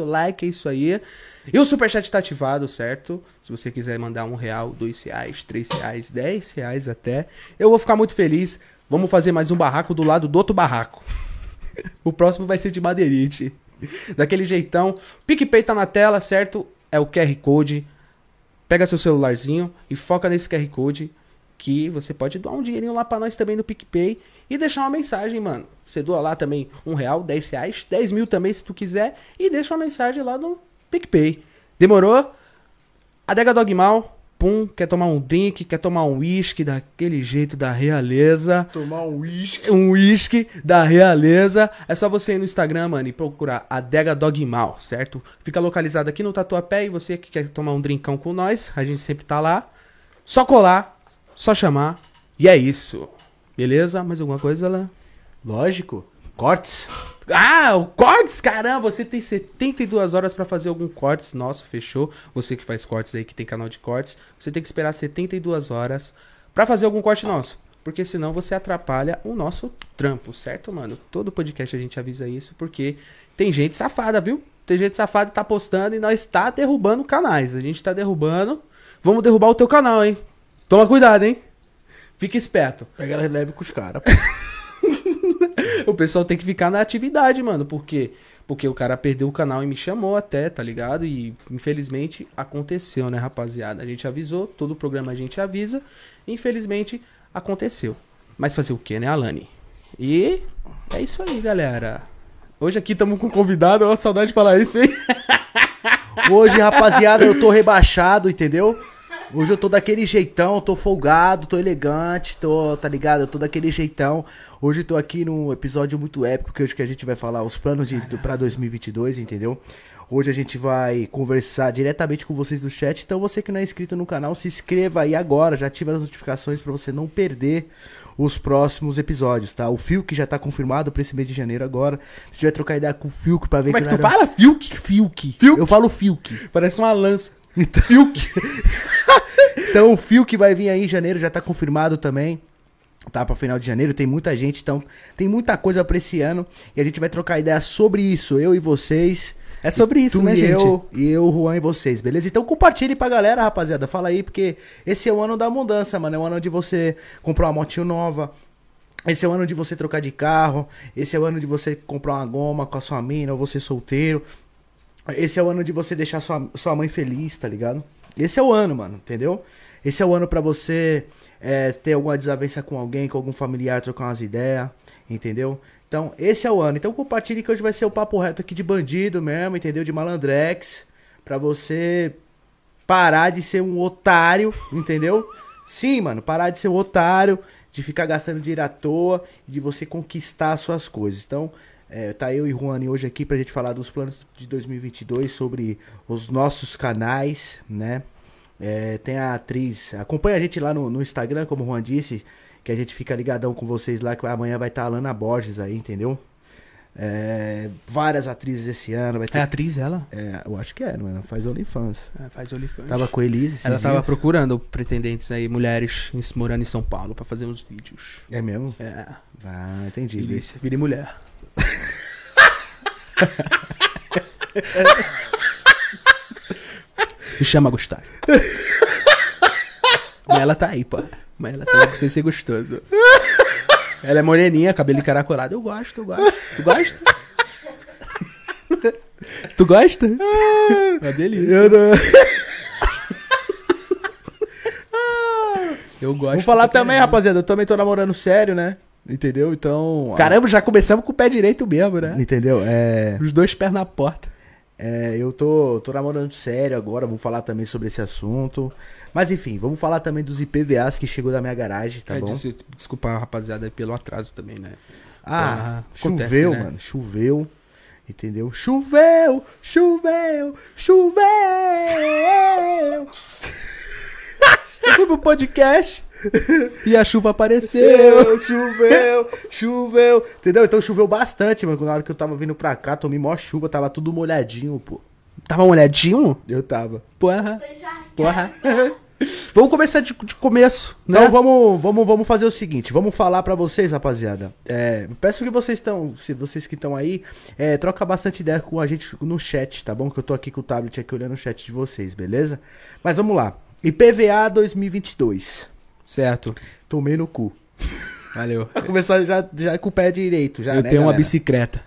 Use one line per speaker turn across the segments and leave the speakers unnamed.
o like, é isso aí. E o superchat tá ativado, certo? Se você quiser mandar um real, dois reais, três reais, dez reais até, eu vou ficar muito feliz. Vamos fazer mais um barraco do lado do outro barraco. o próximo vai ser de madeirite. Daquele jeitão. PicPay tá na tela, certo? É o QR Code. Pega seu celularzinho e foca nesse QR Code. Que você pode doar um dinheirinho lá pra nós também no PicPay. E deixar uma mensagem, mano. Você doa lá também um real, dez reais, dez mil também se tu quiser. E deixa uma mensagem lá no PicPay. Demorou? Adega Dogmal, pum, quer tomar um drink, quer tomar um uísque daquele jeito da realeza.
Tomar um uísque.
Um uísque da realeza. É só você ir no Instagram, mano, e procurar Adega Dogmal, certo? Fica localizado aqui no Tatuapé e você que quer tomar um drinkão com nós, a gente sempre tá lá. Só colar, só chamar e é isso. Beleza? Mais alguma coisa lá?
Lógico. Cortes.
Ah, o cortes, caramba, você tem 72 horas pra fazer algum cortes. Nosso, fechou. Você que faz cortes aí, que tem canal de cortes, você tem que esperar 72 horas pra fazer algum corte nosso. Porque senão você atrapalha o nosso trampo, certo, mano? Todo podcast a gente avisa isso, porque tem gente safada, viu? Tem gente safada que tá postando e nós tá derrubando canais. A gente tá derrubando. Vamos derrubar o teu canal, hein? Toma cuidado, hein? Fica esperto.
Pega ela leve com os caras.
O pessoal tem que ficar na atividade, mano. Por quê? Porque o cara perdeu o canal e me chamou até, tá ligado? E infelizmente aconteceu, né, rapaziada? A gente avisou, todo programa a gente avisa. Infelizmente aconteceu. Mas fazer o quê, né, Alane? E é isso aí, galera. Hoje aqui estamos com um convidado, ó, saudade de falar isso, hein?
Hoje, rapaziada, eu tô rebaixado, entendeu? Hoje eu tô daquele jeitão, tô folgado, tô elegante, tô, tá ligado? Eu tô daquele jeitão. Hoje eu tô aqui num episódio muito épico, que hoje que a gente vai falar os planos de, do, pra 2022, entendeu? Hoje a gente vai conversar diretamente com vocês do chat, então você que não é inscrito no canal, se inscreva aí agora, já ativa as notificações pra você não perder os próximos episódios, tá? O Fiuk já tá confirmado pra esse mês de janeiro agora. Se tiver trocar ideia com o Fiuk pra ver
Como é que tu
nada-
fala? Fiuk?
Fiuk.
Fiuk?
Eu falo Fiuk.
Parece uma lança.
Então-
Fiuk.
Então o fio que vai vir aí em janeiro já tá confirmado também. Tá pra final de janeiro, tem muita gente, então tem muita coisa pra esse ano e a gente vai trocar ideia sobre isso, eu e vocês.
É sobre isso,
tu
né,
e
gente?
eu e eu, Juan e vocês, beleza? Então compartilhe pra galera, rapaziada. Fala aí, porque esse é o ano da mudança, mano. É o ano de você comprar uma motinho nova. Esse é o ano de você trocar de carro. Esse é o ano de você comprar uma goma com a sua mina ou você solteiro. Esse é o ano de você deixar sua, sua mãe feliz, tá ligado? Esse é o ano, mano, entendeu? Esse é o ano pra você é, ter alguma desavença com alguém, com algum familiar, trocar umas ideias, entendeu? Então, esse é o ano. Então, compartilhe que hoje vai ser o papo reto aqui de bandido mesmo, entendeu? De malandrex. Pra você parar de ser um otário, entendeu? Sim, mano, parar de ser um otário, de ficar gastando dinheiro à toa, de você conquistar as suas coisas. Então, é, tá eu e Juani hoje aqui pra gente falar dos planos de 2022, sobre os nossos canais, né? É, tem a atriz, acompanha a gente lá no, no Instagram, como o Juan disse, que a gente fica ligadão com vocês lá, que amanhã vai estar a Lana Borges aí, entendeu? É, várias atrizes esse ano, vai ter...
É atriz ela?
é, eu acho que é, mano, faz OnlyFans.
É, faz olifante.
Tava com a Elise esses
Ela tava
dias.
procurando pretendentes aí, mulheres em- morando em São Paulo, pra fazer uns vídeos.
É mesmo?
É,
Ah, entendi.
delícia. Virei mulher. Me chama Gustavo. Mas ela tá aí, pô. Mas ela tá aí pra você ser gostoso. Ela é moreninha, cabelo encaracolado. Eu gosto, eu gosto. Tu gosta? tu gosta? É delícia.
Eu não-
Eu gosto. é
Vamos falar
pra
também,
caramba.
rapaziada. Eu também tô namorando sério, né? Entendeu? Então. a-
Caramba, já começamos com o pé direito mesmo, né?
Entendeu? É,
Os dois pés na porta.
é, eu tô, tô namorando sério agora. Vamos falar também sobre esse assunto. Mas enfim, vamos falar também dos IPVAs que chegou da minha garagem, tá
É,
bom?
des- Desculpa, rapaziada, é pelo atraso também, né?
Ah,
Ah, acontece,
choveu,
né?
mano. Choveu. Entendeu? Choveu, choveu, choveu.
Eu fui pro podcast e a chuva apareceu.
Choveu, choveu, choveu. Entendeu? Então choveu bastante, mano. Na hora que eu tava vindo pra cá, tomei mó chuva, tava tudo molhadinho, pô.
Tava molhadinho?
Eu tava.
Porra. Porra. Vamos começar de, de começo, né?
Então vamos, vamos, vamos fazer o seguinte, vamos falar pra vocês, rapaziada. É, peço que vocês estão, se vocês que estão aí, é, troca bastante ideia com a gente no chat, tá bom? Que eu tô aqui com o tablet aqui olhando o chat de vocês, beleza? Mas vamos lá. IPVA 2022.
Certo.
Tomei no cu.
Valeu.
Vai começar já, já com o pé direito, já,
eu
né,
tenho uma
galera?
bicicleta.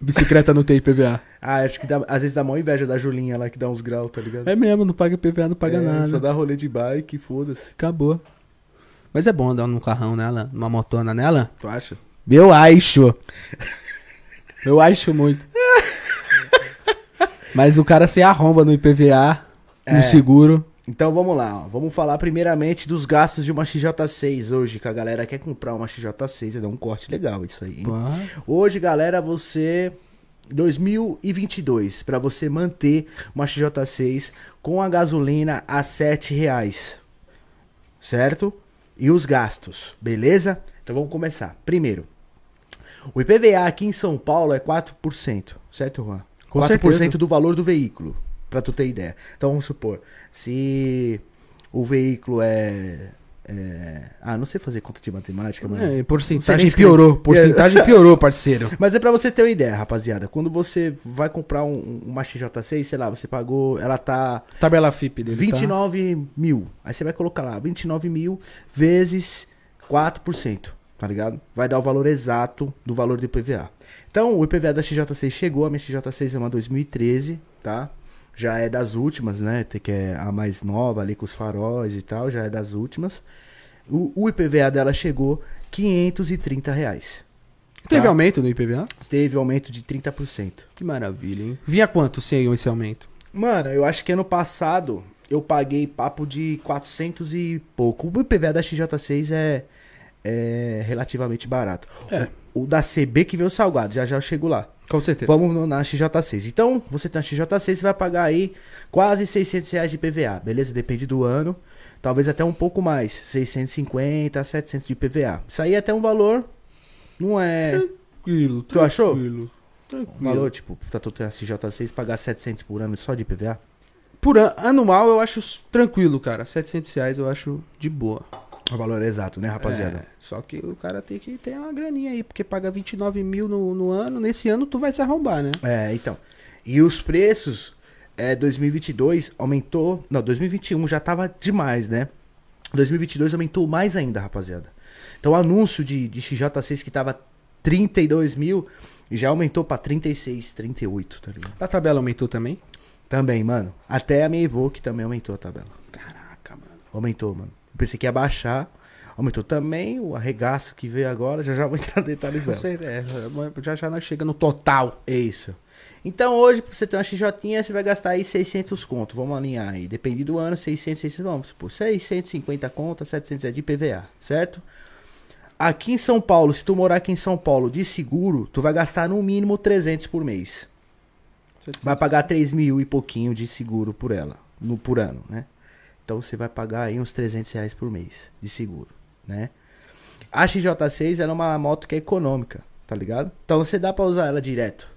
Bicicleta não tem IPVA.
Ah, acho que dá- às vezes dá mó inveja da Julinha lá que dá uns graus, tá ligado?
É mesmo, não paga IPVA, não paga
É,
nada.
Só dá rolê de bike, foda-se.
Acabou. Mas é bom andar num carrão nela, numa motona nela.
Tu acha?
Eu acho. Eu acho muito. Mas o cara se arromba no IPVA,
É.
no seguro.
Então vamos lá, ó. vamos falar primeiramente dos gastos de uma XJ6 hoje, que a galera quer comprar uma XJ6 e dar um corte legal isso aí. hein?
Pô,
Hoje, galera, você 2022 pra você manter uma XJ6 com a gasolina a R$ 7 reais, certo? E os gastos, beleza? Então vamos começar. Primeiro, o IPVA aqui em São Paulo é 4%, certo, Juan?
Com
4%
certeza.
do valor do veículo, pra tu ter ideia. Então vamos supor, se o veículo é. é- Ah, não sei fazer conta de matemática, mano.
é,
Não sei nem
porcentagem
escrever.
piorou. Porcentagem piorou, parceiro.
Mas é pra você ter uma ideia, rapaziada. Quando você vai comprar um, um- uma XJ6, sei lá, você pagou, ela tá
Tabela FIP dele.
29 mil. Aí você vai colocar lá 29 mil vezes 4%, tá ligado? Vai dar o valor exato do valor do IPVA. Então, o IPVA da XJ6 chegou, a minha XJ6 é uma 2013, tá? Já é das últimas, né? Tem Que é a mais nova ali com os faróis e tal, já é das últimas. O, o IPVA dela chegou 530 reais.
Tá? Teve
Tá.
aumento no IPVA?
Teve aumento de 30%.
Que maravilha, hein? Vinha quanto sem esse aumento?
Mano, eu acho que ano passado eu paguei papo de 400 e pouco. O IPVA da XJ6 é, é relativamente barato.
É.
O, o da CB que veio salgado, já já eu chego lá.
Com certeza.
Vamos no- na XJ6. Então, você tem a XJ6, você vai pagar aí quase 600 reais de IPVA, beleza? Depende do ano. Talvez até um pouco mais. 650, 700 de IPVA. Isso aí é até um valor. Não é.
Tranquilo,
Tu achou?
Tranquilo. tranquilo.
Um valor, tipo, tá tu tem a XJ6 pagar 700 por ano só de IPVA?
Por an- anual eu acho s- tranquilo, cara. R$ 700 reais eu acho de boa.
O valor é exato, né, rapaziada?
É, só que o cara tem que ter uma graninha aí, porque paga 29 mil no, no ano, nesse ano tu vai se arrombar, né?
É, então. E os preços, é, 2022 aumentou. Não, 2021 já tava demais, né? 2022 aumentou mais ainda, rapaziada. Então, o anúncio de, de XJ6 que tava 32 mil já aumentou pra 36, 38, tá ligado?
A tabela aumentou também?
Também, mano. Até a minha Evoque também aumentou a tabela.
Caraca, mano.
Aumentou, mano. Eu pensei que ia baixar. Aumentou também o arregaço que veio agora. Já já vou entrar em detalhes
Não
dela.
sei, é, já já nós chega no total.
É isso. Então hoje, pra você ter uma XJ, você vai gastar aí 600 conto. Vamos alinhar aí. Depende do ano, 600, 600, vamos supor, 650 conto, 700 é de IPVA, certo? Aqui em São Paulo, se tu morar aqui em São Paulo de seguro, tu vai gastar no mínimo 300 por mês. Vai pagar 3 mil e pouquinho de seguro por ela, no, por ano, né? Então você vai pagar aí uns 300 reais por mês de seguro, né? A XJ6 ela é uma moto que é econômica, tá ligado? Então você dá pra usar ela direto.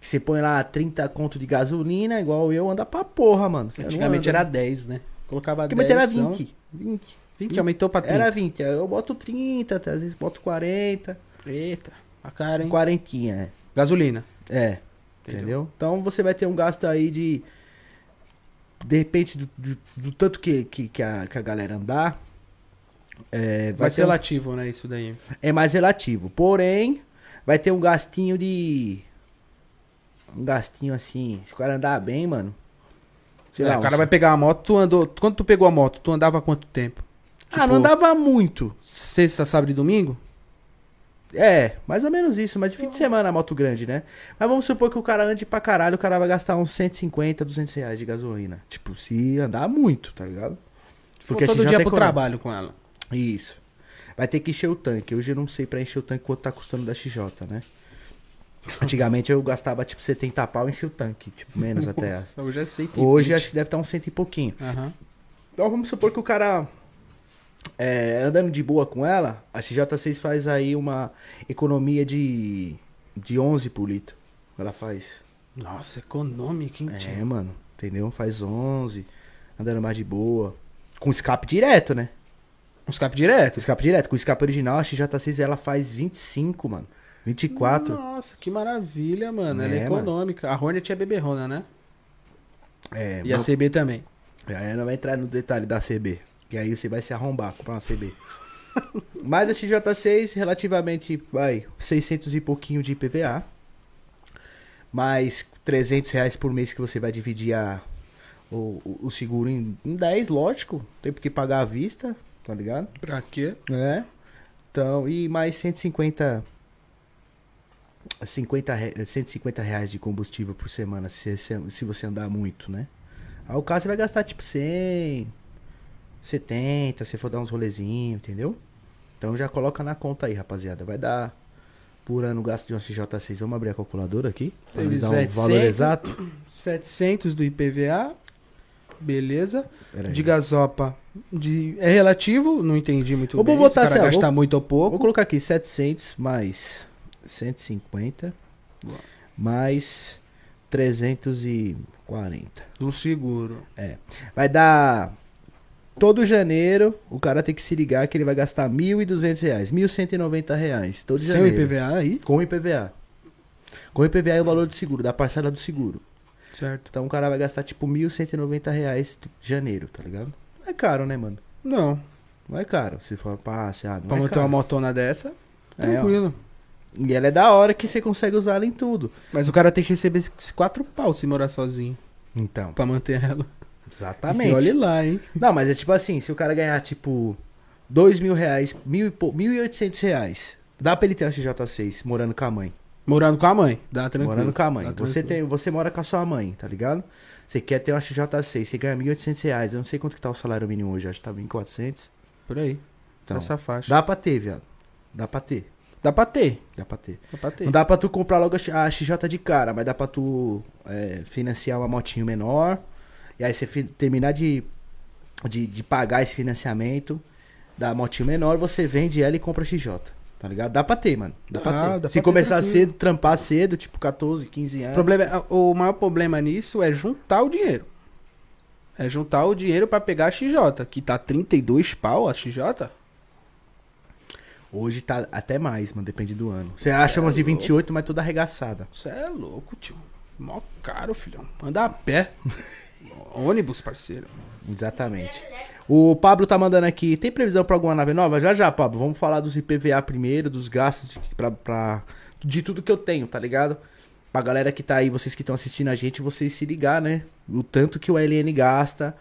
Que Você põe lá 30 conto de gasolina, igual eu, anda pra porra, mano. Você não
Antigamente
anda.
era 10, né? Colocava 10.
Antigamente era
são-
20. 20.
20 aumentou pra 30.
Era 20. aí Eu boto 30, às vezes boto 40.
Eita, a cara, hein?
Quarentinha, é.
Gasolina.
É. Entendeu? Então você vai ter um gasto aí de. De repente, do, do- do tanto que, que, que a, que a galera andar. É, vai
Vai, ser
ter um-
relativo, né, isso daí.
é mais relativo. Porém, vai ter um gastinho de. Um gastinho assim. Se o cara andar bem, mano. Sei
É,
lá,
o cara
uns-
vai pegar a moto, tu andou... Quando tu pegou a moto, tu andava quanto tempo? tipo,
Ah, não andava muito.
Sexta, sábado e domingo?
É, mais ou menos isso, mas de fim de semana a moto grande, né? Mas vamos supor que o cara ande pra caralho, o cara vai gastar uns 150, 200 reais de gasolina. Tipo, se andar muito, tá ligado?
Porque
a
todo
gente já
dia
tem
pro
corona.
trabalho com ela.
Isso. Vai ter que encher o tanque. Hoje eu não sei pra encher o tanque quanto tá custando da XJ, né? Antigamente eu gastava tipo 70 pau e enchia o tanque, tipo, menos até.
Nossa, Hoje é 120.
Hoje acho que deve estar uns cento e pouquinho.
Aham.
Então vamos supor que o cara é, andando de boa com ela, a XJ6 faz aí uma economia de, de 11 por litro. Ela faz.
Nossa, econômica, hein, tio?
É, mano. Entendeu? Faz 11. andando mais de boa. Com escape direto, né?
Um escape
Com
direto.
escape direto. Com escape original, a XJ6 ela faz 25, mano. 24.
Nossa, que maravilha, mano. Ela é
É, mano.
econômica. A Hornet é beberrona, né?
É,
E a
mas-
CB também.
É, não vai entrar no detalhe da CB. E aí você vai se arrombar, comprar uma CB. Mas a XJ6, relativamente, vai, 600 e pouquinho de IPVA. Mais 300 reais por mês que você vai dividir a, o, o- o seguro em, em 10, lógico. Tem que pagar à vista, tá ligado?
Pra quê?
É. Então, e mais 150... 50, re- 150 reais de combustível por semana, se, se se você andar muito, né? Aí o carro você vai gastar tipo 100, 70, se for dar uns rolezinhos, entendeu? Então já coloca na conta aí, rapaziada. Vai dar por ano o gasto de um uma XJ6. Vamos abrir a calculadora aqui? Pra
Teve
me dar um
700.
valor exato.
700 do IPVA. Beleza.
Pera aí.
De gasopa. De... É relativo, não entendi muito
Eu
bem.
vou
se
botar
o cara
assim, ó,
gastar
vou-
muito ou pouco.
Vou colocar aqui 700 mais 150
Boa.
mais 340.
Do seguro.
Vai dar todo janeiro, o cara tem que se ligar que ele vai gastar 1.200 reais, 1.190 reais todo
Sem o
janeiro.
IPVA aí,
Com o IPVA. Com o IPVA é o valor do seguro, da parcela do seguro.
certo?
Então o cara vai gastar tipo 1.190 reais t- janeiro, tá ligado? Não é caro, né, mano?
Não.
Não é caro. Se for passe, ah, não
pra
é
montar
caro.
uma motona dessa,
É, ó.
tranquilo.
E ela é da hora que você consegue usar ela em tudo.
Mas o cara tem que receber esses quatro pau se morar sozinho.
Então,
Pra manter ela.
exatamente.
E olhe lá, hein?
Não, mas é tipo assim, se o cara ganhar, tipo, dois mil reais, mil e pou- mil e oitocentos reais, dá pra ele ter uma XJ6 morando com a mãe.
Morando com a mãe. Dá tranquilo.
Morando com a mãe.
Tá
você, tem, você mora com a sua mãe, tá ligado? Você quer ter uma XJ6, você ganha 1.800 reais. Eu não sei quanto que tá o salário mínimo hoje, acho que tá 1.400.
Por aí.
Então,
Nessa faixa. Dá,
dá pra ter, viado. Dá pra ter.
pra ter.
Dá pra ter.
Dá pra ter.
Não dá pra tu comprar logo a X- a XJ de cara, mas dá pra tu é, financiar uma motinho menor. E aí você fi- terminar de, de, de pagar esse financiamento da motinho menor, você vende ela e compra a XJ. Tá ligado? Dá pra ter, mano. Dá pra
Ah,
ter.
dá
Se
pra ter
começar
tranquilo.
cedo, trampar cedo, tipo 14, 15
O
anos.
problema, é- o maior problema nisso é juntar o dinheiro. É juntar o dinheiro pra pegar a XJ, que tá 32 pau a XJ.
Hoje tá até mais, mano. Depende do ano. Você
É
acha umas de 28, mas toda arregaçada.
Você é louco, tio. Mó caro, filhão. Anda a pé. Ônibus, parceiro.
Exatamente. O Pablo tá mandando aqui. Tem previsão pra alguma nave nova? Já já, Pablo. Vamos falar dos IPVA primeiro, dos gastos de, pra, pra- de tudo que eu tenho, tá ligado? Pra galera que tá aí, vocês que estão assistindo a gente, vocês se ligar, né? O tanto que o LN gasta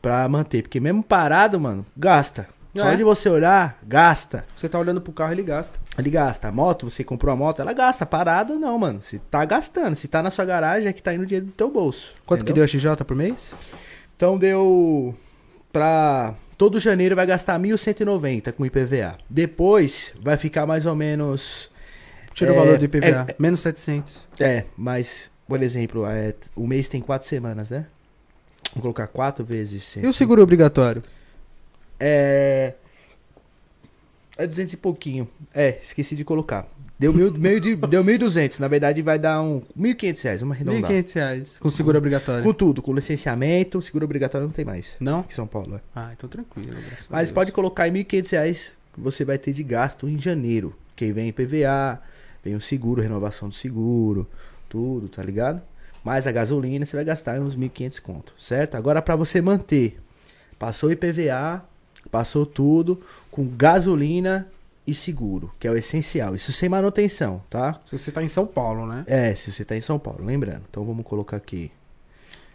pra manter. Porque mesmo parado, mano, gasta. Só
É.
de você olhar, gasta.
Você tá olhando pro carro, ele gasta.
Ele gasta. A moto, você comprou a moto, ela gasta. Parado, não, mano. Você tá gastando. Se tá na sua garagem, é que tá indo dinheiro do teu bolso.
Quanto
entendeu?
que deu a XJ por mês?
Então deu pra. Todo janeiro vai gastar 1.190 com IPVA. Depois vai ficar mais ou menos.
Tira o
É,
valor do IPVA. Menos 700.
É, mas, por exemplo, é, o mês tem quatro semanas, né? Vou colocar quatro vezes.
E o seguro obrigatório?
É. É 200 e pouquinho. É, esqueci de colocar. Deu, mil, meio de, deu 1.200. Na verdade, vai dar um. 1.500 reais, vamos
R$
arredondar.
1.500 reais. Com seguro obrigatório.
Com tudo, com licenciamento, seguro obrigatório não tem mais.
Não?
Aqui em São Paulo, é.
Ah, então tranquilo. graças a
Mas
Deus.
pode colocar em R$ 1.500 que você vai ter de gasto em janeiro. Que aí vem IPVA, vem o seguro, renovação do seguro, tudo, tá ligado? Mais a gasolina, você vai gastar uns 1.500 conto, certo? Agora pra você manter, passou IPVA, passou tudo, com gasolina e seguro, que é o essencial. Isso sem manutenção, tá?
Se você tá em São Paulo, né?
É, se você tá em São Paulo, lembrando. Então vamos colocar aqui.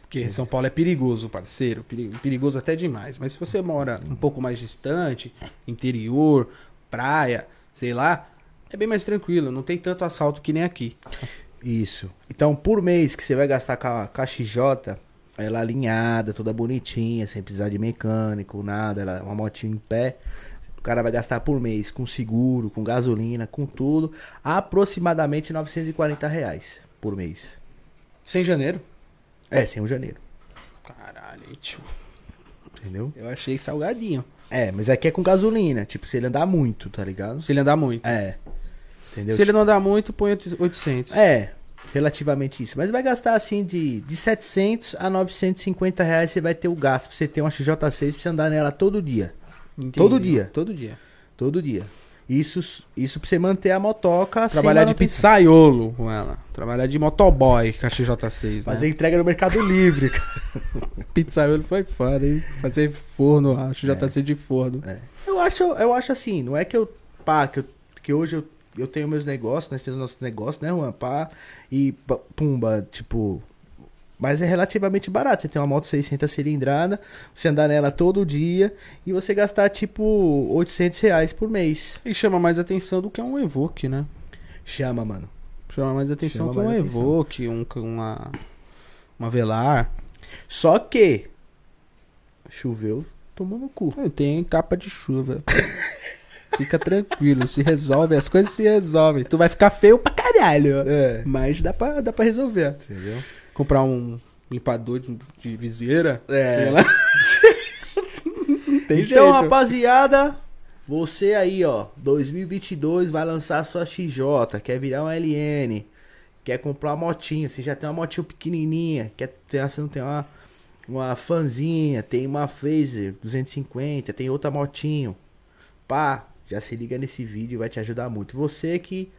Porque São Paulo é perigoso, parceiro. peri- Perigoso até demais. Mas se você mora
Uhum.
um pouco mais distante, interior, praia, sei lá, é bem mais tranquilo. Não tem tanto assalto que nem aqui.
Isso. Então, por mês que você vai gastar com a, com a XJ, ela alinhada, toda bonitinha, sem precisar de mecânico, nada, ela é uma motinha em pé. O cara vai gastar por mês com seguro, com gasolina, com tudo, aproximadamente 940 reais por mês.
Sem janeiro?
É, sem o janeiro,
Caralho, hein, tio.
entendeu?
Eu achei salgadinho.
É, mas aqui é com gasolina, tipo, se ele andar muito, tá ligado?
Se ele andar muito.
É. Entendeu?
Se ele não andar muito, põe 800.
É. Relativamente isso. Mas vai gastar assim de, de 700 a 950 reais. Você vai ter o gasto pra você ter uma XJ6 pra você andar nela todo dia. Todo dia.
Todo dia.
Todo dia. Isso, isso pra você manter a motoca sem
Trabalhar de
manutenção.
pizzaiolo com ela. Trabalhar de motoboy com a XJ6, né?
Fazer entrega no Mercado Livre, cara.
Pizzaiolo foi foda, hein? Fazer forno, a XJ6 de forno.
Eu acho, eu acho assim, não é que eu. Pá, que, eu- que hoje eu, eu tenho meus negócios, nós temos nossos negócios, né, Juan? Pá, e pá, pumba, tipo. Mas é relativamente barato. Você tem uma moto 600 cilindrada, você andar nela todo dia e você gastar tipo 800 reais por mês.
E chama mais atenção do que um Evoque, né?
Chama, mano.
Chama mais atenção
Chama
que um
mais atenção.
Evoque, um, uma, uma Velar.
Só que. Choveu, tomou no cu.
Eu tenho capa de chuva. Fica tranquilo, se resolve, as coisas se resolvem. Tu vai ficar feio pra caralho.
É.
Mas dá pra, dá pra resolver.
Entendeu?
Comprar um limpador de, de viseira.
É.
sei lá. Não tem
então,
jeito.
rapaziada, você aí, ó, 2022 vai lançar sua XJ, quer virar uma LN, quer comprar uma motinha, você já tem uma motinha pequenininha, quer ter, você não tem uma uma fanzinha, tem uma Phaser 250, tem outra motinho. Pá, já se liga nesse vídeo, vai te ajudar muito. Você que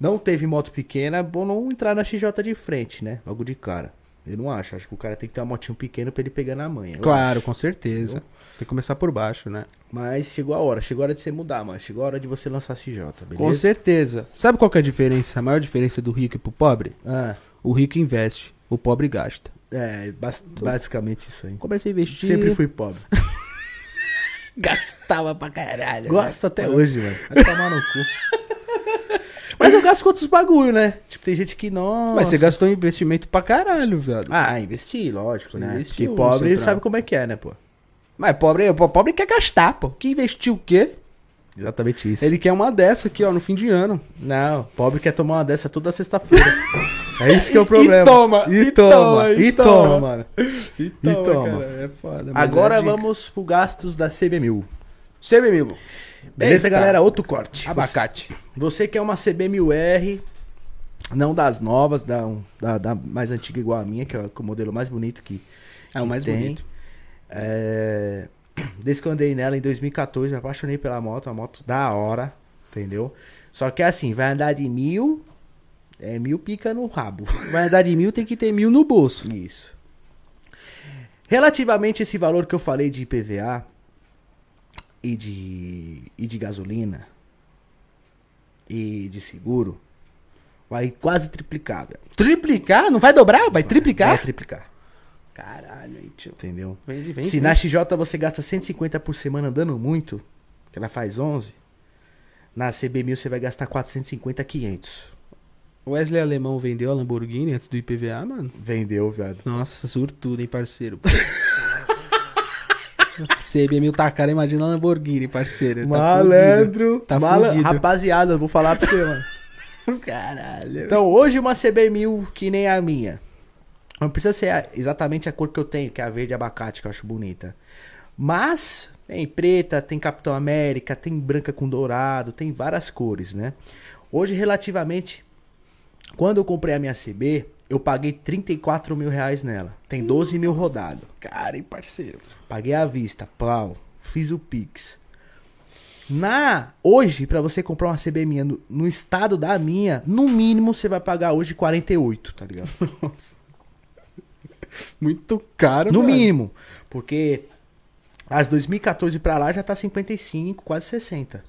não teve moto pequena, é bom não entrar na XJ de frente, né? Logo de cara. Eu não acho, acho que o cara tem que ter uma motinho pequena pra ele pegar na manha. eu
Claro, com certeza. Tem que começar por baixo, né?
mas chegou a hora, chegou a hora de você mudar, mano. Chegou a hora de você lançar XJ,
Com
beleza?
certeza. Sabe qual que é a diferença? A maior diferença do rico pro pobre?
Ah,
O rico investe, o pobre gasta.
é, bas- basicamente isso aí.
Comecei a investir.
Sempre fui pobre.
Gastava pra caralho. né?
Gosto até
É,
hoje, mano. Vai tomar no cu. Mas eu gasto com outros bagulho, né? Tipo, tem gente que não.
Mas você gastou em investimento pra caralho, velho.
Ah, investi, lógico, né?
Investiu
Porque
no
pobre
um, seu
sabe
trampo.
como é que é, né, pô?
Mas pobre, po- pobre quer gastar, pô. Que investir o quê?
Exatamente isso.
Ele quer uma dessa aqui, ó, no fim de ano.
Não, pobre quer tomar uma dessa toda sexta-feira. é isso que é
E-
o
e
problema.
toma,
e
e toma,
toma,
e
e toma,
toma.
mano.
Então,
toma.
cara, é foda. mas
Agora
é dica.
vamos pro gastos da CB1000.
CB Mimo.
Beleza,
Eita.
galera? Outro corte.
Abacate.
Você quer uma CB1000R, não das novas, da, um- da, da mais antiga igual a minha, que é o modelo mais bonito que
É o mais
Tem.
bonito.
é, desde que eu andei nela em 2014, me apaixonei pela moto, uma moto da hora, entendeu? Só que assim, vai andar de mil, é mil pica no rabo.
Vai andar de mil, tem que ter mil no bolso.
Isso. Relativamente esse valor que eu falei de IPVA e de, e de gasolina e de seguro, vai quase triplicar, velho.
Triplicar? Não vai dobrar? Vai
Vai
triplicar?
triplicar,
Caralho, aí, tio.
entendeu?
Vem, vem.
Se
vem.
na XJ você gasta 150 por semana andando muito, que ela faz 11, na CB1000 você vai gastar 450, 500.
O Wesley Alemão vendeu a Lamborghini antes do IPVA, mano.
Vendeu, viado.
Nossa, surtudo, hein, parceiro. CB mil tá cara, imagina a Lamborghini, parceiro. Ele tá
Malandro.
fudido. Tá
mala-
fudido.
Rapaziada, eu vou falar pra você, mano.
Caralho.
Então, hoje uma CB1000 que nem a minha. Não precisa ser a- exatamente a cor que eu tenho, que é a verde abacate, que eu acho bonita. Mas tem preta, tem Capitão América, tem branca com dourado, tem várias cores, né? Hoje, relativamente, quando eu comprei a minha CB, eu paguei 34 mil reais nela. Tem 12 mil rodado.
Cara, hein, parceiro.
Paguei à vista, plau, fiz o Pix. Na hoje, pra você comprar uma CB minha no, no estado da minha, no mínimo você vai pagar hoje 48, tá ligado?
Nossa. Muito caro,
No
mano.
mínimo, porque as 2014 pra lá já tá 55, quase 60.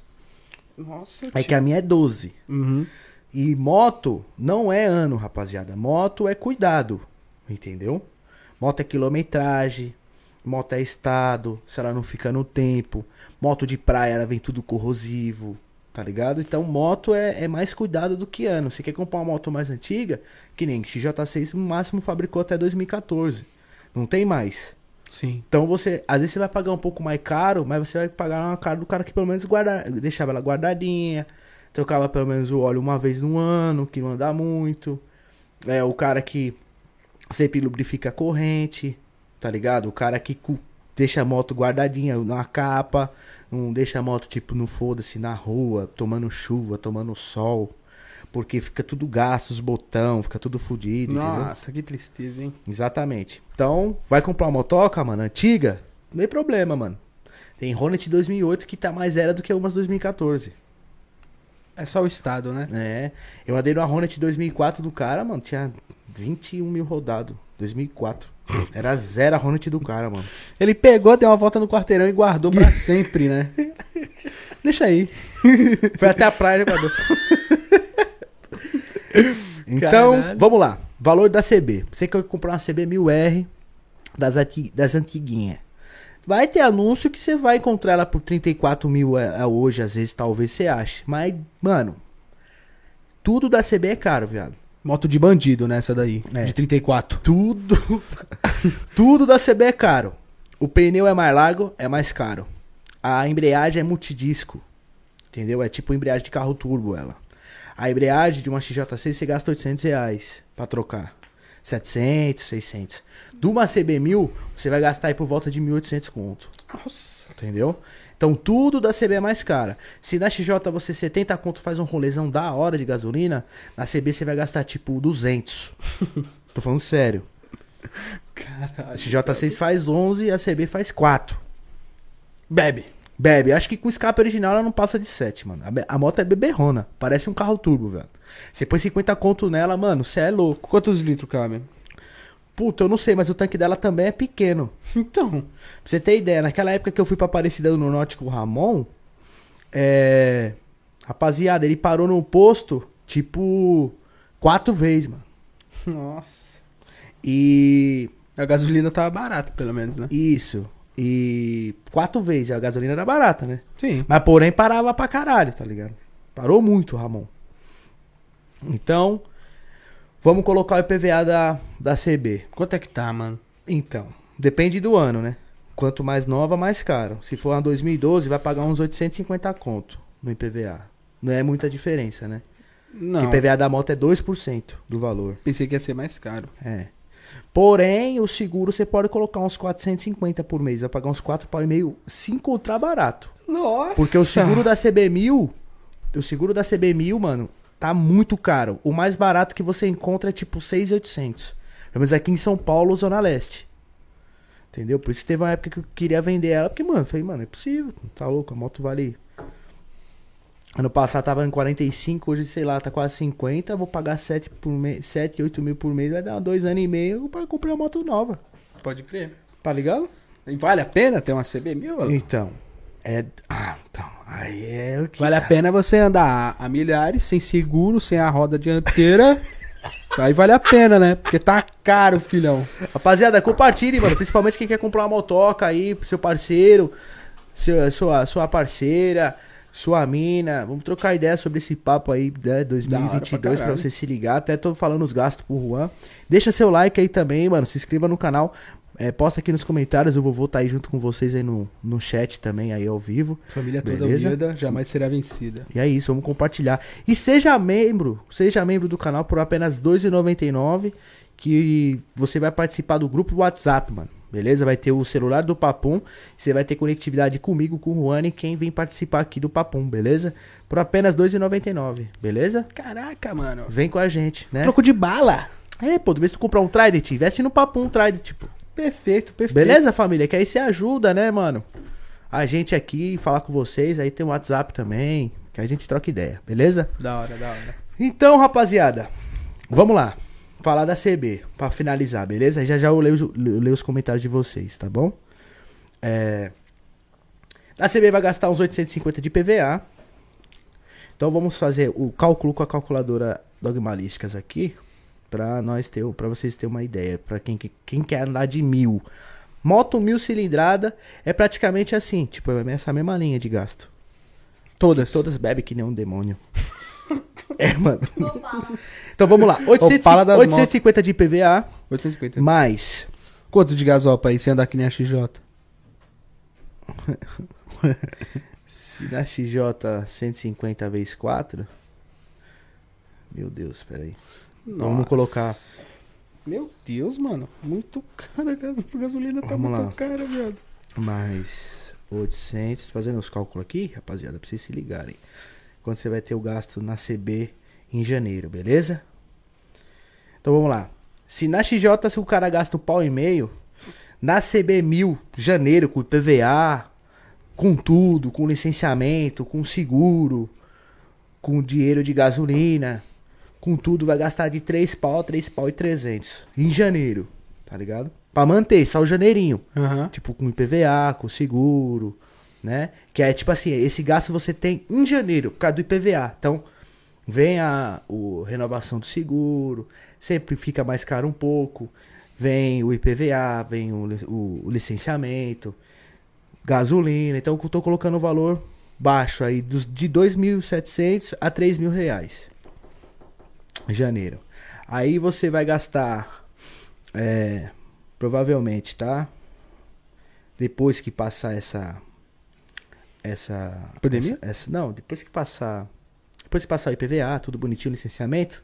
Nossa,
É que a minha é 12.
Uhum.
E moto não é ano, rapaziada. Moto é cuidado, entendeu? Moto é quilometragem, moto é estado, se ela não fica no tempo. Moto de praia, ela vem tudo corrosivo, tá ligado? Então moto é, é mais cuidado do que ano. Você quer comprar uma moto mais antiga, que nem XJ6, no máximo fabricou até 2014. Não tem mais.
Sim.
Então você, às vezes você vai pagar um pouco mais caro, mas você vai pagar uma cara do cara que pelo menos guarda, deixava ela guardadinha, trocava pelo menos o óleo uma vez no ano, que não dá muito. É o cara que sempre lubrifica a corrente, tá ligado? O cara que cu- deixa a moto guardadinha na capa, não deixa a moto tipo no foda-se na rua, tomando chuva, tomando sol. Porque fica tudo gasto, os botão, fica tudo fodido, entendeu?
Nossa, que tristeza, hein?
Exatamente. Então, vai comprar uma motoca, mano, antiga? Não tem problema, mano. Tem Hornet 2008 que tá mais era do que umas 2014.
É só o estado, né?
É. Eu andei numa Hornet 2004 do cara, mano. Tinha 21 mil rodado. 2004. Era zero a Hornet do cara, mano.
Ele pegou, deu uma volta no quarteirão e guardou pra sempre, né? Deixa aí.
Foi até a praia, jogador. então,
Caralho.
vamos lá. Valor da CB. Você quer comprar uma CB 1000R das, ati- das antiguinhas. Vai ter anúncio que você vai encontrar ela por 34 mil a, a hoje, às vezes talvez você ache. Mas, mano, tudo da CB é caro, viado.
Moto de bandido, né? Essa daí.
É.
De 34.
Tudo. tudo da CB é caro. O pneu é mais largo, é mais caro. A embreagem é multidisco. Entendeu? É tipo embreagem de carro turbo ela. A embreagem de uma XJ6 você gasta 800 reais pra trocar. 700, 600. De uma CB1000, você vai gastar aí por volta de 1.800 conto.
Nossa.
Entendeu? Então tudo da CB é mais cara. Se na XJ você 70 conto faz um rolezão da hora de gasolina, na CB você vai gastar tipo 200. Tô falando sério. A
Caralho.
XJ6 faz 11 a CB faz 4.
Bebe.
Bebe, acho que com escape original ela não passa de 7, mano. A, be- a moto é beberrona, parece um carro turbo, velho. Você põe 50 conto nela, mano, você é louco.
Quantos litros cabe?
Puta, eu não sei, mas o tanque dela também é pequeno.
Então.
Pra você ter ideia, naquela época que eu fui pra Aparecida do Norte com o Ramon, é. Rapaziada, ele parou no posto, tipo, quatro vezes, mano.
Nossa.
E.
A gasolina tava barata, pelo menos, né?
Isso. E. Quatro vezes. A gasolina era barata, né?
Sim.
Mas porém parava pra caralho, tá ligado? Parou muito, Ramon. Então, vamos colocar o IPVA da, da CB.
Quanto é que tá, mano?
Então, depende do ano, né? Quanto mais nova, mais caro. Se for uma 2012, vai pagar uns 850 conto no IPVA. Não é muita diferença, né? O
Não.
IPVA da moto é 2% do valor.
Pensei que ia ser mais caro.
É. Porém, o seguro você pode colocar uns 450 por mês. Vai pagar uns 4 pau e meio se encontrar barato.
Nossa.
Porque o seguro da CB1000, o seguro da CB1000, mano, tá muito caro. O mais barato que você encontra é tipo 6,800. Pelo menos aqui em São Paulo, Zona Leste. Entendeu? Por isso teve uma época que eu queria vender ela, porque, mano, eu falei, mano, é possível, tá louco, a moto vale. Ano passado tava em 45, hoje, sei lá, tá quase 50, vou pagar 7, por me... 7 8 mil por mês, vai dar dois anos e meio pra comprar uma moto nova,
Pode crer.
tá ligado?
E vale a pena ter uma CB1000?
Então, é. Ah, então, aí é o que.
Vale a pena você andar a, a milhares, sem seguro, sem a roda dianteira. Aí vale a pena, né? Porque tá caro, filhão.
Rapaziada, compartilhe, mano. Principalmente quem quer comprar uma motoca aí pro seu parceiro, seu- sua, sua parceira, sua mina. Vamos trocar ideia sobre esse papo aí, né? 2022,
Da hora pra
pra,
caralho.
você se ligar. Até tô falando os gastos pro Juan. Deixa seu like aí também, mano. Se inscreva no canal. É, posta aqui nos comentários. O vovô tá aí junto com vocês aí no, no chat também, aí ao vivo.
Família toda
Beleza?
unida jamais será vencida.
E é isso, vamos compartilhar. E seja membro, seja membro do canal por apenas R$ 2,99, que você vai participar do grupo WhatsApp, mano. Beleza? Vai ter o celular do Papum, você vai ter conectividade comigo, com o Juan e quem vem participar aqui do Papum, beleza? Por apenas R$ 2,99, beleza?
Caraca, mano.
Vem com a gente, né?
Troco de bala.
É, pô, de vez que tu comprar um Trident, investe no Papum Trident, tipo.
Perfeito, perfeito.
Beleza, família? Que aí você ajuda, né, mano? A gente aqui, falar com vocês, aí tem o WhatsApp também, que a gente troca ideia, beleza?
Da hora, da hora.
Então, rapaziada, vamos lá. Falar da CB, pra finalizar, beleza? Já já eu leio, os- eu leio os comentários de vocês, tá bom? É... A CB vai gastar uns 850 de PVA. Então vamos fazer o cálculo com a calculadora dogmalísticas aqui, pra nós ter, para vocês terem uma ideia, pra quem, que- quem quer andar de mil. Moto mil cilindrada é praticamente assim, tipo, é essa mesma linha de gasto.
Todas.
Todas bebem que nem um demônio. é, mano. Então vamos lá. 800,
Opala das
850 de IPVA,
850.
mais.
Quanto de gasopa aí, sem andar que nem a XJ?
Se na XJ 150 vezes 4. Meu Deus, peraí. Vamos colocar.
Meu Deus, mano. Muito cara. A gas- a gasolina tá
Vamos
muito
lá.
cara, viado.
Mais 800. Fazendo os cálculos aqui, rapaziada, pra vocês se ligarem. Quando você vai ter o gasto na CB em janeiro, beleza? Então vamos lá. Se na XJ se o cara gasta um pau e meio, na CB1000, janeiro, com IPVA, com tudo, com licenciamento, com seguro, com dinheiro de gasolina, com tudo, vai gastar de 3 pau, 3 pau e 300. Em janeiro, tá ligado? Pra manter, só o janeirinho.
Aham.
Tipo, com IPVA, com seguro, né? Que é tipo assim, esse gasto você tem em janeiro, por causa do IPVA. Então, vem a o, renovação do seguro, sempre fica mais caro um pouco. Vem o IPVA, vem o, li- o- o licenciamento, gasolina. Então, eu tô colocando um valor baixo aí, dos, de 2.700 a 3.000 reais. Em janeiro. Aí você vai gastar, é, provavelmente, tá? depois que passar essa essa
Pandemia?
essa- essa- não, depois que passar depois que passar o IPVA, tudo bonitinho, licenciamento,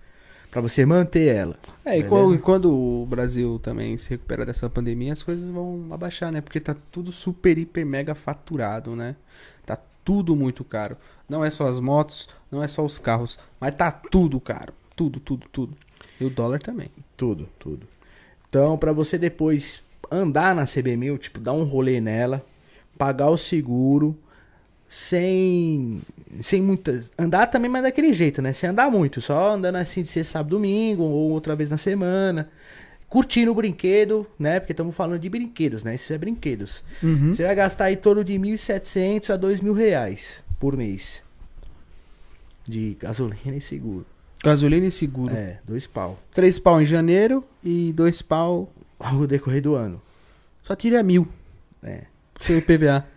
pra você manter ela.
É, e
Beleza.
quando, quando o Brasil também se recuperar dessa pandemia, as coisas vão abaixar, né? Porque tá tudo super, hiper, mega faturado, né? Tá tudo muito caro. Não é só as motos, não é só os carros, mas tá tudo caro. Tudo, tudo, tudo. E o dólar também.
Tudo, tudo. Então, pra você depois andar na CB1000, tipo, dar um rolê nela, pagar o seguro, sem sem muitas, andar também mas daquele jeito, né? Sem andar muito, só andando assim de ser sábado, domingo ou outra vez na semana. Curtindo o brinquedo, né? Porque estamos falando de brinquedos, né? Isso é brinquedos. Você vai gastar em torno de 1.700 a 2.000 reais por mês. De gasolina e seguro.
Gasolina e seguro.
É, dois pau.
Três pau em janeiro e dois pau.
Ao decorrer do ano.
Só tira mil.
É.
Sem IPVA.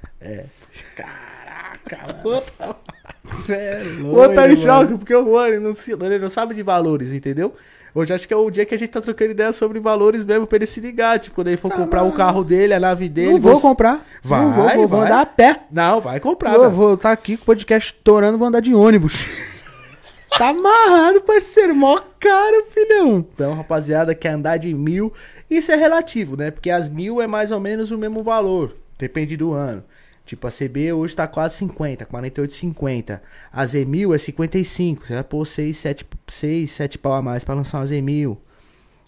É
O outro tá em choque, porque o Juan ele não, se- ele não sabe de valores, entendeu? Hoje acho que é o dia que a gente tá trocando ideia sobre valores mesmo, pra ele se ligar. Tipo, quando ele for comprar o carro dele, a nave dele.
Não vou
você-
comprar.
Vai,
não vou, vou, vou
vai.
andar a pé.
Não, vai comprar,
eu
velho.
vou estar aqui com o podcast estourando, vou andar de ônibus. tá amarrado, parceiro. Mó caro, filhão.
Então, rapaziada, quer andar de mil. Isso é relativo, né? Porque as mil é mais ou menos o mesmo valor. Depende do ano. Tipo, a CB hoje tá quase 50, 48,50. A Z1000 é 55. Você vai pôr 6, 7, 6, 7 pau a mais pra lançar uma Z1000.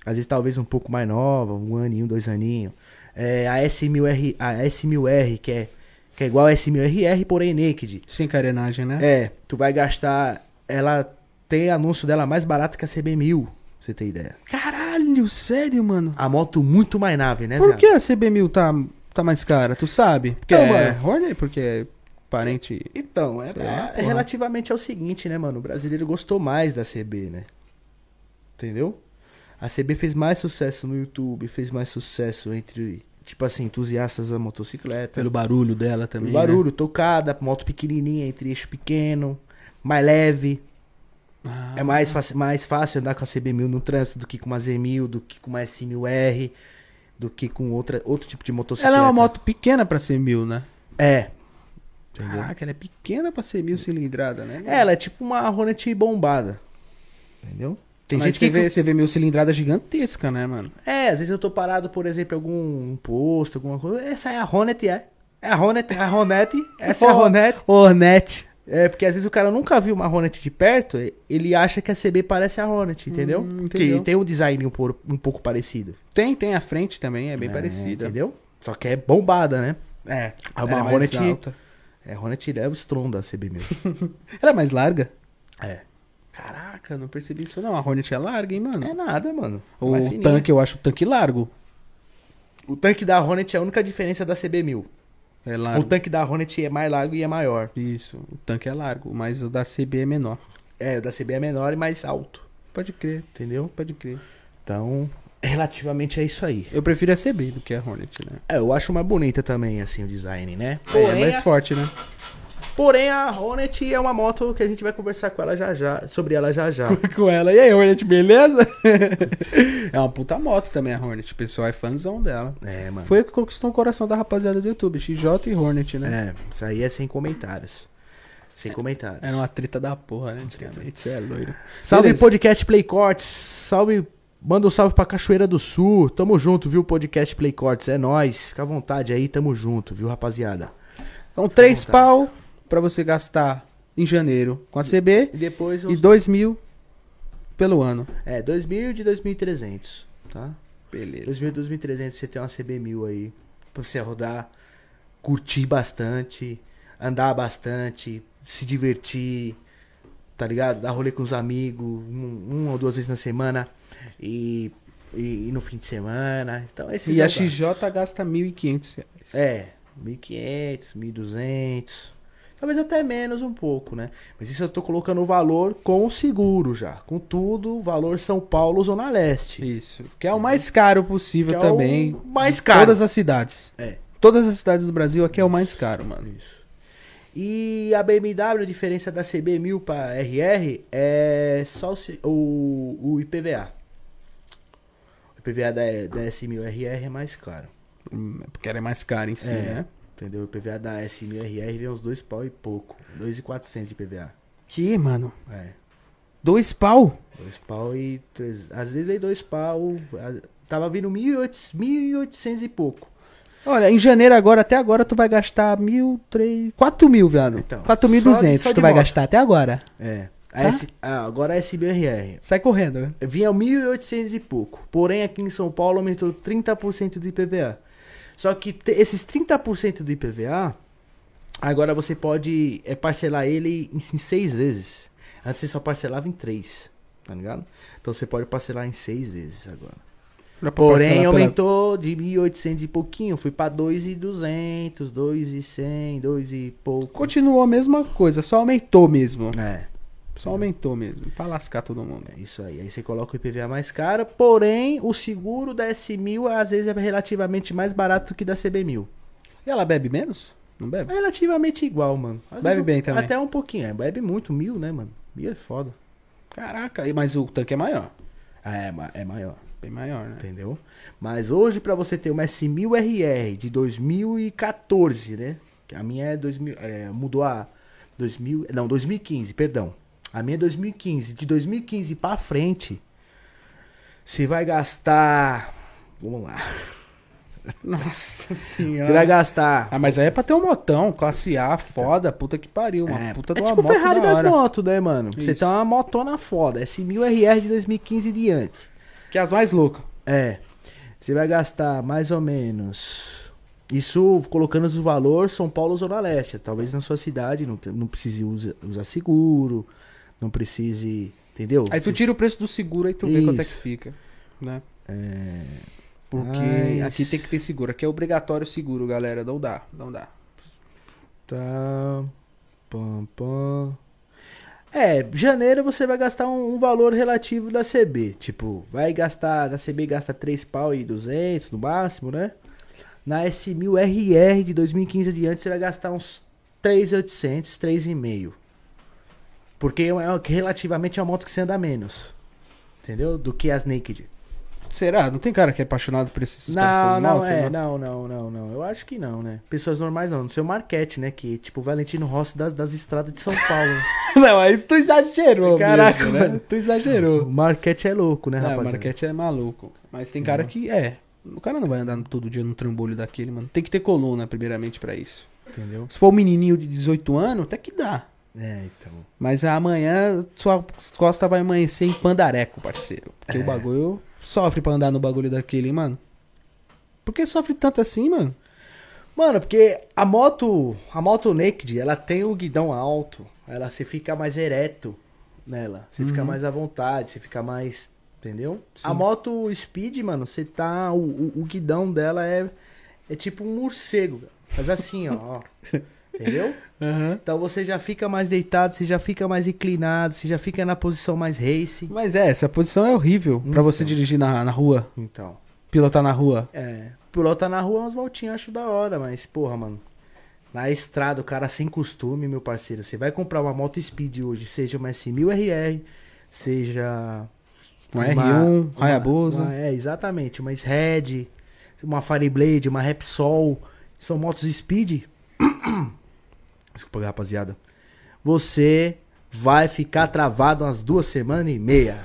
Às vezes, talvez um pouco mais nova, um aninho, dois aninhos. É, a S1000R, a S1000R que, é, que é igual a S1000RR, porém naked.
Sem carenagem, né?
É, tu vai gastar. Ela tem anúncio dela mais barata que a CB1000, pra você ter ideia.
Caralho, sério, mano.
A moto muito mais nave, né,
Por
viado?
que a CB1000 tá, tá mais cara? Tu sabe? Porque
Não,
é
mano.
Horner, porque é parente.
Então, é,
lá,
é-
porra.
relativamente ao seguinte, né, mano? O brasileiro gostou mais da CB, né? Entendeu? A CB fez mais sucesso no YouTube, fez mais sucesso entre, tipo assim, entusiastas da motocicleta.
Pelo né? barulho dela
Pelo
também.
barulho, tocada, moto pequenininha, entre eixo pequeno, mais leve.
Né? Ah,
É mais, faci- mais fácil andar com a CB1000 no trânsito do que com uma Z1000, do que com uma S1000R, do que com outra, outro tipo de motocicleta.
Ela é uma moto pequena pra ser mil, né?
É. Entendeu? Hum.
Caraca, ela é pequena pra ser mil cilindrada, né?
É, Ela é tipo uma Hornet bombada. Entendeu? Tem
Mas
gente que.
você vê, você vê mil cilindrada gigantesca, né, mano?
É, às vezes eu tô parado, por exemplo, em algum posto, alguma coisa. Essa é a Hornet, é. É a Hornet, é a Hornet. Essa é a Hornet.
Hornet.
É, porque às vezes o cara nunca viu uma Hornet de perto, ele acha que a CB parece a Hornet, entendeu?
Hum,
Porque
entendeu.
tem um design um, por- um pouco parecido.
Tem, tem a frente também, é bem parecida.
Entendeu? Só que é bombada, né?
É,
É uma
ela mais
Hornet-
alta.
É, Hornet é o estrondo da CB mesmo.
Ela é mais larga?
é.
Caraca, não percebi isso não. A Hornet é larga, hein, mano?
É nada, mano.
o
Mais fininha.
tanque, eu acho o tanque largo.
o tanque da Hornet é a única diferença da CB1000.
É largo.
O tanque da Hornet é mais largo e é maior.
Isso, o tanque é largo, mas o da CB é menor.
É, o da CB é menor e mais alto,
Pode crer,
entendeu?
pode crer.
Então, relativamente é isso aí.
Eu prefiro a CB do que a Hornet, né?
É, eu acho mais bonita também, assim, o design, né?
é
Porém,
mais
a-
forte, né?
porém, a Hornet é uma moto que a gente vai conversar com ela já já, sobre ela já já.
Com ela. E aí, Hornet, beleza? é uma puta moto também a Hornet. O pessoal é fãzão dela.
é, mano.
Foi o que conquistou o coração da rapaziada do YouTube, XJ e Hornet, né?
É, isso aí é sem comentários. Sem comentários.
Era uma treta da porra, né? Antigamente, você é loiro.
Salve
Beleza.
podcast Play Cortes, salve, manda um salve pra Cachoeira do Sul. Tamo junto, viu, podcast Play Cortes, é nóis. Fica à vontade aí, tamo junto, viu, rapaziada.
Então, três
Fica à
pau pra você gastar em janeiro com a CB
E depois
e
uns
dois mil pelo ano.
É, 2.000 de 2.300, tá?
Beleza.
2.000, 2.300 você tem uma CB1000 aí pra você rodar, curtir bastante, andar bastante, se divertir, tá ligado? Dar rolê com os amigos, um, uma ou duas vezes na semana e, e, e no fim de semana. Então, esses
E a
são gastos.
XJ gasta 1.500 reais.
É, 1.500, 1.200. Talvez até menos um pouco, né? Mas isso eu tô colocando o valor com o seguro já. Com tudo, valor São Paulo, Zona Leste.
Isso. Que é o mais caro possível
Que é o
também.
mais caro.
Todas as cidades.
É.
Todas as cidades do Brasil aqui é o mais caro, mano.
Isso. E a BMW, a diferença da CB1000 pra RR é só o, se- o, o IPVA. O IPVA da, da S1000RR é mais caro.
Hum, Porque era mais caro em si,
É.
né?
Entendeu? O IPVA da S1000RR vem uns dois pau e pouco. 2,400 de IPVA.
Que, mano?
É.
Dois pau?
Dois pau e. Três... Às vezes veio dois pau. a- Tava vindo 1800 1.800 e pouco.
Olha, em janeiro agora, até agora, tu vai gastar mil, três... Quatro mil, viado.
Então,
Quatro mil e
só de-
duzentos
só
tu
de
vai
moto.
gastar até agora.
É. A
Tá.
S... ah, agora a SBRR.
Sai correndo, né?
Vinha 1.800 e pouco. Porém, aqui em São Paulo aumentou 30% do IPVA. Só que te- esses 30% do IPVA, agora você pode é, parcelar ele em, em seis vezes. Antes você só parcelava em três, tá ligado? Então você pode parcelar em seis vezes agora.
Pra proporcionar
Porém,
pela-
aumentou de 1.800 e pouquinho. Fui pra 2.200, 2.100, 2 e pouco.
Continuou a mesma coisa, só aumentou mesmo.
É,
Só aumentou mesmo, pra lascar todo mundo.
é isso aí. Aí você coloca o IPVA mais caro. Porém, o seguro da S1000 às vezes é relativamente mais barato que da CB1000.
E ela bebe menos? Não
É
bebe?
relativamente igual, mano. Às
Bebe
vezes,
bem também.
Até um pouquinho. É, bebe muito, mil, né, mano? Mil é foda.
Caraca, e- mas o tanque é maior.
Ah, É, ma- é maior,
Bem maior, né?
entendeu? Mas hoje, pra você ter uma S1000RR de 2014, né? Que A minha é 2000, é, mudou a 2000, não, 2015, perdão. A minha é 2015, de 2015 pra frente, você vai gastar, vamos lá.
Nossa
Você vai
senhora.
gastar
Ah, mas aí é pra ter um motão, classe A, foda, puta que pariu, uma
é,
puta
é
de uma
tipo o
moto
Ferrari
da
das
hora.
motos, né, mano? Você
Isso.
tem uma motona foda, S1000RR de 2015 e diante.
Que é as mais loucas.
É. Você vai gastar mais ou menos. Isso colocando os valor São Paulo Zona Leste. Talvez na sua cidade não, te- não precise usa- usar seguro, não precise. Entendeu?
Aí tu
Você-
tira o preço do seguro aí tu vê quanto é que
Isso.
fica, né? Porque
Mas-
aqui tem que ter seguro. Aqui é obrigatório o seguro, galera. Não dá, não dá.
Tá. Pam, pam. É, janeiro você vai gastar um, um valor relativo da CB. Tipo, vai gastar. Na CB gasta 3 pau e 200 no máximo, né? Na S1000RR de 2015 adiante você vai gastar uns 3,800, 3,5. Porque é uma- relativamente é uma moto que você anda menos. Entendeu? Do que as Naked.
Será? Não tem cara que é apaixonado por
tá
esses
Não, não, é,
né?
não, não, não, não. Eu acho que não, né? Pessoas normais não. No seu marquete, né? Que tipo o Valentino Rossi das, das estradas de São Paulo. né?
Não, aí tu exagerou
Caraca,
mesmo, né?
mano.
Tu exagerou.
o marquete é louco, né,
É, o
rapaziada?
Marquete é maluco. Mas tem cara que é. O cara não vai andar todo dia no trambolho daquele, mano. Tem que ter coluna, primeiramente, pra isso.
Entendeu?
Se for um menininho de 18 anos, até que dá.
É, então.
Mas amanhã sua costa vai amanhecer em pandareco, parceiro. Porque
É.
o bagulho sofre pra andar no bagulho daquele, hein, mano. Por que sofre tanto assim, mano?
Mano, porque a moto, a moto naked, ela tem o guidão alto. Ela você fica mais ereto nela. Você fica mais à vontade, você fica mais, entendeu? A moto speed, mano, você tá o, o- o guidão dela é é tipo um morcego, cara. mas assim, ó, ó. Entendeu? Então você já fica mais deitado, você já fica mais inclinado, você já fica na posição mais race.
Mas é, essa posição é horrível pra você dirigir na, na rua,
Então,
pilotar na rua.
é. Pilota na rua umas voltinhas, acho da hora, mas porra, mano. Na estrada, o cara sem costume, meu parceiro. Você vai comprar uma moto speed hoje, seja uma S1000RR, seja.
Um R1, Hayabusa.
uma- É, exatamente. Uma Red, uma Fireblade, uma Repsol. São motos speed. Desculpa, rapaziada. Você vai ficar travado umas duas semanas e meia.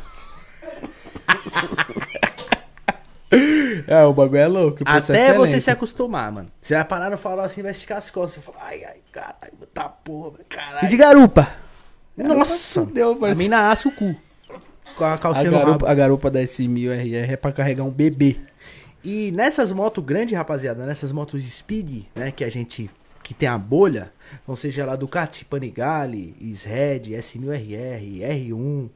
É, o bagulho é louco. o processo
Até
é
você
lento.
se acostumar, mano. Você vai parar no farol assim, vai esticar as costas. Você fala, ai, ai, caralho, tá porra,
E
caralho. É,
de garupa.
Nossa,
Deu,
a mina assa tá o cu. com a
A
calcinha no rabo.
garupa, a garupa da S1000RR é pra carregar um bebê.
E nessas motos grandes, rapaziada, nessas motos speed, né, que a gente que tem a bolha, não seja lá Ducati, Panigale, Sred, S1000RR, R1,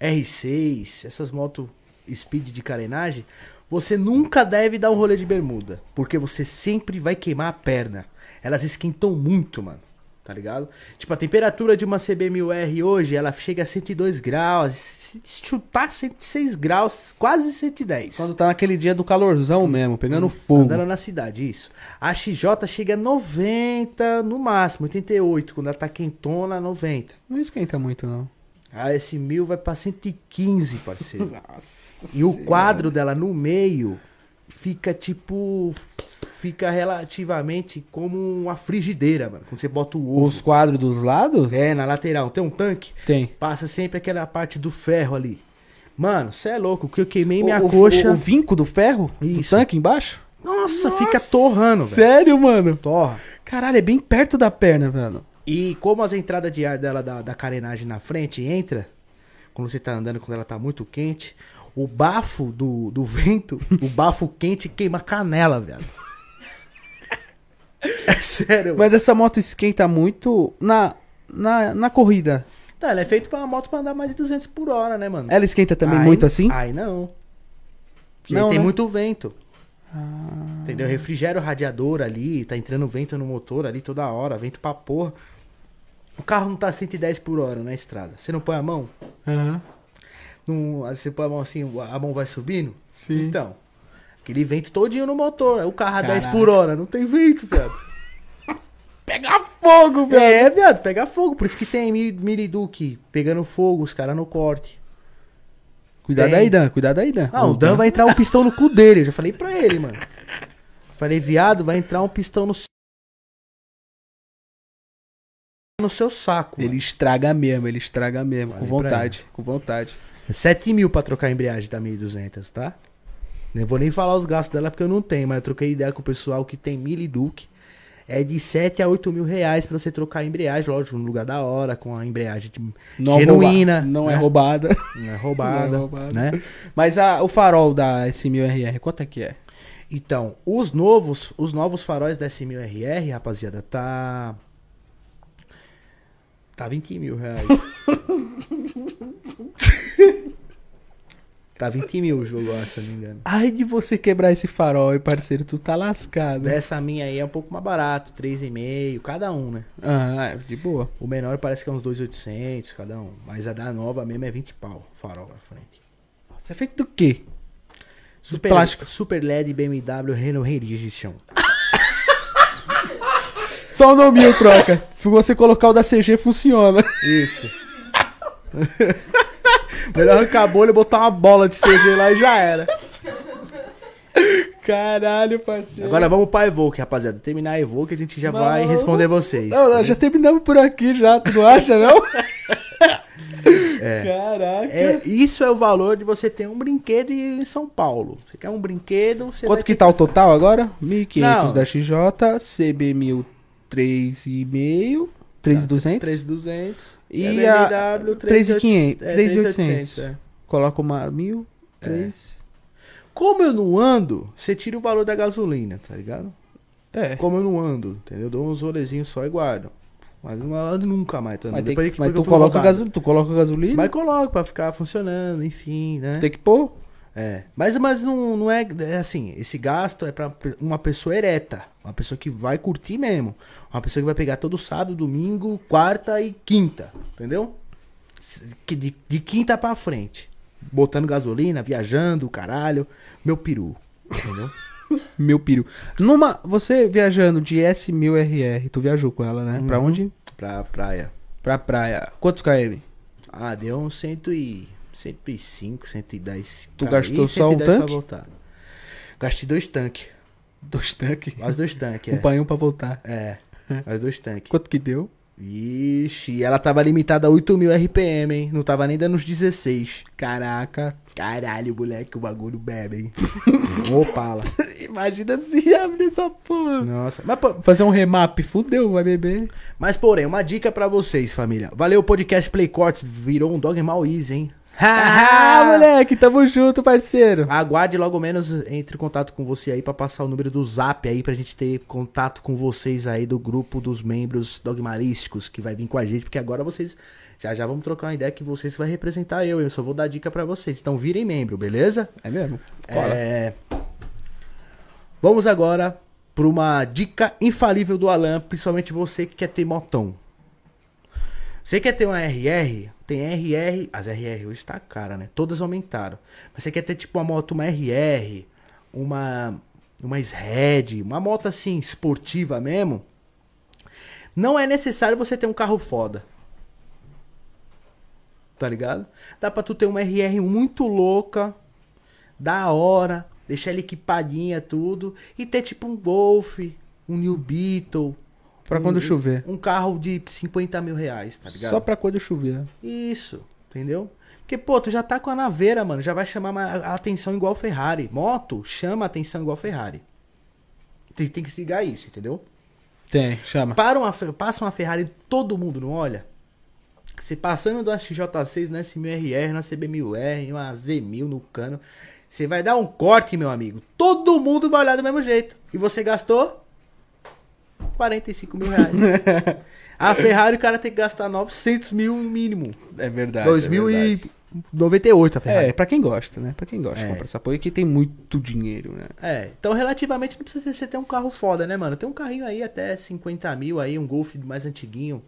R6, um, essas motos speed de carenagem, você nunca deve dar um rolê de bermuda, porque você sempre vai queimar a perna. Elas esquentam muito, mano. Tá ligado? Tipo, a temperatura de uma CB1000R hoje, ela chega a 102 graus. Se chutar 106 graus, quase 110.
Quando tá naquele dia do calorzão mesmo, pegando fogo.
Hum. Andando na cidade, isso. A XJ chega a 90 no máximo, 88. Quando ela tá quentona, 90.
Não esquenta muito, não.
A S1000 vai pra 115, parceiro. e o quadro dela no meio fica tipo. Fica relativamente como uma frigideira, mano. Quando você bota o
Os
osso.
quadros dos lados?
É, na lateral. Tem um tanque.
Tem.
Passa sempre aquela parte do ferro ali. Mano, cê é louco. Que eu queimei minha
O- o-
coxa.
O, vinco do ferro?
Isso.
Do tanque embaixo?
Nossa, fica torrando, velho.
Sério, mano?
Torra.
Caralho, é bem perto da perna, velho.
E como as entradas de ar dela da, da carenagem na frente entra, quando você tá andando, quando ela tá muito quente, o bafo do, do vento, o bafo quente queima a canela, velho. É sério, mano.
Mas essa moto esquenta muito na, na, na corrida.
Tá, ela é feita pra uma moto pra andar mais de 200 por hora, né, mano?
Ela esquenta É também
Aí-
muito assim?
Aí não. Porque
Não,
tem
né? Ah.
muito vento. Entendeu? Refrigera o radiador ali, tá entrando vento no motor ali toda hora, vento pra porra. O carro não tá 110 por hora na estrada. Você não põe a mão?
Aham.
Num, aí você põe a mão assim, a mão vai subindo?
Sim.
Então, aquele vento todinho no motor. aí O carro a 10
Caraca.
por hora, não tem vento, viado.
Pega fogo,
é, viado, pega fogo. Por isso que tem mil- Miliduque pegando fogo, os caras no corte.
Cuidado
É. Tem.
aí, Dan. Cuidado aí, Dan.
Ah, o Dan vai entrar um pistão no cu dele. Eu já falei pra ele, mano. Falei, viado, vai entrar um pistão no. s- No seu saco.
Ele
Ele...
estraga mesmo, ele estraga mesmo. Com
Falei pra
vontade, com vontade.
7 mil pra trocar a embreagem da 1200, tá? Nem vou nem falar os gastos dela porque eu não tenho, mas eu troquei ideia com o pessoal que tem Miliduque. É de 7 a 8 mil reais pra você trocar a embreagem, lógico, num lugar da hora, com a embreagem de...
Não
Genuína,
rouba- Não é
né?
roubada.
não é roubada,
Não é roubada.
né?
Mas a- o farol da S1000RR, quanto é que é?
Então, os novos, os novos faróis da S1000RR, rapaziada, tá. Tá 20 mil reais. tá 20 mil o jogo, eu acho, se eu não me engano.
Ai de você quebrar esse farol, hein, parceiro, tu tá lascado.
Dessa minha aí é um pouco mais barato, 3,5, cada um, né?
Ah, é, de boa.
O menor parece que é uns 2,800 cada um. Mas a da nova mesmo é 20 pau, o farol pra frente.
Você é feito do quê?
Super,
plástico.
Super LED BMW Renault Religion.
Só o nominho troca. Se você colocar o da CG, funciona.
Isso. Melhor arrancar a bolha e botar uma bola de CG lá e já era.
Caralho, parceiro.
Agora vamos pra Evoque, rapaziada. Terminar a Evoque, a gente já
Não.
vai responder vocês.
Não, não, já terminamos por aqui já, tu não acha, não?
É.
Caraca.
É, isso é o valor de você ter um brinquedo em São Paulo. Você quer um brinquedo, você vai
Quanto que
ter
tá o total agora? 1.500
Não.
da XJ, CB 1.000, 3.500,
Tá, é
3.200.
3,200.
E
é
a
BMW,
3,500,
3,800.
3,800.
é.
Coloca uma 1.000, 3...
Como eu não ando, você tira o valor da gasolina, tá ligado?
É.
Como eu não ando, entendeu? Eu dou uns rolezinhos só e guardo. Mas não ando nunca mais. Tô andando.
Mas, tem,
Depois
que-
que-
mas
porque eu
tu,
fui
coloca
roubado.
gasolina, tu coloca gasolina,
Mas coloco pra ficar funcionando, enfim, né?
tem que pôr.
É. Mas, mas não, não é, é assim, esse gasto é pra pe- uma pessoa ereta. Uma pessoa que vai curtir mesmo. Uma pessoa que vai pegar todo sábado, domingo, quarta e quinta. Entendeu? Se- que De, de quinta pra frente. Botando gasolina, viajando, caralho. Meu peru. Entendeu?
Meu peru. Numa. Você viajando de S1000RR, tu viajou com ela, né? Pra
Uhum.
onde?
pra praia.
Pra praia. Quantos KM?
Ah, deu uns 100 e... 105, 110.
Tu
pra
gastou
ir,
só um
110 pra
tanque?
voltar. Gastei dois tanques.
Dois tanques.
Mais dois tanques,
Um
é.
panhão pra voltar.
É, mais dois tanques.
Quanto que deu?
Ixi, ela tava limitada a 8 mil RPM, hein? Não tava nem dando uns 16.
Caraca.
Caralho, moleque, o bagulho bebe, hein? Opala.
Imagina se abre essa porra.
Nossa. Mas, pô,
Fazer um remap, fudeu, vai beber.
mas, porém, uma dica pra vocês, família. Valeu, o podcast Play Cortes. Virou um Dogmal Easy, hein?
Ah, moleque, tamo junto, parceiro.
Aguarde logo menos, entre em contato com você aí pra passar o número do zap aí pra gente ter contato com vocês aí do grupo dos membros dogmalísticos que vai vir com a gente, porque agora vocês já já vamos trocar uma ideia que vocês vai representar eu, eu só vou dar dica pra vocês. Então virem membro, beleza?
É mesmo? Cola.
É. Vamos agora para uma dica infalível do Alan, principalmente você que quer ter motão. Você quer ter uma RR? Tem RR, as RR hoje tá cara, né? Todas aumentaram. Mas você quer ter tipo uma moto, uma RR, uma uma Sred, uma moto assim esportiva mesmo? Não é necessário você ter um carro foda. Tá ligado? Dá pra tu ter uma RR muito louca, da hora, deixar ele equipadinha, tudo, e ter tipo um Golf, um New Beetle.
Pra
um-
quando chover.
Um carro de 50 mil reais, tá ligado?
Só pra quando chover.
Isso, entendeu? Porque, pô, tu já tá com a naveira, mano, já vai chamar ma- a atenção igual Ferrari. Moto chama a atenção igual Ferrari. Tem, tem que se ligar isso, entendeu?
Tem, chama.
Para uma, Fe- passa uma Ferrari, todo mundo não olha. Se passando do XJ6 na S1000RR, na CB1000R, uma Z1000 no cano, você vai dar um corte, meu amigo. Todo mundo vai olhar do mesmo jeito. E você gastou 45 mil reais. a Ferrari, o cara tem que gastar 900 mil mínimo.
É verdade. é verdade.
2098 a
É,
Ferrari.
pra quem gosta, né? Pra quem gosta de comprar essa porra, que tem muito dinheiro, né?
É, então relativamente não precisa você ter um carro foda, né, mano? Tem um carrinho aí até 50 mil aí, um Golf mais antiguinho,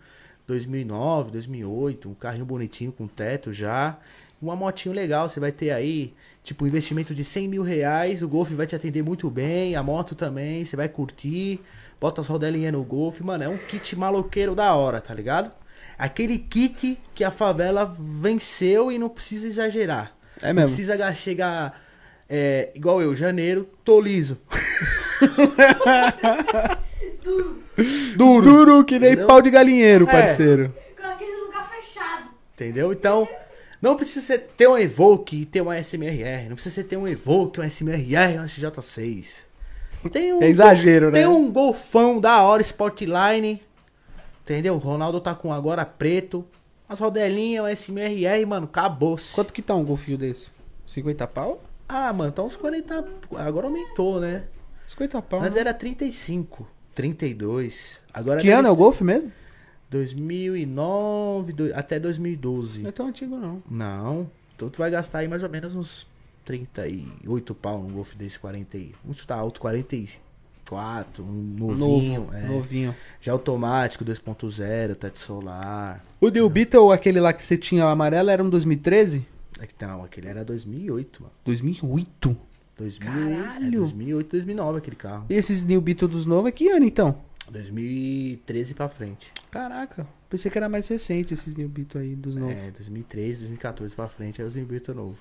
2009, 2008, um carrinho bonitinho com teto já. Uma motinho legal, você vai ter aí, tipo, um investimento de 100 mil reais, o Golf vai te atender muito bem, a moto também, você vai curtir, bota as rodelinhas no Golf, mano, é um kit maloqueiro da hora, tá ligado? Aquele kit que a favela venceu e não precisa exagerar.
É
Não
mesmo.
precisa ga- chegar é, igual eu, janeiro, tô liso.
Duro. Duro que nem
Entendeu?
pau de galinheiro,
É.
parceiro.
Com aquele lugar fechado.
Entendeu? Então, não precisa você ter um Evoque e ter uma SMRR. Não precisa você ter um Evoque, um SMRR e uma XJ6. Tem um
É exagero, né?
Tem um golfão da hora, Sportline. Entendeu? O Ronaldo tá com agora preto. As rodelinhas, um SMRR, mano, acabou.
Quanto que tá um golfinho desse? 50 pau?
Ah, mano, tá uns 40. Agora aumentou, né?
50 pau.
Antes
né?
era 35, 32. Agora
Que
deve
ano é o golfe mesmo?
2009 do- até
Não
2012.
é tão antigo, não.
Não. Então tu vai gastar aí mais ou menos uns 38 pau num Golf desse 40 aí. Vamos chutar alto 44, um novinho.
Novo.
é.
Novinho.
Já automático 2.0, teto solar.
O New Beetle, aquele lá que você tinha o amarelo, era um 2013?
É que Não, aquele era 2008, mano.
2008.
2000, é
Caralho!
2008, 2009 aquele carro.
E esses New Beetle dos novos é que ano, então?
2013 pra frente.
Caraca. Pensei que era mais recente esses New Beetle aí dos novos.
É, 2013, 2014 pra frente, aí os Invito novo.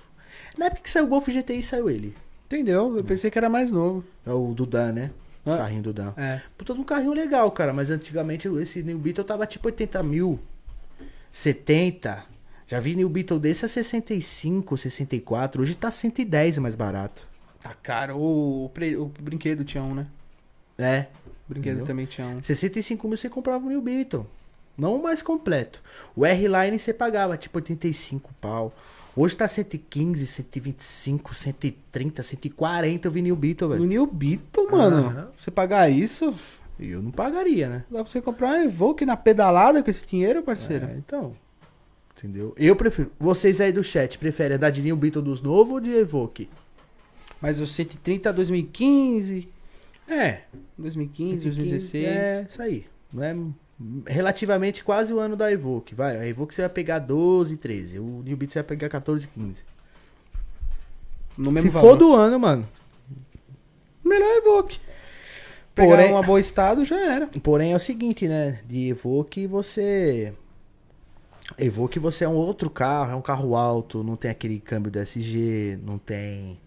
Na época que saiu o Golf GTI, saiu ele.
Entendeu? Eu pensei que era mais novo.
É o do Dan, né? O
Ah.
carrinho do Dan.
É.
Puta de um carrinho legal, cara. Mas antigamente esse New Beetle tava tipo 80 mil, 70. Já vi New Beetle desse a 65, 64. Hoje tá 110 mais barato.
Tá caro. O, pre- o brinquedo tinha um, né?
É.
O brinquedo
Entendeu?
também tinha um.
65 mil você comprava um New Beetle. Não o mais completo. O R-Line você pagava tipo 85 pau. Hoje tá 115, 125, 130, 140 eu vi New Beetle,
No
velho.
New Beetle, mano.
Aham.
Você pagar isso,
E eu não pagaria, né?
dá pra você comprar um Evoque na pedalada com esse dinheiro, parceiro.
É, então. Entendeu? Eu prefiro. Vocês aí do chat preferem andar de New Beetle dos novos ou de Evoque?
Mas o 130 2015,
É.
2015, 2016.
É, isso aí. Não é relativamente quase o ano da Evoque. Vai, a Evoque você vai pegar 12, 13. O New Beetle você vai pegar 14, 15.
No mesmo
Se
valor.
for do ano, mano.
Melhor Evoque. Pegar
Porém-
uma boa estado já era.
Porém é o seguinte, né? De Evoque você. Evoque você é um outro carro, é um carro alto, não tem aquele câmbio DSG, não tem.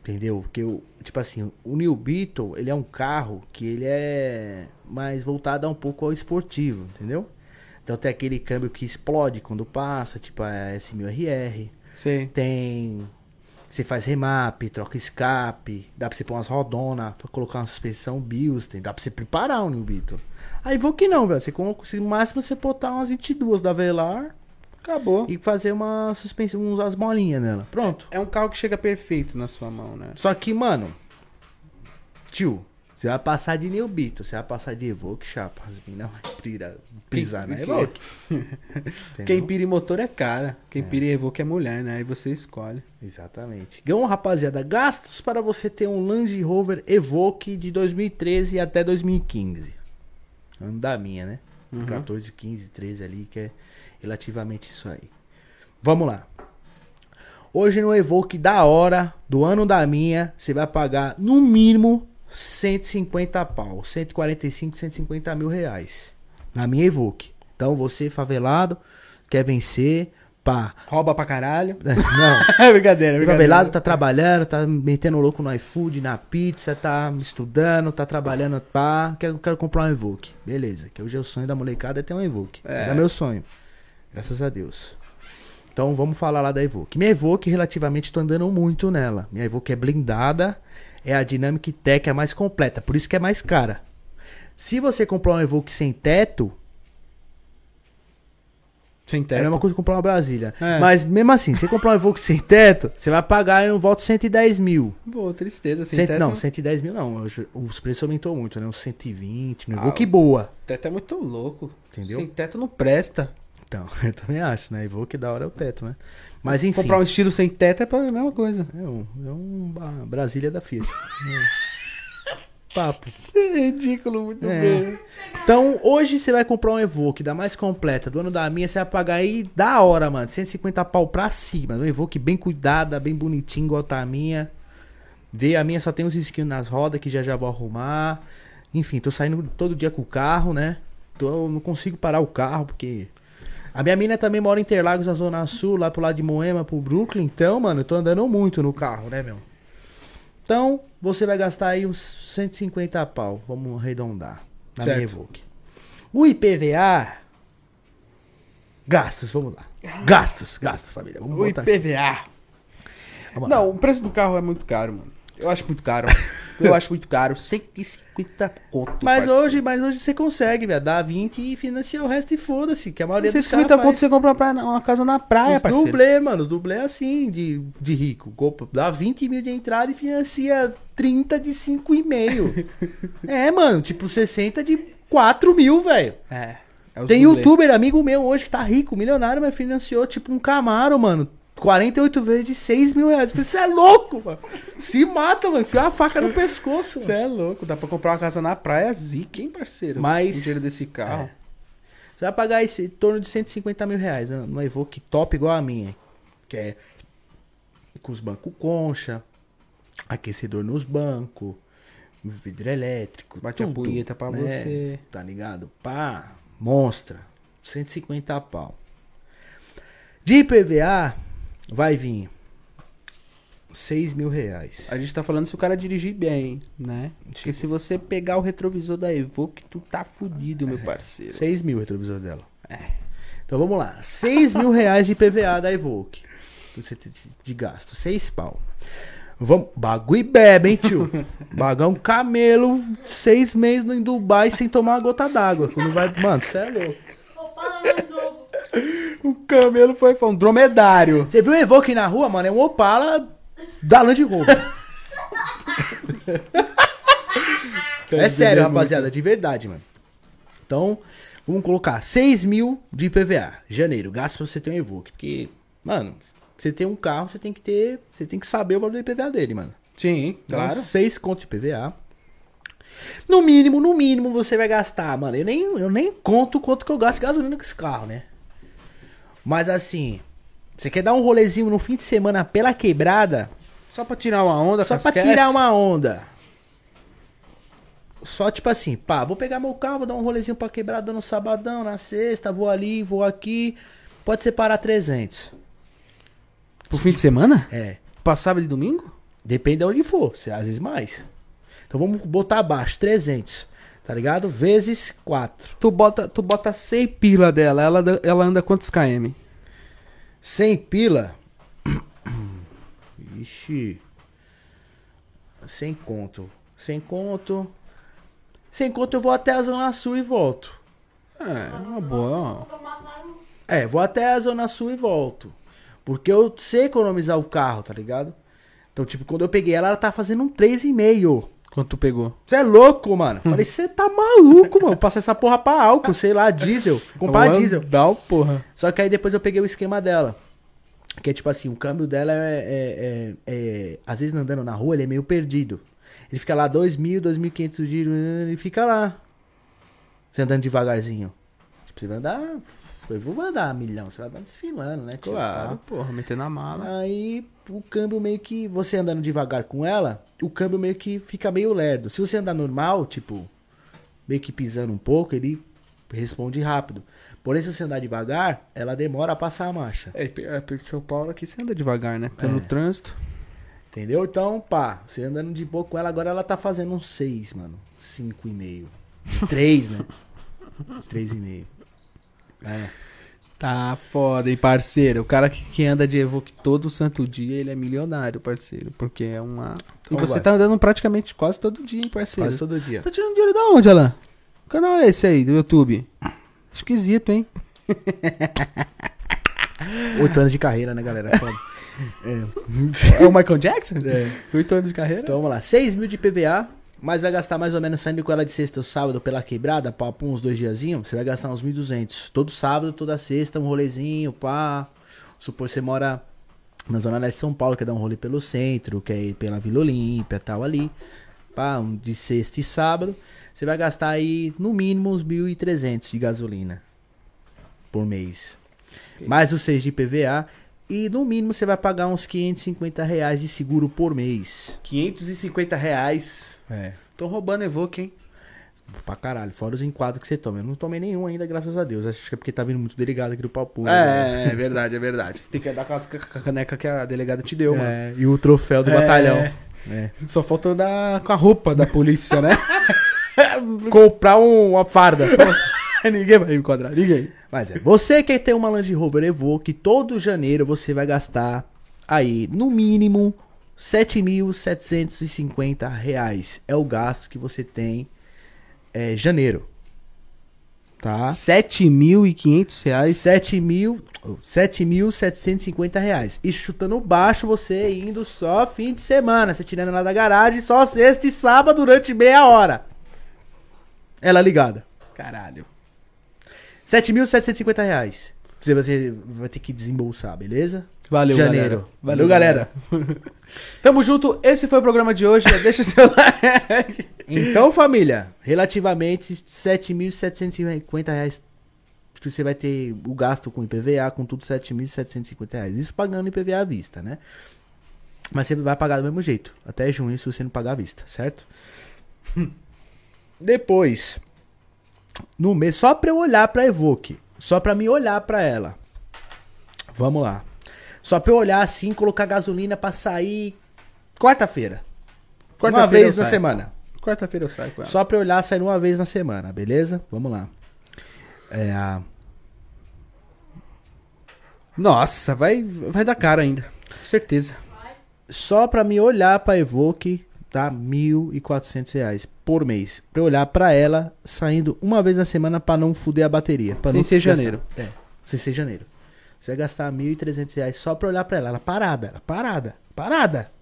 Entendeu? Porque, o- tipo assim, o New Beetle, ele é um carro que ele é mais voltado a um pouco ao esportivo, entendeu? Então tem aquele câmbio que explode quando passa, tipo a S1000RR.
Sei.
Tem. Você faz remap, troca escape, dá pra você pôr umas rodonas, pra colocar uma suspensão BIOS, tem, dá pra você preparar um New Beetle. Aí vou que não, velho. Você coloca- se- no máximo você botar umas 22 da Velar,
Acabou.
e fazer uma suspensão, umas bolinhas nela. Pronto.
É um carro que chega perfeito na sua mão, né?
Só que, mano, tio, você vai passar de Neubito, você vai passar de Evoque, chapa. As minas vai pira- pisar na
Quem-
Evoque.
Quem
Entendeu?
pira em motor é cara. Quem pira em Evoque é mulher, né? Aí você escolhe.
Exatamente. Então, rapaziada, gastos para você ter um Land Rover Evoque de 2013 até 2015. Ano da minha, né? 14, 15, 13 ali, que é relativamente isso aí. Vamos lá. Hoje no Evoque da hora, do ano da minha, você vai pagar no mínimo 150 pau. 145, 150 mil reais. Na minha Evoque. Então você, favelado, quer vencer, pá.
Rouba pra caralho.
Não.
É brincadeira, é
O
brincadeira.
favelado tá trabalhando, tá metendo louco no iFood, na pizza, tá estudando, tá trabalhando, pá. Quero, quero comprar um Evoque. Beleza, que hoje é o sonho da molecada é ter um Evoque.
É.
Era meu sonho. Graças a Deus. Então vamos falar lá da Evoque. Minha Evoque, relativamente, tô andando muito nela. Minha Evoque é blindada, é a Dynamic Tech, é a mais completa, por isso que é mais cara. Se você comprar um Evoque sem teto,
Sem
é a
teto.
mesma coisa que comprar uma Brasília.
É.
Mas mesmo assim, você comprar um Evoque sem teto, você vai pagar em volta de 110 mil.
Pô, tristeza. Sem
Cento-
teto.
Não, 110 mil não. Hoje Os preços aumentou muito, né? Uns 120. Não
Ah,
vou que boa.
Teto é muito louco.
Entendeu?
Sem teto não presta.
Então, eu também acho, né? E vou que da hora é o teto, né? Mas enfim.
Comprar um estilo sem teto é pra- a mesma coisa.
É um, é um ba- Brasília da Fiat. É. Papo.
Ridículo, muito
É.
bem.
Então, hoje você vai comprar um Evoque da mais completa, do ano da minha, você vai pagar aí da hora, mano. 150 pau pra cima. Um Evoque bem cuidada, bem bonitinho, igual tá a minha. Veio a minha, só tem uns skills nas rodas que já já vou arrumar. Enfim, tô saindo todo dia com o carro, né? Tô, não consigo parar o carro, porque. A minha mina também mora em Interlagos, na Zona Sul, lá pro lado de Moema, pro Brooklyn. Então, mano, eu tô andando muito no carro, né, meu? Então, você vai gastar aí uns 150 pau. Vamos arredondar. Na minha
Certo.
Evoque. O IPVA. Gastos, vamos lá. Gastos, gastos, família. Vamos
Ah. O
botar aqui.
IPVA.
Vamos lá.
Não, o preço do carro é muito caro, mano. Eu acho muito caro. Eu acho muito caro. 150 conto.
Mas
parceiro.
hoje, mas hoje você consegue, velho. Dá 20 e financia o resto e foda-se. Que a maioria dos caras
150 conto
faz.
você compra uma, praia- uma casa na praia,
Os
tá parceiro.
dublê, mano. Os dublê é assim, de, de rico. Compra- Dá 20 mil de entrada e financia 30 de 5,5. é, mano. Tipo, 60 de 4 mil, velho.
É. é os
Tem
dublê.
youtuber, amigo meu, hoje, que tá rico, milionário, mas financiou, tipo, um Camaro, mano. 48 vezes de 6 mil reais. Você é louco, mano. Se mata, mano. Enfia a faca no pescoço, mano.
Você é louco, dá pra comprar uma casa na praia zica, hein, parceiro?
Mas- É.
O dinheiro desse carro.
Você vai pagar esse, em torno de 150 mil reais né? numa Evoque top igual a minha. Que é com os bancos concha, aquecedor nos bancos, vidro elétrico.
Bate a punheta pra você.
Tá ligado? Pá, monstra. 150 pau. De IPVA vai vir 6 mil reais.
A gente tá falando se o cara dirigir bem, né? Porque se você pegar o retrovisor da Evoque, tu tá fudido,
É.
meu parceiro.
6 mil o retrovisor dela. Então vamos lá. 6 mil reais de PVA da Evoque. Você tem de- de gasto. 6 pau. Vamos, bagulho e bebe, hein, tio? Bagão camelo, seis meses em Dubai sem tomar uma gota d'água. Quando vai. Mano, você é louco.
Opala mais novo.
O camelo foi, foi um dromedário.
Você viu o Evoque na rua, mano? É um Opala da Land Rover. é sério,
né,
rapaziada, de verdade, mano. Então, vamos colocar 6 mil de IPVA, janeiro, gasto pra você ter um Evoque. Porque, mano, você tem um carro, você tem que ter. Você tem que saber o valor do IPVA dele, mano.
Sim, claro.
Então, 6 conto de IPVA. No mínimo, no mínimo, você vai gastar, mano. Eu nem, eu nem conto quanto que eu gasto de gasolina com esse carro, né? Mas assim, você quer dar um rolezinho no fim de semana pela quebrada,
Só pra tirar uma onda,
só pra
casquete.
tirar uma onda. Só tipo assim, pá, vou pegar meu carro, vou dar um rolezinho pra quebrada no sabadão, na sexta, vou ali, vou aqui. Pode separar 300.
Pro fim de semana?
É,
Pra sábado e domingo?
Depende de onde for, se- às vezes mais. Então vamos botar abaixo, 300, tá ligado? Vezes 4.
Tu bota, tu bota 100 pila dela, ela, da- ela anda quantos km?
100 pila. Ixi. 100 conto. 100 conto. 100 conto eu vou até a Zona Sul e volto.
É, uma boa, ó.
Vou tomar lá no-
É, vou até a Zona Sul e volto. Porque eu sei economizar o carro, tá ligado? Então, tipo, quando eu peguei ela, ela tava fazendo um 3,5.
Quanto tu pegou?
Você é louco, mano. Falei, você tá maluco, mano. Passar essa porra pra álcool, sei lá, diesel. Comprar diesel.
Dá porra.
Só que aí depois eu peguei o esquema dela. Que é tipo assim, o câmbio dela é, é- é- é- Às vezes andando na rua, ele é meio perdido. Ele fica lá 2.000, 2.500 giros, ele fica lá. Você andando devagarzinho. Tipo, você vai andar... Eu vou andar milhão, você vai andar desfilando, né? tio?
Claro, porra, metendo a mala.
Aí o câmbio meio que. Você andando devagar com ela, o câmbio meio que fica meio lerdo. Se você andar normal, tipo, meio que pisando um pouco, ele responde rápido. Porém, se você andar devagar, ela demora a passar a marcha.
É, é, porque São Paulo aqui você anda devagar, né? Pelo trânsito.
Entendeu? Então, pá, você andando de boa com ela, agora ela tá fazendo um 6, mano. 5,5. 3, né? 3,5. É.
Tá foda, hein, parceiro? O cara que, que anda de Evoque todo santo dia, ele é milionário, parceiro. Porque é uma. E
Então
você
vai.
tá andando praticamente quase todo dia, hein, parceiro?
Quase todo dia.
Você tá tirando dinheiro da onde, Alan? Que canal é esse aí do YouTube? Esquisito, hein?
8 anos de carreira, né, galera? Foda.
É o Michael Jackson?
É.
Oito anos de carreira?
Então vamos lá, 6 mil de PVA, mas vai gastar mais ou menos saindo com ela de sexta ou sábado pela quebrada, papo, uns dois diazinhos, você vai gastar uns 1.200. Todo sábado, toda sexta, um rolezinho, pá. Supor você mora na Zona Leste de São Paulo, quer dar um rolê pelo centro, quer ir pela Vila Olímpia tal ali. Pá, um de sexta e sábado. Você vai gastar aí no mínimo uns 1.300 de gasolina por mês. Mais os 6 de PVA. E no mínimo você vai pagar uns 550 reais de seguro por mês.
550 reais.
É.
Tô roubando Evoque, hein?
Pra caralho, fora os enquadros que você toma. Eu não tomei nenhum ainda, graças a Deus. Acho que é porque tá vindo muito delegado aqui do Papo. né?
É, é, é verdade, é verdade. Tem que andar com as ca- ca- caneca que a delegada te deu, mano.
É, e o troféu do
É.
batalhão. É.
Só falta andar com a roupa da polícia, né?
Comprar um- uma farda.
ninguém vai me enquadrar, ninguém.
Mas é, você quer ter uma Land Rover Evoque, todo janeiro você vai gastar aí, no mínimo, R$ 7.750 reais. É o gasto que você tem é, janeiro. Tá?
7.500
R$
reais.
7.000, oh, 7.750 reais. E chutando baixo, você indo só fim de semana. Você tirando lá da garagem, só sexta e sábado durante meia hora. Ela ligada.
Caralho.
7.750 reais. Você vai ter, vai ter que desembolsar, beleza?
Valeu,
Janeiro.
galera.
Valeu, galera.
Tamo junto. Esse foi o programa de hoje. Já deixa o seu like.
Então, família, relativamente 7.750 reais que você vai ter o gasto com IPVA, com tudo 7.750 reais. Isso pagando IPVA à vista, né? Mas você vai pagar do mesmo jeito, até junho, se você não pagar à vista, certo? Depois, no mês, só pra eu olhar pra Evoque, só pra me olhar pra ela. Vamos lá. Só pra eu olhar assim, colocar gasolina pra sair quarta-feira. Uma
Quarta-feira eu
vez na
saio.
semana.
Quarta-feira eu saio com ela.
Só pra eu olhar, sai uma vez na semana, beleza? Vamos lá. É a.
Nossa, vai, vai dar cara ainda. Com certeza.
Só pra me olhar pra Evoque, tá? R$ 1.400 reais por mês. Pra eu olhar pra ela, saindo uma vez na semana pra não fuder a bateria. Pra
Sem
não
ser
gastar.
janeiro.
É, sem ser janeiro. Você vai gastar R$ 1.300 reais só pra olhar pra ela. Ela parada, ela parada, parada.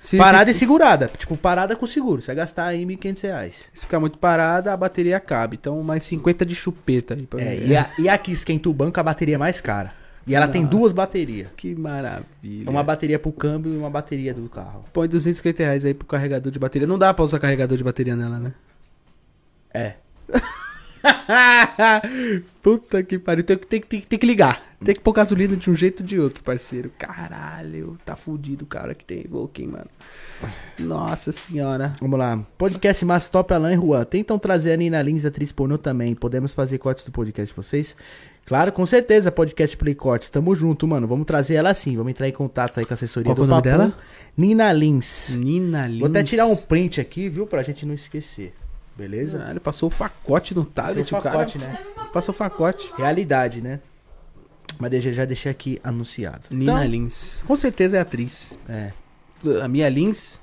Se
parada e segurada. Tipo, parada com seguro. Você vai gastar aí R$ 1.500 reais.
Se ficar muito parada, a bateria acaba. Então, mais 50 de chupeta aí pra
É,
mim.
e, a, e aqui esquenta o banco, a bateria é mais cara. E ela
Ah.
tem duas baterias.
Que maravilha.
É Uma bateria pro câmbio e uma bateria do carro.
Põe 250 reais aí pro carregador de bateria. Não dá pra usar carregador de bateria nela, né?
É.
Puta que pariu. Tem, que- tem que- tem que- tem que ligar. Tem que pôr gasolina de um jeito ou de outro, parceiro. Caralho, tá fudido o cara que tem Vulcan, mano. Nossa senhora.
Vamos lá. Podcast Massa Top Alan e Juan. Tentam trazer a Nina Lins, atriz pornô também. Podemos fazer cortes do podcast de vocês? Claro, com certeza. Podcast Play Cortes. Tamo junto, mano. Vamos trazer ela sim. Vamos entrar em contato aí com a assessoria
Qual
do
que é o nome
Papum.
dela?
Nina Lins.
Nina Lins.
Vou até tirar um print aqui, viu? Pra gente não esquecer. Beleza?
Caralho, passou o facote no tablet,
Seu
o cara.
pacote, né?
Passou o facote.
Realidade, né? Mas deixa- já deixei aqui anunciado.
Nina
Então,
Lins. Com certeza é atriz.
É.
A minha Lins.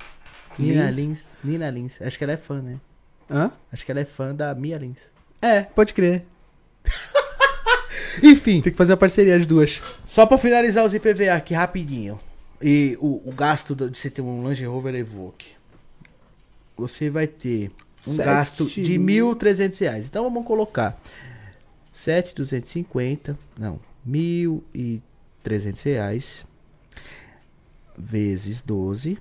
Então, Nina Lins. Nina Lins. Acho que ela é fã, né?
Hã?
Acho que ela é fã da Mia Lins.
É, pode crer.
Enfim,
Tem que fazer uma parceria as duas.
só pra finalizar os IPVA aqui rapidinho. E o, o gasto do- de você ter um Land Rover Evoque. Você vai ter um
Sete
gasto de
mil.
R$ 1.300. reais. Então vamos colocar 7.250, não, R$ 1.300 reais, vezes 12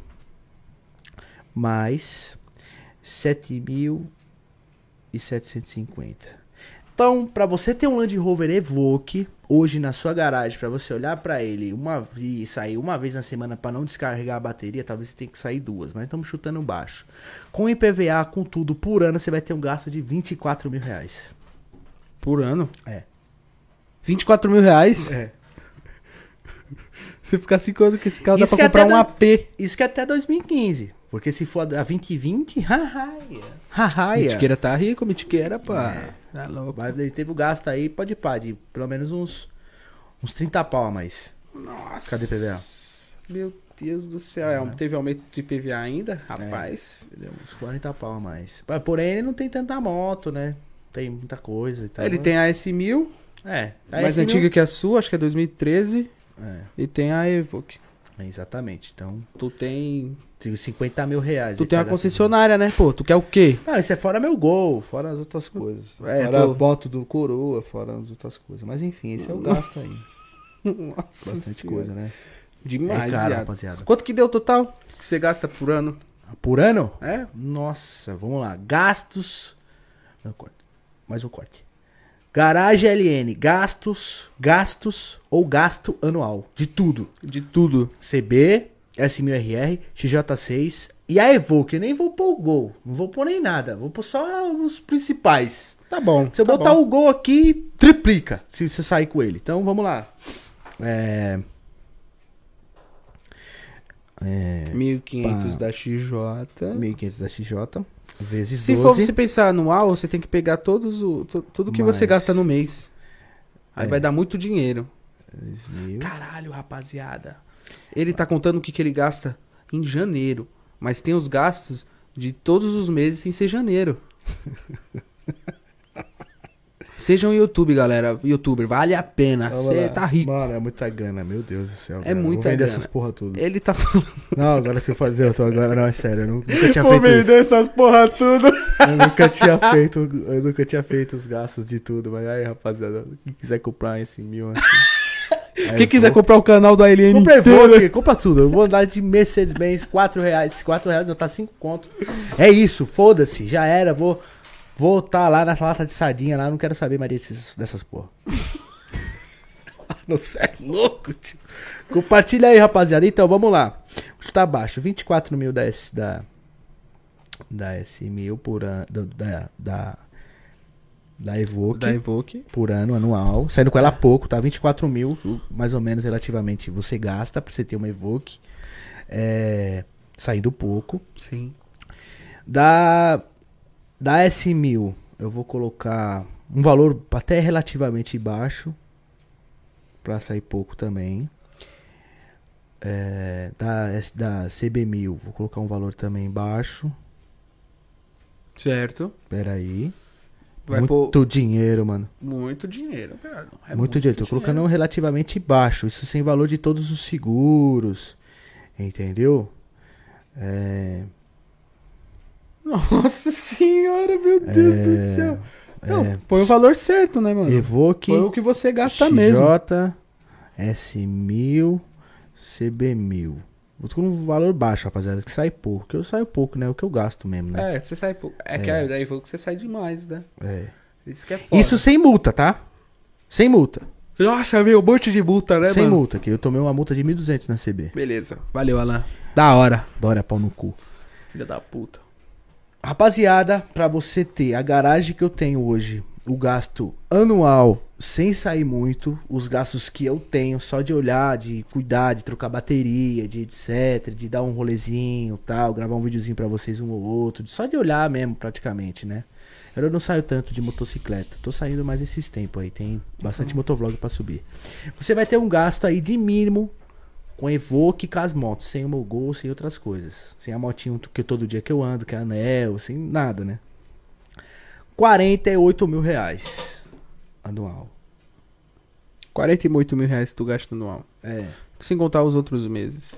mais 7.750. Então, para você ter um Land Rover Evoque hoje na sua garagem, para você olhar para ele uma vi- e sair uma vez na semana para não descarregar a bateria, talvez você tenha que sair duas, mas estamos chutando baixo. Com IPVA, com tudo por ano, você vai ter um gasto de 24 mil reais.
Por ano?
É.
24 mil reais?
É.
Você ficar cinco anos com esse carro, dá pra
Isso que é
comprar
até
um
dá-
AP.
Isso que é até 2015, porque se for a 2020, hahaia. Hahaia.
Mitiqueira tá rico, mitiqueira, pá.
É.
Tá louco.
Mas ele teve o gasto aí, pode pá, de pelo menos uns, uns 30 pau a mais.
Nossa.
Cadê PVA?
Meu Deus do céu. É, teve aumento de PVA ainda? Rapaz.
Entendeu? Uns 40 pau a mais. Mas, Porém, ele não tem tanta moto, né? Tem muita coisa e tal.
Ele tem a S1000,
É. Tá A
mais
S1000
antiga que a sua, acho que é 2013.
É,
E tem a Evoque.
é, exatamente. Então,
Tu tem.
tem os 50 mil reais.
Tu
ele
tem
tá
uma
gastando.
concessionária, assim, né? Pô, tu quer o quê?
Não, isso é fora meu gol, fora as outras coisas.
É,
fora
tô-
a moto do coroa, fora as outras coisas. Mas enfim, esse é o gasto aí.
Nossa.
Bastante
senhora.
coisa, né?
Demais,
é caro,
viado.
rapaziada.
Quanto que deu total que você gasta por ano?
Por ano?
É?
Nossa, vamos lá. Gastos. Não, corte. Mais um corte. Garagem LN, gastos, gastos ou gasto anual. De tudo.
De tudo.
CB, S1000RR, XJ6 e a Evoque. Nem vou pôr o Gol. Não vou pôr nem nada. Vou pôr só os principais.
Tá bom.
Se eu botar o Gol aqui, triplica se você sair com ele. Então vamos lá. É,
1.500
É, Pá.
da XJ.
1.500 da XJ vezes
Se for
12.
você pensar anual, você tem que pegar todos o, tu- tudo que você
Mas-
gasta no mês. Aí
É.
vai dar muito dinheiro.
2.000.
Caralho, rapaziada. Ele tá contando o que, que ele gasta em janeiro. Mas tem os gastos de todos os meses sem ser janeiro. Seja um YouTube, galera. Youtuber, vale a pena.
Vamos
Você
lá.
tá rico.
Mano, é muita grana, meu Deus do céu.
É muita
vou vender
grana.
essas porra tudo.
Ele tá falando.
Não, agora se eu fazer, eu tô agora. Não, é sério, eu nu- nunca tinha feito isso.
essas porra tudo.
Eu nunca tinha feito, eu nunca tinha feito os gastos de tudo, mas aí, rapaziada, quem quiser comprar esse mil assim.
Quem quiser comprar o canal do Alien
É Compra
inteiro,
Evoque, compra tudo. Eu vou andar de Mercedes-Benz, 4 reais. 4 reais não tá 5 conto. É isso, foda-se, já era. Vou voltar lá na lata de sardinha lá, não quero saber mais desses, dessas porra. Não sei, é louco, tio. Compartilha aí, rapaziada. Então, vamos lá. Vou chutar baixo. 24 mil da S, da, da S1000 por ano. Da, da, da Evoque
Da Evoque.
por ano, anual. Saindo com ela há pouco, tá? 24 mil, mais ou menos, relativamente, você gasta pra você ter uma Evoque. É, saindo pouco.
Sim.
Da, da S1000, eu vou colocar um valor até relativamente baixo. Pra sair pouco também. É, da, S- da CB1000, vou colocar um valor também baixo.
Certo.
Pera aí.
Vai
Muito
pôr
dinheiro, mano.
muito dinheiro, velho. É
muito, dinheiro. Tô colocando um relativamente baixo. Isso sem valor de todos os seguros. Entendeu? É,
Nossa senhora, meu Deus do céu. Não,
é.
põe o valor certo, né, mano?
Evoque,
Põe o que você gasta
XJ,
mesmo.
S1000, CB1000. Vou com um valor baixo, rapaziada, que sai pouco. Que eu saio pouco, né? O que eu gasto mesmo, né?
É, você sai pouco. É, que aí daí foi que você sai demais, né?
É.
Isso que é foda.
Isso sem multa, tá? Sem multa.
Nossa, meu, um monte de multa, né,
sem
mano?
multa, que eu tomei uma multa de 1.200 na CB.
Beleza. Valeu, Alan. Da hora.
Dória pau no cu.
Filha da puta.
Rapaziada, pra você ter a garagem que eu tenho hoje, o gasto anual sem sair muito, os gastos que eu tenho só de olhar, de cuidar, de trocar bateria, de etc, de dar um rolezinho, tal, gravar um videozinho pra vocês um ou outro, de- só de olhar mesmo praticamente, né? Eu não saio tanto de motocicleta, tô saindo mais esses tempos aí, tem bastante motovlog pra subir. Você vai ter um gasto aí de mínimo com Evoque e com as motos, sem o meu gol, sem outras coisas. Sem a motinha que eu- todo dia que eu ando, que é anel, sem nada, né? 48 mil reais anual.
48 mil reais que tu gasta anual.
É.
Sem contar os outros meses.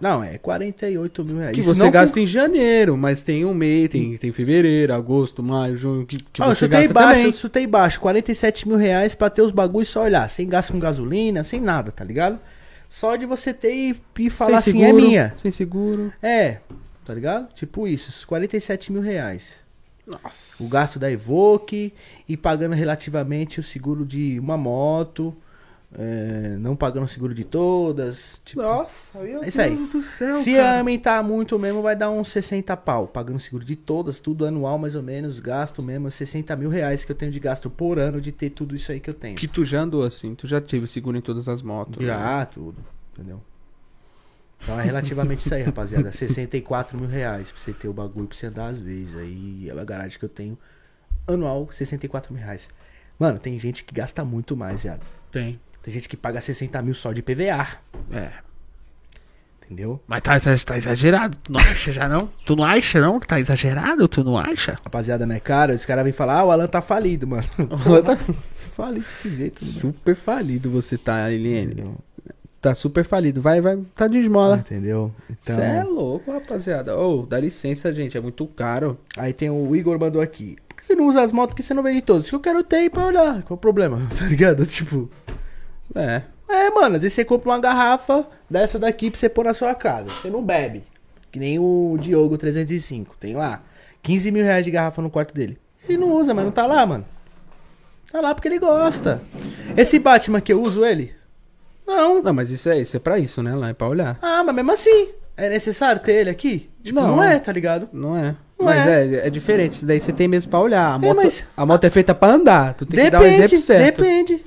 Não, é 48 mil reais.
Que
Isso
você
não
gasta em janeiro, mas tem um mês, tem, tem fevereiro, agosto, maio, junho, que, que
Ah, eu
você
chutei
gasta
baixo, eu
também.
chutei baixo. 47 mil reais pra ter os bagulhos só olhar. Sem gasto com gasolina, sem nada, tá ligado? Só de você ter e, e falar assim,
sem
é
seguro,
minha.
Sem seguro.
É, tá ligado? Tipo isso, esses 47 mil reais.
Nossa.
O gasto da Evoque e pagando relativamente o seguro de uma moto. é, não pagando o seguro de todas. Tipo,
Nossa, meu
É isso aí.
do céu,
se
um cara.
aumentar muito mesmo, vai dar uns 60 pau. Pagando seguro de todas, tudo anual mais ou menos, gasto mesmo, 60 mil reais que eu tenho de gasto por ano de ter tudo isso aí que eu tenho.
Que tu já andou assim, tu já teve seguro em todas as motos. né?
Já, Ah, tudo, entendeu? Então é relativamente isso aí, rapaziada. 64 mil reais pra você ter o bagulho pra você andar às vezes. Aí é a garagem que eu tenho anual, 64 mil reais. Mano, tem gente que gasta muito mais, viado.
Tem.
Tem gente que paga 60 mil só de PVA,
É.
entendeu?
Mas tá, tá- tá exagerado. Tu não acha já não? Tu não acha não que tá exagerado? Tu não acha?
Rapaziada, né, cara? Os caras vêm falar, ah, o Alan tá falido, mano. falido desse jeito, né?
tá Super falido você tá, Eliane. Tá super falido. Vai, vai, tá de esmola.
Entendeu?
Você
Então,
é louco, rapaziada. Ô, dá licença, gente. É muito caro.
aí tem o Igor mandou aqui. Por que você não usa as motos que você não vende todas? Que eu quero ter aí pra olhar. Qual o problema? Tá ligado? Tipo.
É.
É, mano, às vezes você compra uma garrafa dessa daqui pra você pôr na sua casa. Você não bebe. Que nem o Diogo 305. Tem lá 15 mil reais de garrafa no quarto dele. Ele não usa, mas não tá lá, mano. Tá lá porque ele gosta. Esse Batman que eu uso, ele? Não.
Não, mas isso é isso, é pra isso, né? Lá é pra olhar.
Ah, mas mesmo assim, é necessário ter ele aqui? Tipo, não,
Não.
é, tá ligado?
Não é.
Não
mas
é.
é. É, diferente. Isso daí você tem mesmo pra olhar. A moto,
mas-
a moto é feita pra andar. Tu tem que dar o exemplo certo.
depende.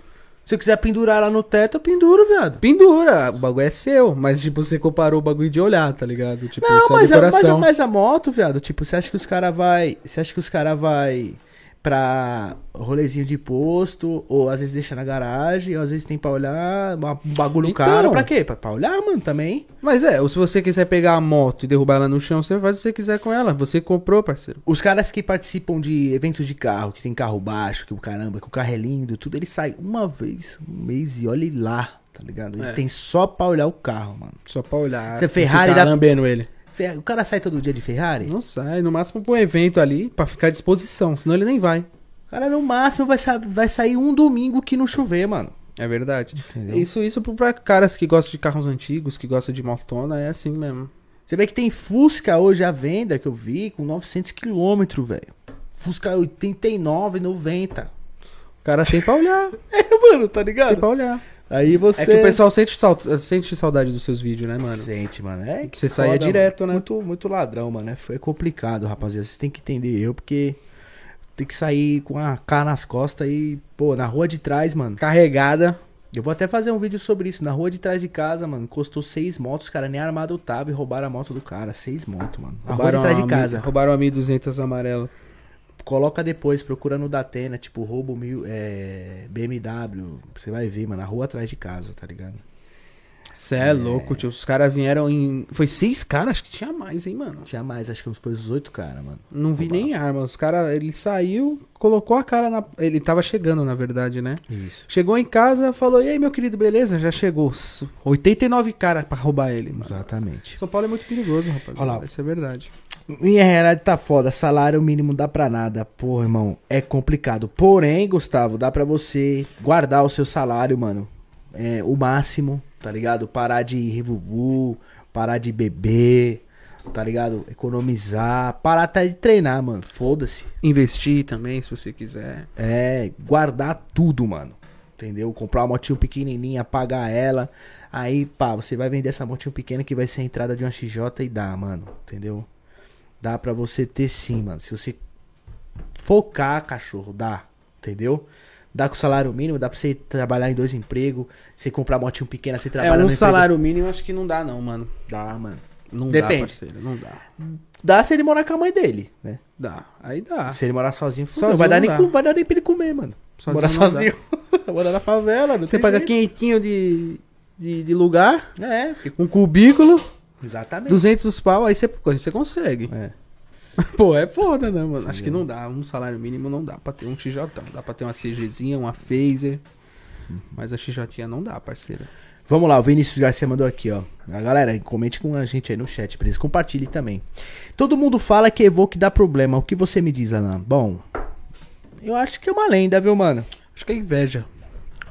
Se eu quiser pendurar lá no teto, eu penduro, viado.
Pendura, o bagulho é seu, mas tipo, você comparou o bagulho de olhar, tá ligado? Tipo,
Não,
isso é
mas a, mas, a,
decoração.
mas a moto, viado, tipo, você acha que os cara vai, você acha que os cara vai pra rolezinho de posto, ou às vezes deixa na garagem, ou às vezes tem pra olhar, uma- um bagulho
Então.
caro, pra quê? Pra, pra olhar, mano, também.
Mas é, ou se você quiser pegar a moto e derrubar ela no chão, você faz o que você quiser com ela. Você comprou, parceiro.
Os caras que participam de eventos de carro, que tem carro baixo, que o caramba, que o carro é lindo, tudo, ele sai uma vez no mês e olha lá, tá ligado? Ele
É.
tem só pra olhar o carro, mano.
Só pra olhar.
Você
e
Ferrari
ficar
dá-
lambendo ele.
Fer- O cara sai todo dia de Ferrari?
Não sai, no máximo pra um evento ali, pra ficar à disposição, senão ele nem vai.
O cara no máximo vai, sa- vai sair um domingo que não chover, mano.
É verdade.
Entendeu?
Isso, isso pra caras que gostam de carros antigos, que gostam de motona, é assim mesmo.
Você vê que tem Fusca hoje à venda que eu vi com 900 km, velho. Fusca 89, 90.
O cara tem pra olhar,
É, mano, tá
tem
ligado?
pra olhar.
Aí você.
É que o pessoal sente, saud- sente saudade dos seus vídeos, né, mano?
Sente, mano. É
Que você saia direto, né?
Muito, muito ladrão, mano. É- Foi complicado, rapaziada. Vocês têm que entender eu, porque tem que sair com a cara nas costas e, pô, na rua de trás, mano.
Carregada.
Eu vou até fazer um vídeo sobre isso. Na rua de trás de casa, mano, custou seis motos, cara. Nem armado tava e roubaram a moto do cara. Seis motos, mano. Na rua de trás de
a
casa.
Mi- Roubaram a 1200 amarela.
Coloca depois, procura no Datena, tipo, roubo mil, é, BMW. Você vai ver, mano, na rua atrás de casa, tá ligado?
Cê é, louco, tio. Os caras vieram em. Foi seis caras? Acho que tinha mais, hein, mano.
Tinha mais, acho que uns- foi os oito caras, mano.
Não vi nem arma. Os caras. Ele saiu, colocou a cara na. Ele tava chegando, na verdade, né?
Isso.
Chegou em casa, falou: E aí, meu querido, beleza? Já chegou. S- 89 caras pra roubar ele, mano.
Exatamente.
São Paulo é muito perigoso, rapaz.
Olha lá.
Isso é verdade.
Minha realidade tá foda, salário mínimo dá pra nada. Porra, irmão, é complicado. Porém, Gustavo, dá pra você guardar o seu salário, mano. É, o máximo, tá ligado? Parar de ir revuvu, parar de beber, tá ligado? Economizar, parar até de treinar, mano. Foda-se.
Investir também, se você quiser.
É, guardar tudo, mano. Entendeu? Comprar uma motinho pequenininha, pagar ela. Aí, pá, você vai vender essa motinho pequena que vai ser a entrada de uma XJ e dá, mano. Entendeu? Dá pra você ter sim, mano. Se você focar, cachorro, dá. Entendeu? Dá com salário mínimo, dá pra você trabalhar em dois empregos. Você comprar motinho pequena, você trabalha
é, um
no emprego-
salário mínimo, acho que não dá, não, mano.
Dá, mano.
Não
Depende.
dá, parceiro. Não dá.
Dá se ele morar com a mãe dele, né?
Dá. Aí dá.
Se ele morar sozinho, fudeu.
Ah. Sozinho
vai dar
não
nem,
dá.
com- vai dar nem pra ele comer, mano.
Sozinho
morar
não dá.
sozinho. morar na favela, não
Você
tem
paga
jeito.
quinhentinho de, de, de lugar,
É, porque
um cubículo,
Exatamente.
200 pau, aí você, você consegue.
É.
Pô, é foda, né, mano? Acho que não dá. Um salário mínimo não dá pra ter um XJ. Dá pra ter uma CGzinha, uma phaser.
Uhum.
Mas a XJ é não dá, parceiro.
Vamos lá, o Vinícius Garcia mandou aqui, ó. A galera, comente com a gente aí no chat, beleza? Compartilhe também. Todo mundo fala que Evoque dá problema. O que você me diz, Alan? Bom, eu acho que é uma lenda, viu, mano?
Acho que é inveja.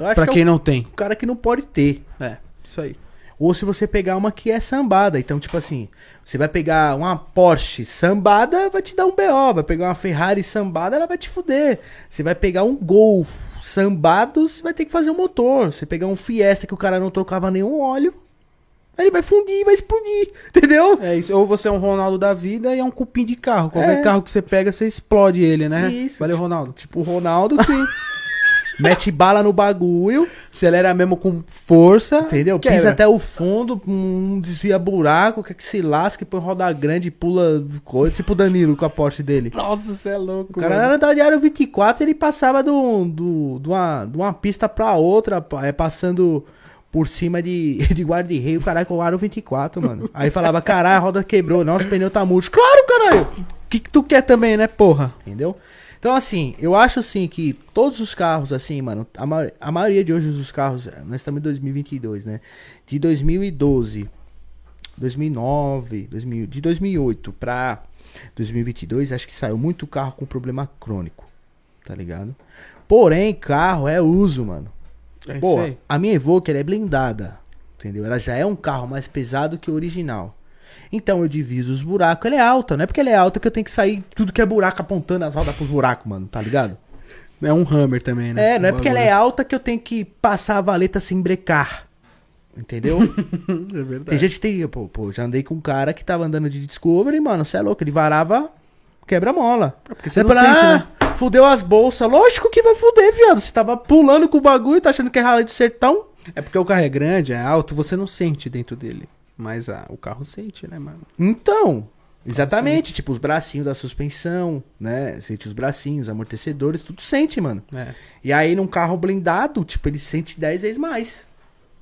Eu acho
pra
que
quem
é
não tem.
um cara que não pode ter.
É, isso aí.
Ou se você pegar uma que é sambada. Então, tipo assim, você vai pegar uma Porsche sambada, vai te dar um BO. Vai pegar uma Ferrari sambada, ela vai te fuder. Você vai pegar um Golf sambado, você vai ter que fazer um motor. Você pegar um Fiesta que o cara não trocava nenhum óleo, aí ele vai fundir, vai explodir. Entendeu?
É isso. Ou você é um Ronaldo da vida e é um cupim de carro. Qualquer
É.
carro que você pega, você explode ele, né?
Isso.
Valeu, Ronaldo.
Tipo o Ronaldo que mete bala no bagulho,
Acelera mesmo com força.
entendeu?
Quebra.
Pisa até o fundo, hum, desvia buraco, quer que se lasque, põe roda grande, pula coisa. Tipo o Danilo com a Porsche dele.
Nossa, você é louco.
O cara
mano.
era da Diário 24, ele passava do, do, de, uma, de uma pista pra outra, pa- é, passando por cima de, de guarda-reio, caralho, com o aro 24, mano. Aí falava, caralho, a roda quebrou, nossa, o pneu tá murcho. Claro, caralho!
O que, que tu quer também, né, porra?
Entendeu? Então, assim, eu acho, assim, que todos os carros, assim, mano, a, ma- a maioria de hoje dos carros, nós estamos em 2022, né? De 2012, 2009, 2000, de 2008 pra 2022, acho que saiu muito carro com problema crônico, tá ligado? Porém, carro é uso, mano.
É
Pô,
isso aí.
a minha Evoker é blindada, entendeu? Ela já é um carro mais pesado que o original. Então eu diviso os buracos, ela é alta, não é porque ela é alta que eu tenho que sair tudo que é buraco apontando as rodas pros buracos, mano, tá ligado?
É um Hammer também, né?
É, não é porque ela é alta que eu tenho que passar a valeta sem brecar. Entendeu?
É verdade.
Tem gente que tem. Pô, pô, já andei com um cara que tava andando de Discovery, mano, você é louco, ele varava quebra-mola.
porque você
Você
não
fala,
sente,
ah,
né?
fudeu as bolsas. Lógico que vai fuder, viado. Você tava pulando com o bagulho, tá achando que é rally do sertão?
É porque o carro é grande, é alto, você não sente dentro dele. Mas ah, o carro sente, né, mano?
Então, exatamente. Tipo, os bracinhos da suspensão, né? Sente os bracinhos, amortecedores, tudo sente, mano.
É.
E aí, num carro blindado, tipo, ele sente 10 vezes mais.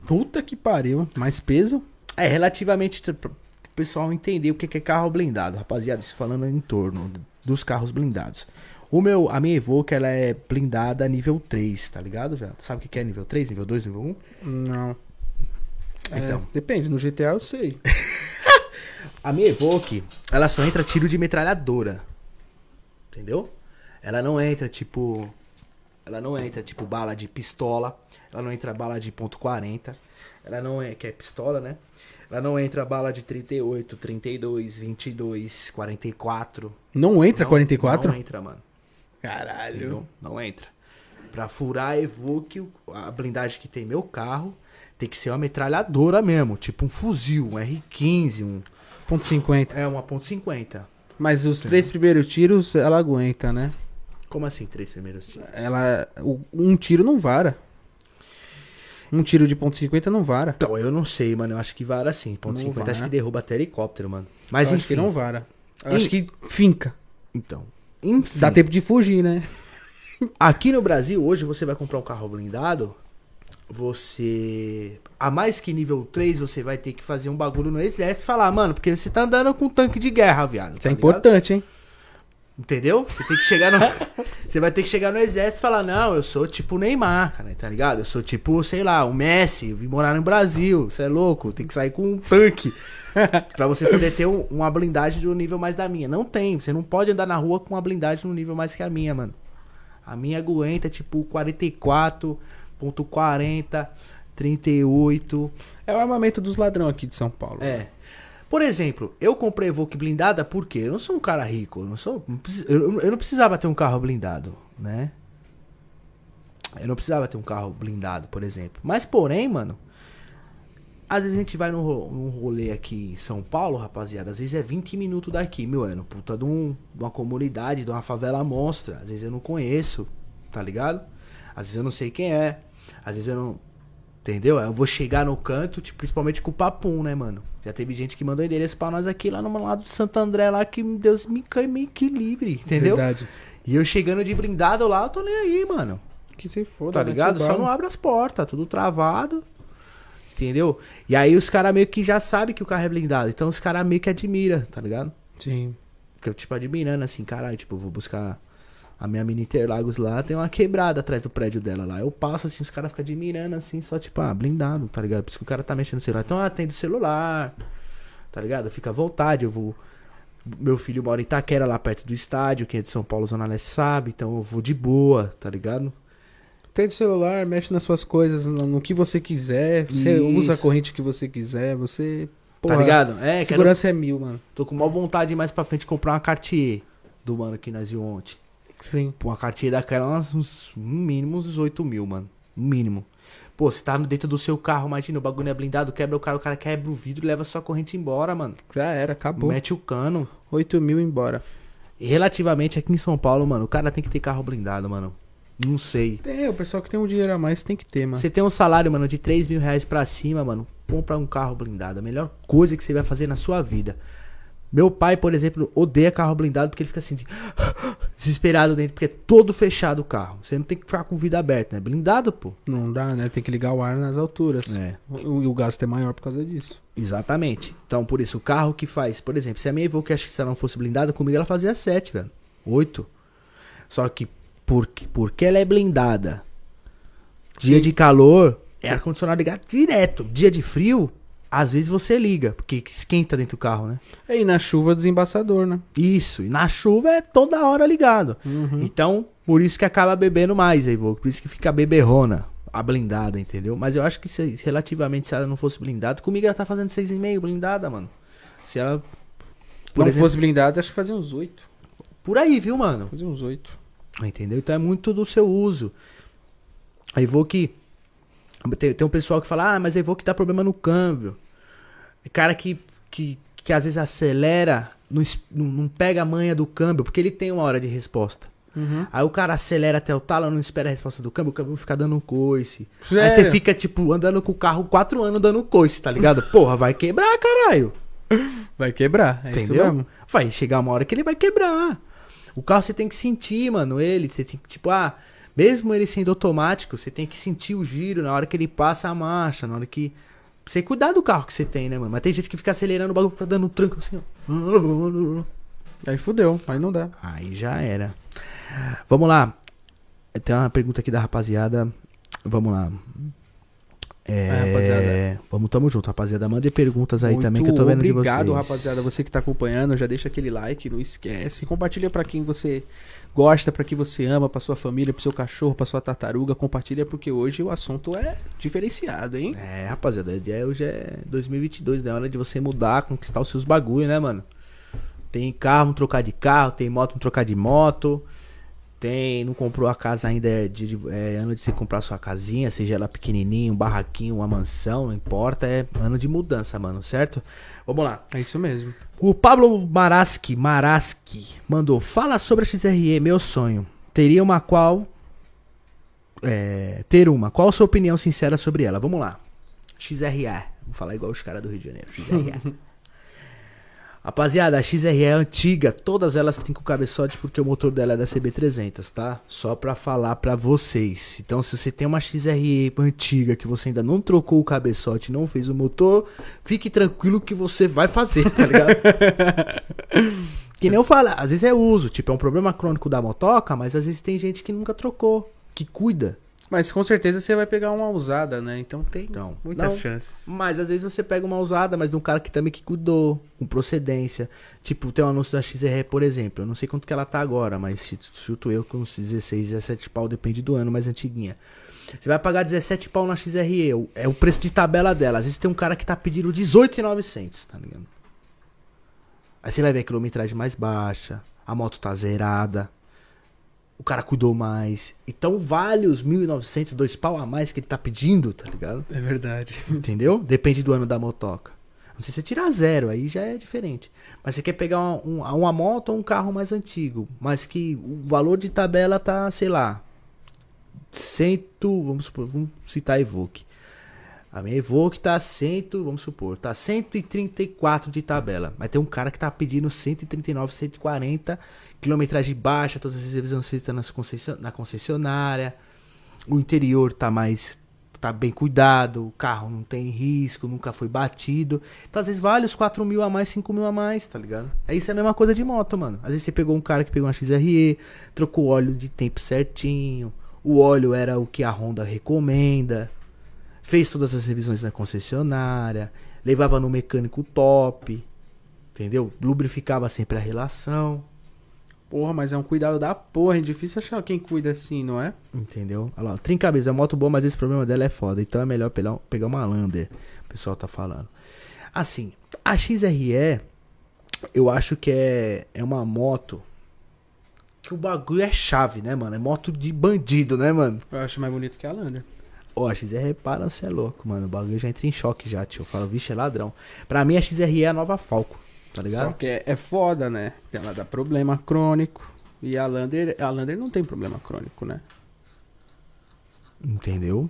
Puta que pariu. Mais peso?
É relativamente tipo, pro pessoal entender o que que é carro blindado, rapaziada. Isso falando em torno dos carros blindados. O meu, a minha Evoque, ela é blindada nível 3, tá ligado, velho? Sabe o que que é nível 3, nível 2, nível 1?
Não. É,
Então.
Depende, no GTA eu sei.
A minha Evoque, ela só entra tiro de metralhadora. Entendeu? Ela não entra tipo. Ela não entra tipo bala de pistola. Ela não entra bala de ponto .40. Ela não é. Que é pistola, né? Ela não entra bala de 38, 32, 22, 44.
Não entra
Não-
44?
Não entra, mano.
Caralho.
Entendeu? Não entra. Pra furar a Evoque, o- a blindagem que tem meu carro, tem que ser uma metralhadora mesmo. Tipo um fuzil, um R15, um.
Ponto 50.
É, uma ponto .50.
Mas os três primeiros tiros, ela aguenta, né?
Como assim, três primeiros tiros?
Ela. o- Um tiro não vara. Um tiro de ponto 50 não vara.
Então, eu não sei, mano. Eu acho que vara sim. Ponto
Não
50
vara.
acho que derruba até helicóptero, mano. Mas
eu
enfim.
acho que não vara. Eu
E-
acho que finca.
Então. Enfim.
Dá tempo de fugir, né?
Aqui no Brasil, hoje, você vai comprar um carro blindado. Você. A mais que nível 3, você vai ter que fazer um bagulho no exército e falar, mano, porque você tá andando com um tanque de guerra, viado.
Isso é
tá ligado?
importante, hein?
Entendeu? Você tem que chegar no. você vai ter que chegar no exército e falar, não, eu sou tipo o Neymar, cara, tá ligado? Eu sou tipo, sei lá, o Messi, eu vim morar no Brasil, você é louco, tem que sair com um tanque. pra você poder ter um- uma blindagem de um nível mais da minha. Não tem, você não pode andar na rua com uma blindagem de um nível mais que a minha, mano. A minha aguenta tipo 44.40, 38.
É o armamento dos ladrão aqui de São Paulo.
É. Por exemplo, eu comprei Evoque blindada porque eu não sou um cara rico, eu não sou, não preci- eu eu não precisava ter um carro blindado, né? Eu não precisava ter um carro blindado, por exemplo. Mas porém, mano, às vezes a gente vai num, ro- num rolê aqui em São Paulo, rapaziada, às vezes é 20 minutos daqui, meu, é no puta de, um- de uma comunidade, de uma favela monstra, às vezes eu não conheço, tá ligado? Às vezes eu não sei quem é, às vezes eu não, Entendeu? Eu vou chegar no canto, tipo, principalmente com o papum, né, mano? Já teve gente que mandou endereço pra nós aqui lá no lado de Santo André, lá que Deus me cai meio que livre, entendeu?
Verdade.
E eu chegando de blindado lá, eu tô nem aí, mano.
Que se foda,
Tá
mete
ligado?
bala.
Só não abre as portas, tá tudo travado. Entendeu? E aí os caras meio que já sabem que o carro é blindado. Então os caras meio que admira, tá ligado?
Sim.
Porque eu, tipo, admirando assim, caralho, tipo, eu vou buscar a minha mini Interlagos lá, tem uma quebrada atrás do prédio dela lá. Eu passo assim, os caras ficam admirando assim, só tipo, ah, blindado, tá ligado? Por isso que o cara tá mexendo no celular. Então, ah, tem do celular, tá ligado? Fica à vontade, eu vou. Meu filho mora em Itaquera, lá perto do estádio, quem é de São Paulo, Zona Leste sabe, então eu vou de boa, tá ligado?
Tem de celular, mexe nas suas coisas, no, no que você quiser. Você
Isso.
usa a corrente que você quiser, você. Porra,
tá ligado? É, quero
segurança é mil, mano.
Tô com maior vontade de ir mais pra frente comprar uma Cartier do mano que nós viu ontem.
Sim.
Pô, uma Cartier daquela, umas- uns, no mínimo uns 8 mil, mano. No mínimo. Pô, você tá dentro do seu carro, imagina, o bagulho é blindado, quebra o cara, o cara quebra o vidro, leva sua corrente embora, mano.
Já era, acabou.
Mete o cano.
8 mil embora.
E relativamente aqui em São Paulo, mano, o cara tem que ter carro blindado, mano. Não sei.
Tem, o pessoal que tem um dinheiro a mais tem que ter, mano.
Você tem um salário, mano, de 3 mil reais pra cima, mano, compra um carro blindado. A melhor coisa que você vai fazer na sua vida. Meu pai, por exemplo, odeia carro blindado porque ele fica assim, de- desesperado dentro, porque é todo fechado o carro. Você não tem que ficar com o vidro aberto, né? Blindado, pô.
Não dá, né? Tem que ligar o ar nas alturas.
É.
O- E o gasto é maior por causa disso.
Exatamente. Então, por isso, o carro que faz, por exemplo, se a minha Evoque, acho que se ela não fosse blindada, comigo ela fazia 7, velho. 8. Só que porque, porque ela é blindada. Dia
Sim.
de calor, é ar-condicionado ligado direto. Dia de frio, às vezes você liga, porque esquenta dentro do carro, né?
E na chuva, desembaçador, né?
Isso, e na chuva é toda hora ligado. Então, por isso que acaba bebendo mais aí, por isso que fica beberrona, a blindada, entendeu? Mas eu acho que se, relativamente se ela não fosse blindada, comigo ela tá fazendo 6,5 blindada, mano. Se ela por
não
exemplo-
fosse blindado, acho que fazia uns 8.
por aí, viu, mano?
Fazia uns 8.
Entendeu? Então é muito do seu uso. Aí vou que. Tem, tem um pessoal que fala, ah, mas aí vou que dá problema no câmbio. É Cara que, que, que às vezes acelera, não, es- não- não pega a manha do câmbio, porque ele tem uma hora de resposta. Aí o cara acelera até o talo, não espera a resposta do câmbio, o câmbio fica dando um coice. Aí você
Sério?
fica, tipo, andando com o carro quatro anos dando coice, tá ligado? Porra, vai quebrar, caralho.
Vai quebrar, é isso
Entendeu?
mesmo.
Vai chegar uma hora que ele vai quebrar. O carro você tem que sentir, mano, ele. Você tem que, tipo, ah, mesmo ele sendo automático, você tem que sentir o giro na hora que ele passa a marcha, na hora que. Pra você cuidar do carro que você tem, né, mano? Mas tem gente que fica acelerando o bagulho, fica dando um tranco assim, ó.
Aí fudeu, aí não dá.
Aí já era. Vamos lá. Tem uma pergunta aqui da rapaziada. Vamos lá. É,
Vai, rapaziada.
Vamos, tamo junto, rapaziada. Mande perguntas Tá aí
Muito
também que eu tô vendo de vocês.
obrigado, rapaziada, você que tá acompanhando, já deixa aquele like, não esquece, compartilha pra quem você gosta, pra quem você ama, pra sua família, pro seu cachorro, pra sua tartaruga, compartilha porque hoje o assunto é diferenciado, hein?
É, rapaziada, é- hoje é 2022, né? É hora de você mudar, conquistar os seus bagulho, né, mano? Tem carro, um trocar de carro, tem moto, um trocar de moto. Tem, não comprou a casa ainda, é, de- de- é ano de você comprar sua casinha, seja ela pequenininha, um barraquinho, uma mansão, não importa, é ano de mudança, mano, certo? Vamos lá.
É isso mesmo.
O Pablo Maraski, Maraski mandou: Fala sobre a XRE, meu sonho. Teria uma qual. É, ter uma. Qual a sua opinião sincera sobre ela? Vamos lá. XRA. Vou falar igual os caras do Rio de Janeiro. XRA. Rapaziada, a XRE é antiga, todas elas têm com cabeçote porque o motor dela é da CB300, tá? Só pra falar pra vocês. Então, se você tem uma XRE antiga que você ainda não trocou o cabeçote, não fez o motor, fique tranquilo que você vai fazer, tá ligado? que nem eu falo, às vezes é uso, tipo, é um problema crônico da motoca, mas às vezes tem gente que nunca trocou, que cuida.
Mas com certeza você vai pegar uma usada, né? Então tem
Então,
muitas
não.
chances.
Mas às vezes você pega uma usada, mas de um cara que também que cuidou, com procedência. Tipo, tem um anúncio da XRE, por exemplo. Eu não sei quanto que ela tá agora, mas ch- chuto eu com uns 16, 17 pau, depende do ano, mas antiguinha. Você vai pagar 17 pau na XRE, o- é o preço de tabela dela. Às vezes tem um cara que tá pedindo 18,900, tá ligado? Aí você vai ver a quilometragem mais baixa, a moto tá zerada, o cara cuidou mais. Então vale os 1.900, dois pau a mais que ele tá pedindo, tá ligado?
É verdade.
Entendeu? Depende do ano da motoca. Não sei se você tirar zero, aí já é diferente. Mas você quer pegar um- um- uma, moto ou um carro mais antigo, mas que o valor de tabela tá, sei lá, 100, vamos supor, vamos citar a Evoque. A minha Evoque tá 100, vamos supor, tá 134 de tabela. Mas tem um cara que tá pedindo 139, 140, quilometragem baixa, todas as revisões feitas nas concession- na concessionária. O interior tá mais tá bem cuidado, o carro não tem risco, nunca foi batido. Então, às vezes, vale os 4 mil a mais, 5 mil a mais, tá ligado? É isso, é a mesma coisa de moto, mano. Às vezes, você pegou um cara que pegou uma XRE, trocou o óleo de tempo certinho, o óleo era o que a Honda recomenda, fez todas as revisões na concessionária, levava no mecânico top, entendeu? Lubrificava sempre a relação,
Porra, mas é um cuidado da porra, é difícil achar quem cuida assim, não é?
Entendeu? Olha lá, trinca-brisa, é uma moto boa, mas esse problema dela é foda. Então é melhor pegar, pegar uma Lander. O pessoal tá falando. Assim, a XRE, eu acho que é, é uma moto que o bagulho é chave, né, mano? É moto de bandido, né, mano?
Eu acho mais bonito que a Lander.
Tá Ó, a XRE para, você é louco, mano. O bagulho já entra em choque já, tio. Eu falo, vixe, é ladrão. Pra mim, a XRE é a nova Falco, tá
Só
ligado?
que é, é foda, né? Ela dá problema crônico. E a Lander, a Lander não tem problema crônico, né?
Entendeu?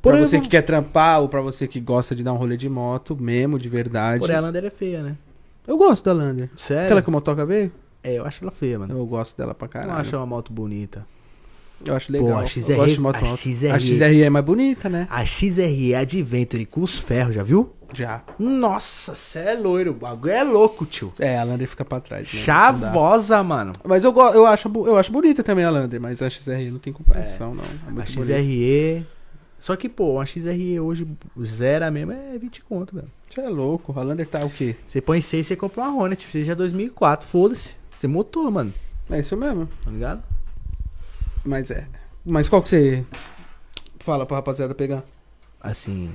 pra
Porém,
você
eu-
que quer trampar ou pra você que gosta de dar um rolê de moto mesmo, de verdade.
Porém, a Lander é feia, né?
Eu gosto da Lander.
Sério?
Aquela que o Motoca veio?
É, eu acho ela feia, mano.
Eu gosto dela pra
Eu
caralho.
não acho uma moto bonita.
Eu acho
Pô,
legal.
a
eu
XRE
gosto de moto
a
alta.
XRE
A XRE é mais bonita, né?
A XRE Adventure com os ferros, já viu?
Já.
Nossa, cê é loiro, o bagulho é louco, tio.
É, a Lander fica pra trás. Né? Não dá.
Chavosa, mano.
Mas eu, go- eu, acho, bu- eu acho bonita também a Lander, mas a XRE não tem comparação, não. É muito
A
bonita.
XRE. Só que, pô, uma XRE hoje, zero mesmo, é 20 conto, velho.
Você é louco. A Lander tá o quê?
Você põe 6, você compra uma Hornet, seja 2004, foda-se. Você motor, mano,
É isso mesmo.
tá ligado?
Mas é. Mas qual que você fala pra rapaziada pegar?
Assim,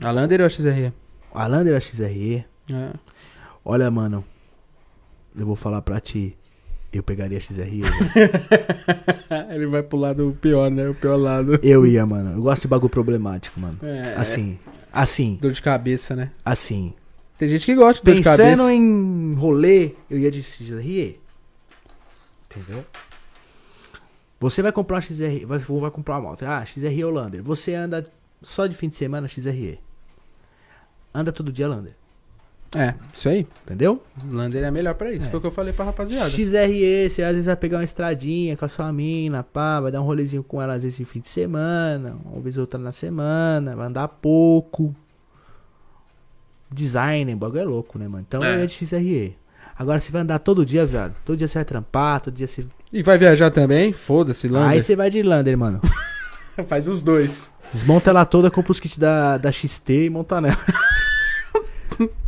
A Lander ou a XRE?
a Lander a XRE.
É.
Olha, mano, eu vou falar pra ti. Eu pegaria a XRE, velho.
Ele vai pro lado pior, né? O pior lado.
Eu ia, mano. Eu gosto de bagulho problemático, mano.
É.
Assim, assim,
Dor de cabeça, né?
assim.
Tem gente que gosta de dor de cabeça.
Pensando em rolê, eu ia de XRE. Entendeu? Você vai comprar uma XRE, vai, vai comprar uma moto. Ah, XRE ou Lander. Você anda só de fim de semana XRE. Anda todo dia Lander.
É, isso aí.
Entendeu?
Lander é melhor pra isso.
É.
Foi o que eu falei pra rapaziada.
XRE, você às vezes vai pegar uma estradinha com a sua mina, pá, vai dar um rolezinho com ela às vezes em fim de semana, uma vez ou outra na semana, vai andar pouco. Design, o bagulho é louco, né, mano? Então
É.
é, de XRE. Agora você vai andar todo dia, viado. Todo dia você vai trampar, todo dia você.
E vai viajar também? Foda-se,
Aí
Lander.
você vai de Lander, mano.
Faz os dois.
Desmonta ela toda, compra os kits da, da XT e monta nela.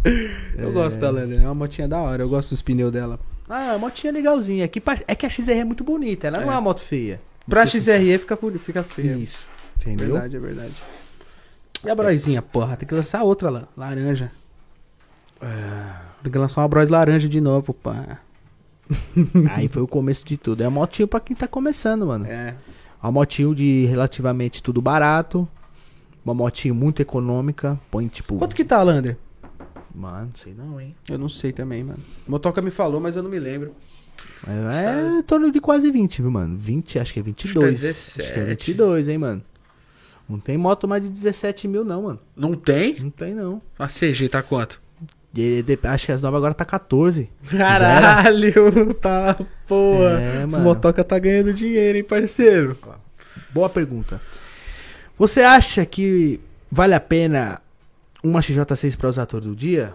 Eu gosto da Lander, é uma motinha da hora. Eu gosto dos pneus dela.
Ah, a motinha é legalzinha. Que pa- É que a XRE é muito bonita, ela não
É.
é uma moto feia.
Pra
Não sei se-
XRE fica, puri- fica feia.
Isso. Entendeu?
verdade, é verdade. E a broizinha, porra? Tem que lançar outra lá. Laranja.
É.
Tem que lançar uma broz laranja de novo, pá.
Aí foi o começo de tudo. É a motinho pra quem tá começando, mano.
É.
Uma motinho de relativamente tudo barato. Uma motinho muito econômica. Põe tipo.
Quanto que tá a Lander?
Mano, não sei não, hein?
Eu não sei também, mano. O Motoca me falou, mas eu não me lembro.
É, é em torno de quase 20, viu, mano? 20, acho que é 22.
Acho que é
que é
17.
22, hein, mano? Não tem moto mais de 17 mil, não, mano.
Não tem?
Não tem, não.
A CG tá quanto?
E, de- acho que as novas agora tá 14.
Caralho, tá, porra.
É,
Esse
mano.
motoca tá ganhando dinheiro, hein, parceiro?
Boa pergunta. Você acha que vale a pena uma XJ6 pra usar todo dia?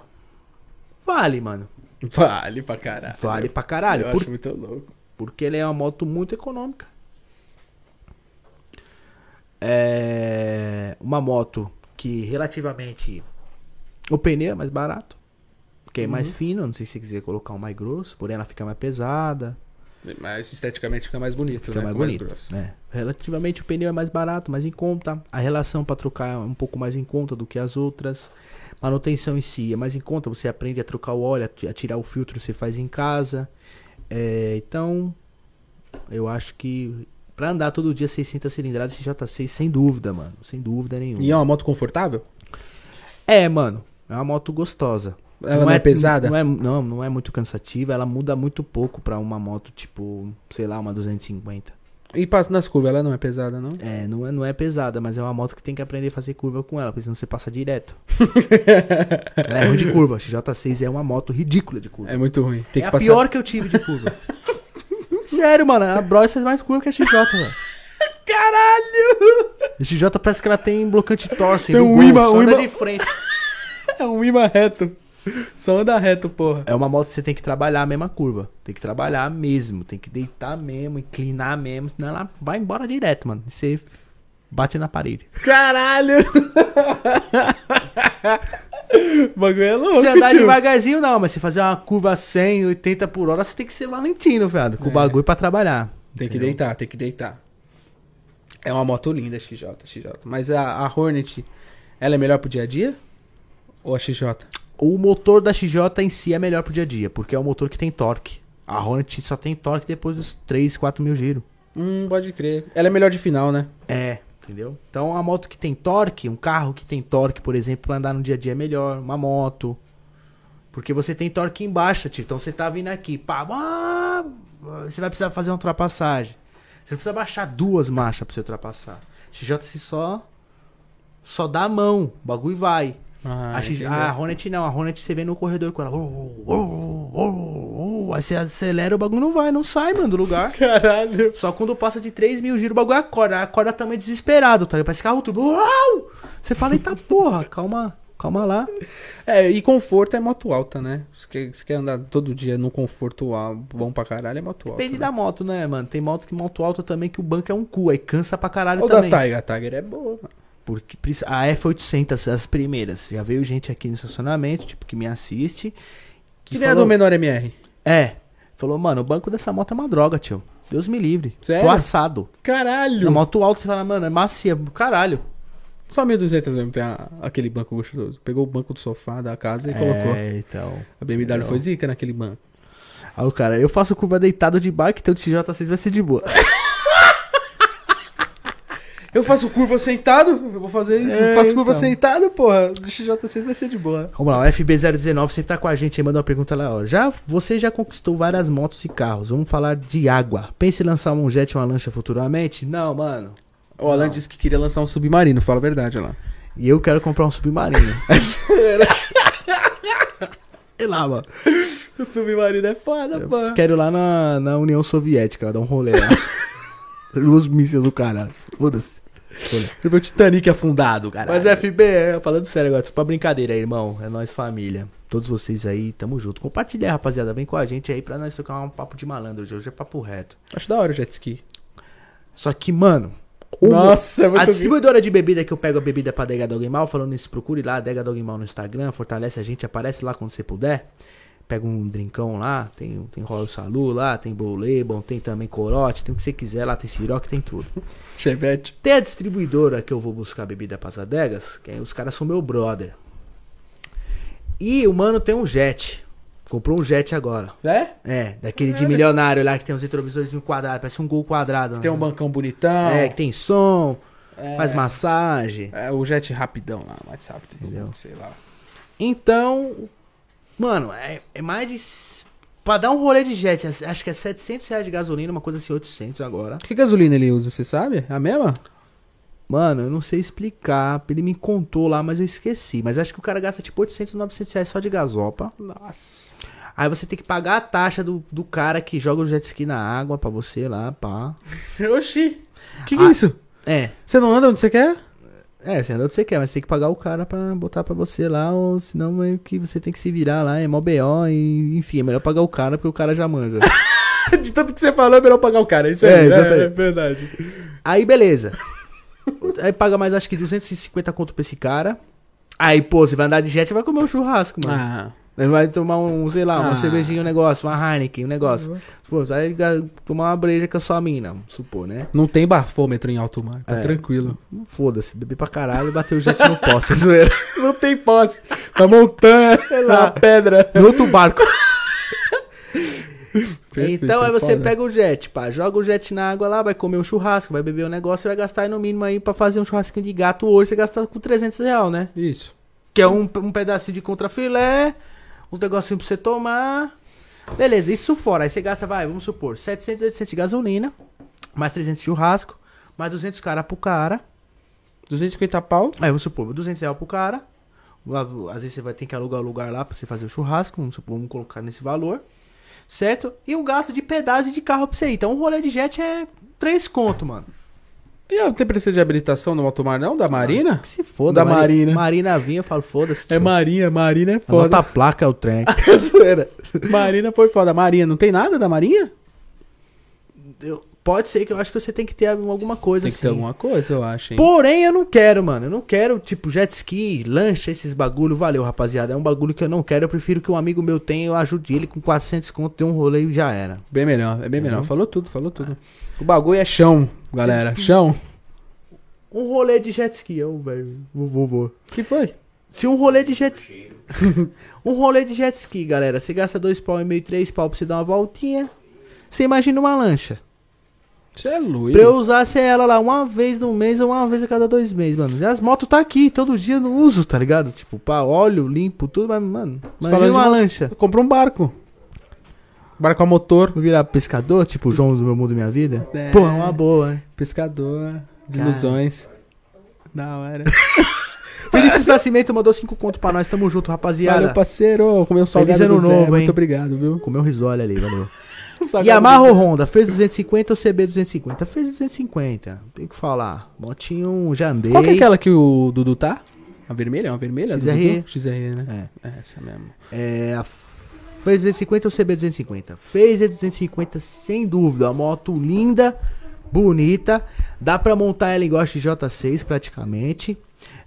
Vale, mano.
Vale pra caralho.
Vale pra
Eu
caralho. Por
acho muito louco.
Porque ele é uma moto muito econômica. É uma moto que relativamente o pneu é mais barato, porque é
Uhum.
mais fino, não sei se você quiser colocar um mais grosso, porém ela fica mais pesada,
Mas esteticamente fica mais bonito,
fica
né?
é mais
Fica
bonito, né? Relativamente o pneu é mais barato, mais em conta, a relação pra trocar é um pouco mais em conta do que as outras. Manutenção em si é mais em conta, você aprende a trocar o óleo, a ti- a tirar o filtro, você faz em casa. É, então, eu acho que pra andar todo dia 600 cilindradas, CJ6, sem dúvida, mano. Sem dúvida nenhuma.
E é uma moto confortável?
É, mano, é uma moto gostosa.
Ela não é pesada?
Não é, não, não é muito cansativa, ela muda muito pouco pra uma moto tipo, sei lá, uma 250.
E passa nas curvas, ela não é pesada, não?
É não, é, não é pesada, mas é uma moto que tem que aprender a fazer curva com ela, porque senão você passa direto. ela é ruim de curva. A XJ6 é uma moto ridícula de curva.
É muito ruim. Tem
é
que
a
passar...
pior que eu tive de curva. Sério, mano, a Bros faz mais curva que a XJ, mano.
Caralho!
A XJ parece que ela tem blocante torce.
Tem
no
um
gol,
imã,
só
um
anda
imã.
de frente.
É um imã reto. Só anda reto, porra.
É uma moto que você tem que trabalhar a mesma curva. Tem que trabalhar mesmo. Tem que deitar mesmo, inclinar mesmo. Senão ela vai embora direto, mano. E você bate na parede.
Caralho! o bagulho é louco,
Você andar
tio.
devagarzinho não, mas você fazer uma curva 100, 80 por hora, você tem que ser valentino, viado. Com o
É.
bagulho pra trabalhar.
Tem que
entendeu?
deitar, tem que deitar. É uma moto linda, XJ, XJ. Mas a, a Hornet, ela é melhor pro dia a dia? Ou a XJ?
O motor da XJ em si é melhor pro dia a dia, porque é um motor que tem torque. A Hornet só tem torque depois dos 3, 4 mil giros.
Hum, pode crer. Ela é melhor de final, né?
É, entendeu? Então uma moto que tem torque, um carro que tem torque, por exemplo, pra andar no dia a dia é melhor, uma moto. Porque você tem torque embaixo, tipo, então você tá vindo aqui, pá, ah, você vai precisar fazer uma ultrapassagem. Você não precisa baixar duas marchas pra você ultrapassar. XJ só só dá a mão, o bagulho vai.
Ah,
a, XJ,
entendeu.
a Hornet não, a Hornet você vem no corredor com ela. "Oh, oh, oh, oh", aí você acelera, o bagulho não vai, não sai, mano, do lugar.
Caralho.
Só quando passa de 3 mil giros, o bagulho acorda. Acorda também desesperado, tá ligado? Parece carro turbo. Uau! Você fala, eita porra, calma, calma lá.
É, e conforto é moto alta, né? Você quer, você quer andar todo dia num conforto al- bom pra caralho, é moto alta. né?
Depende da moto, né, mano? Tem moto que moto alta também, que o banco é um cu, aí cansa pra caralho
Ou da
também.
Tiger, a Tiger é boa, mano.
Porque precisa- a F800, as primeiras. Já veio gente aqui no estacionamento, tipo, que me assiste.
Que
Que
nem a
falou,
do menor MR.
É. Falou, mano, o banco dessa moto é uma droga, tio. Deus me livre.
Sério?
Tô assado.
Caralho!
Na moto alta você fala, mano, é macia, caralho.
Só 1200 mesmo tem a- aquele banco gostoso. Pegou o banco do sofá da casa e colocou.
É, então.
A BMW foi zica naquele banco.
Aí o cara, eu faço curva deitado de bike, então o TJ6 vai ser de boa.
Eu faço curva sentado, eu vou fazer isso.
É,
faço curva
então.
sentado, porra. O XJ6 vai ser de boa.
Vamos lá, o FB019 sempre tá com a gente, aí manda uma pergunta lá, ó. Já, você já conquistou várias motos e carros, vamos falar de água. Pensa em lançar um jet, uma lancha futuramente? Não, mano.
O Alan disse que queria lançar um submarino, fala a verdade, Alan.
E eu quero comprar um submarino. Sei lá, mano.
O submarino é foda, pô.
Quero ir lá na, na União Soviética, lá, dar um rolê lá. Os mísseis do caralho, foda-se.
Eu vi o Titanic afundado, cara.
Mas FB, é, falando sério agora, tipo, pra brincadeira aí, irmão. É nós família. Todos vocês aí, tamo junto. Compartilha, aí, rapaziada. Vem com a gente aí pra nós trocar um papo de malandro. Hoje Hoje é papo reto.
Acho da hora o jet ski.
Só que, mano. o-
Nossa, é muito
A distribuidora de bebida que eu pego a bebida pra Adega Dog Mal, falando isso, procure lá, Adega Dog Mal no Instagram, fortalece a gente, aparece lá quando você puder. Pega um drincão lá, tem, tem Royal Salu lá, tem Bolebon, tem também Corote, tem o que você quiser lá, tem Ciroc, tem tudo.
Chevette.
Até a distribuidora que eu vou buscar bebida pras adegas, que aí os caras são meu brother. E o mano tem um jet. Comprou um jet agora.
É?
É, daquele de milionário lá que tem os retrovisores de um quadrado, parece um gol quadrado.
Tem
né?
um bancão bonitão.
É, que tem som,
É,
faz massagem.
é, o jet rapidão lá, mais rápido do
Entendeu?
mundo, sei lá.
Então, mano, é, é mais de. s- Pra dar um rolê de jet, as- acho que é 700 reais de gasolina, uma coisa assim, 800 agora.
Que gasolina ele usa, você sabe? A mesma?
Mano, eu não sei explicar, ele me contou lá, mas eu esqueci. Mas acho que o cara gasta tipo 800, 900 reais só de gasopa.
Nossa.
Aí você tem que pagar a taxa do, do cara que joga o jet ski na água pra você lá, pá.
Oxi. Que que
Ah.
é isso?
É.
Você não anda onde você quer?
É, você anda onde você quer, mas você tem que pagar o cara pra botar pra você lá, ou senão meio que você tem que se virar lá, é mó BO, e enfim, é melhor pagar o cara porque o cara já manja.
De tanto que você falou, é melhor pagar o cara. Isso
É,
aí, né?
exatamente.
é verdade.
Aí beleza. Aí paga mais acho que 250 conto pra esse cara. Aí, pô, você vai andar de jet e vai comer um churrasco, mano.
Ah,
Ele Vai tomar um, sei lá, uma
Ah.
cervejinha, um negócio, uma Heineken, um negócio. Pô, vai ga- tomar uma breja com a sua mina, supor, né?
não tem bafômetro em alto mar, tá
É.
tranquilo.
Foda-se, beber pra caralho e bater o jet no poste, é zoeira.
Não tem Tá posse. Na montanha,
lá.
na pedra.
No outro barco.
Perfeito,
então aí
isso é
você
foda.
pega o jet, pá, joga o jet na água lá, vai comer um churrasco, vai beber um negócio, e vai gastar aí no mínimo aí pra fazer um churrasquinho de gato hoje, você gasta com 300 real, né?
Isso.
Que é um, um pedacinho de contrafilé, uns negocinhos pra você tomar. Beleza, isso fora. Aí você gasta, vai, vamos supor, 700, 800 de gasolina, mais 300 de churrasco, mais 200 cara pro cara.
250 pau.
Aí vamos supor, 200 reais pro cara. Lá, Às vezes você vai ter que alugar o lugar lá pra você fazer o churrasco, vamos supor, vamos colocar nesse valor. Certo? E o gasto de pedágio de carro pra você ir. Então um rolê de jet é 3 conto, mano.
E eu não tem precisa de habilitação no Alto Mar, não? Da Marina?
Que se foda.
Da
Mari-
Marina.
Marina vinha, eu falo, foda-se.
É
tio.
Marinha, Marina é
A nota
foda.
placa é o trem.
Zoeira.
Marina foi foda. Marinha, não tem nada da Marinha?
Eu- pode ser que eu acho que você tem que ter alguma coisa
Tem que
assim.
ter alguma coisa, eu acho, hein?
Porém, eu não quero, mano. Eu não quero, tipo, jet ski, lancha, esses bagulho. Valeu, rapaziada. É um bagulho que eu não quero. Eu prefiro que um amigo meu tenha, eu ajude ele com 400 conto, dê um rolê e já era.
Bem melhor, é bem melhor. Falou tudo, falou tudo. O bagulho é chão, galera. Chão.
Um rolê de jet ski, eu, velho. Vovô.
Que foi?
Se um rolê de jet ski. um rolê de jet ski, galera. Você gasta dois pau e meio, três pau pra você dar uma voltinha. Você imagina uma lancha.
Você é
Pra eu
louco.
usar se é ela lá uma vez no mês ou uma vez a cada dois meses, mano. E as motos tá aqui, todo dia eu não uso, tá ligado? Tipo, pá, óleo, limpo, tudo, mas, mano,
falando
imagina
de
uma
uma-
lancha.
Comprou um barco. Barco a motor,
Vou virar pescador, tipo o João do meu mundo e minha vida.
É.
Pô, é uma boa, hein?
pescador,
Cara.
ilusões. Da hora.
Vinícius Nascimento mandou cinco conto pra nós, tamo junto, rapaziada.
Valeu, parceiro. Comeu um salgado
Feliz ano
do Zé.
novo,
Muito
hein? Um
obrigado, viu?
Comeu risole ali, valeu.
Salgado
Yamaha ou Honda, fez 250 ou CB 250? Fez 250, tem que falar. Motinho, um já andei.
do- Qual que é aquela que o Dudu tá? A vermelha? É uma vermelha? do
XRE.
Dudu? XRE, né? É. Essa mesmo.
É, a F- Phaser 250 ou CB 250? Phaser 250, sem dúvida. Uma moto linda, bonita. Dá pra montar ela igual a XJ6 praticamente.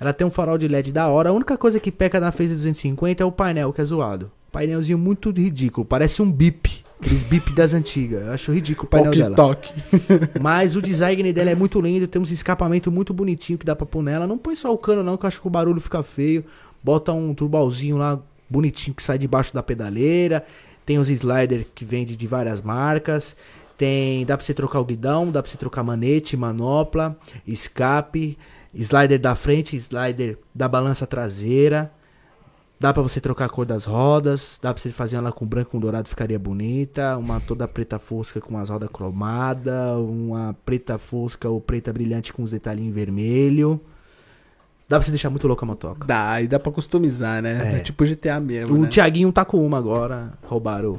Ela tem um farol de LED da hora. A única coisa que peca na Phaser 250 é o painel, que é zoado. Painelzinho muito ridículo. Parece um bip. Aqueles bip das antigas. Eu acho ridículo o painel
Walkie
dela.
Talk.
Mas o design dela é muito lindo, tem uns escapamento muito bonitinho que dá pra pôr nela. Não põe só o cano, não, que eu acho que o barulho fica feio. Bota um turbalzinho lá bonitinho que sai debaixo da pedaleira. Tem os slider que vende de várias marcas. Tem. Dá pra você trocar o guidão, dá pra você trocar manete, manopla, escape, slider da frente, slider da balança traseira. Dá pra você trocar a cor das rodas, dá pra você fazer ela com branco com dourado, ficaria bonita. Uma toda preta fosca com as rodas cromadas, uma preta fosca ou preta brilhante com os detalhinhos vermelho. Dá pra você deixar muito louca a motoca.
Dá, e dá pra customizar, né? É,
É.
tipo GTA mesmo,
O
né?
Thiaguinho tá com uma agora, roubaram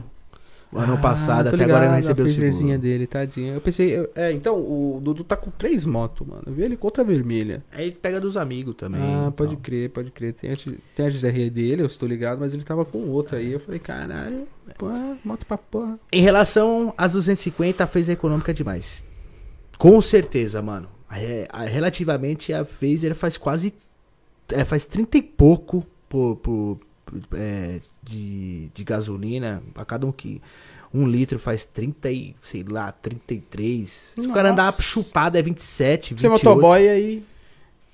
o ano passado,
Ah, tô
até agora ele não
ligado,
recebeu
a
o
Phaserzinha
seguro.
dele, tadinho. Eu pensei, eu- é, então, o Dudu tá com três motos, mano. Eu vi ele com outra vermelha.
Aí ele pega dos amigos também.
ah, pode
então.
crer, pode crer. Tem a, X- tem a XRE dele, eu estou ligado, mas ele tava com outra aí. Eu falei, caralho, pô, moto pra porra.
Em relação às 250, a Phaser econômica é demais. Com certeza, mano. É, a- relativamente, a Phaser faz quase. é, faz 30 e pouco por, por- por- é, de, de gasolina. A cada um que. Um litro faz 30 e, sei lá, 33. Se o cara andar
Nossa.
chupado é 27,
Você é
28.
motoboy aí.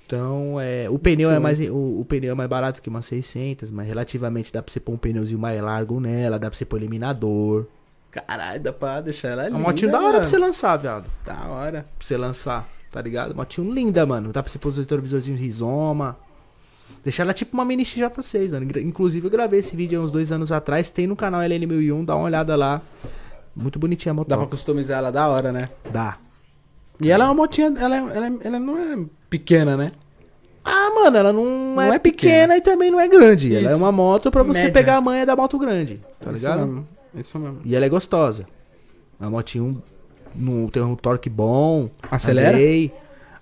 Então, é, o pneu é
28.
mais o, o pneu é mais barato que umas 600, mas relativamente dá pra você pôr um pneuzinho mais largo nela, dá pra você pôr eliminador.
Caralho, dá pra deixar ela
É
ali.
um motinho da hora pra você lançar, viado.
Da hora.
Pra você lançar, tá ligado? Motinho linda, mano. Dá pra você pôr os retrovisorzinhos rizoma. Deixar ela tipo uma mini XJ6, mano. Gra- Inclusive eu gravei esse vídeo há uns dois anos atrás. Tem no canal LN1001, dá uma olhada lá. Muito bonitinha a
Dá pra
motoca.
customizar ela da hora, né?
Dá.
E ela é uma motinha, ela, é- ela, é- ela não é pequena, né?
Ah, mano, ela não, é,
é pequena.
pequena, e também não é grande. Ela
Isso.
é uma moto pra você
Média.
pegar a manha da moto grande, tá ligado?
Isso mesmo. Isso mesmo.
E ela é gostosa. A motinho não tem um torque bom.
Acelera?
andei.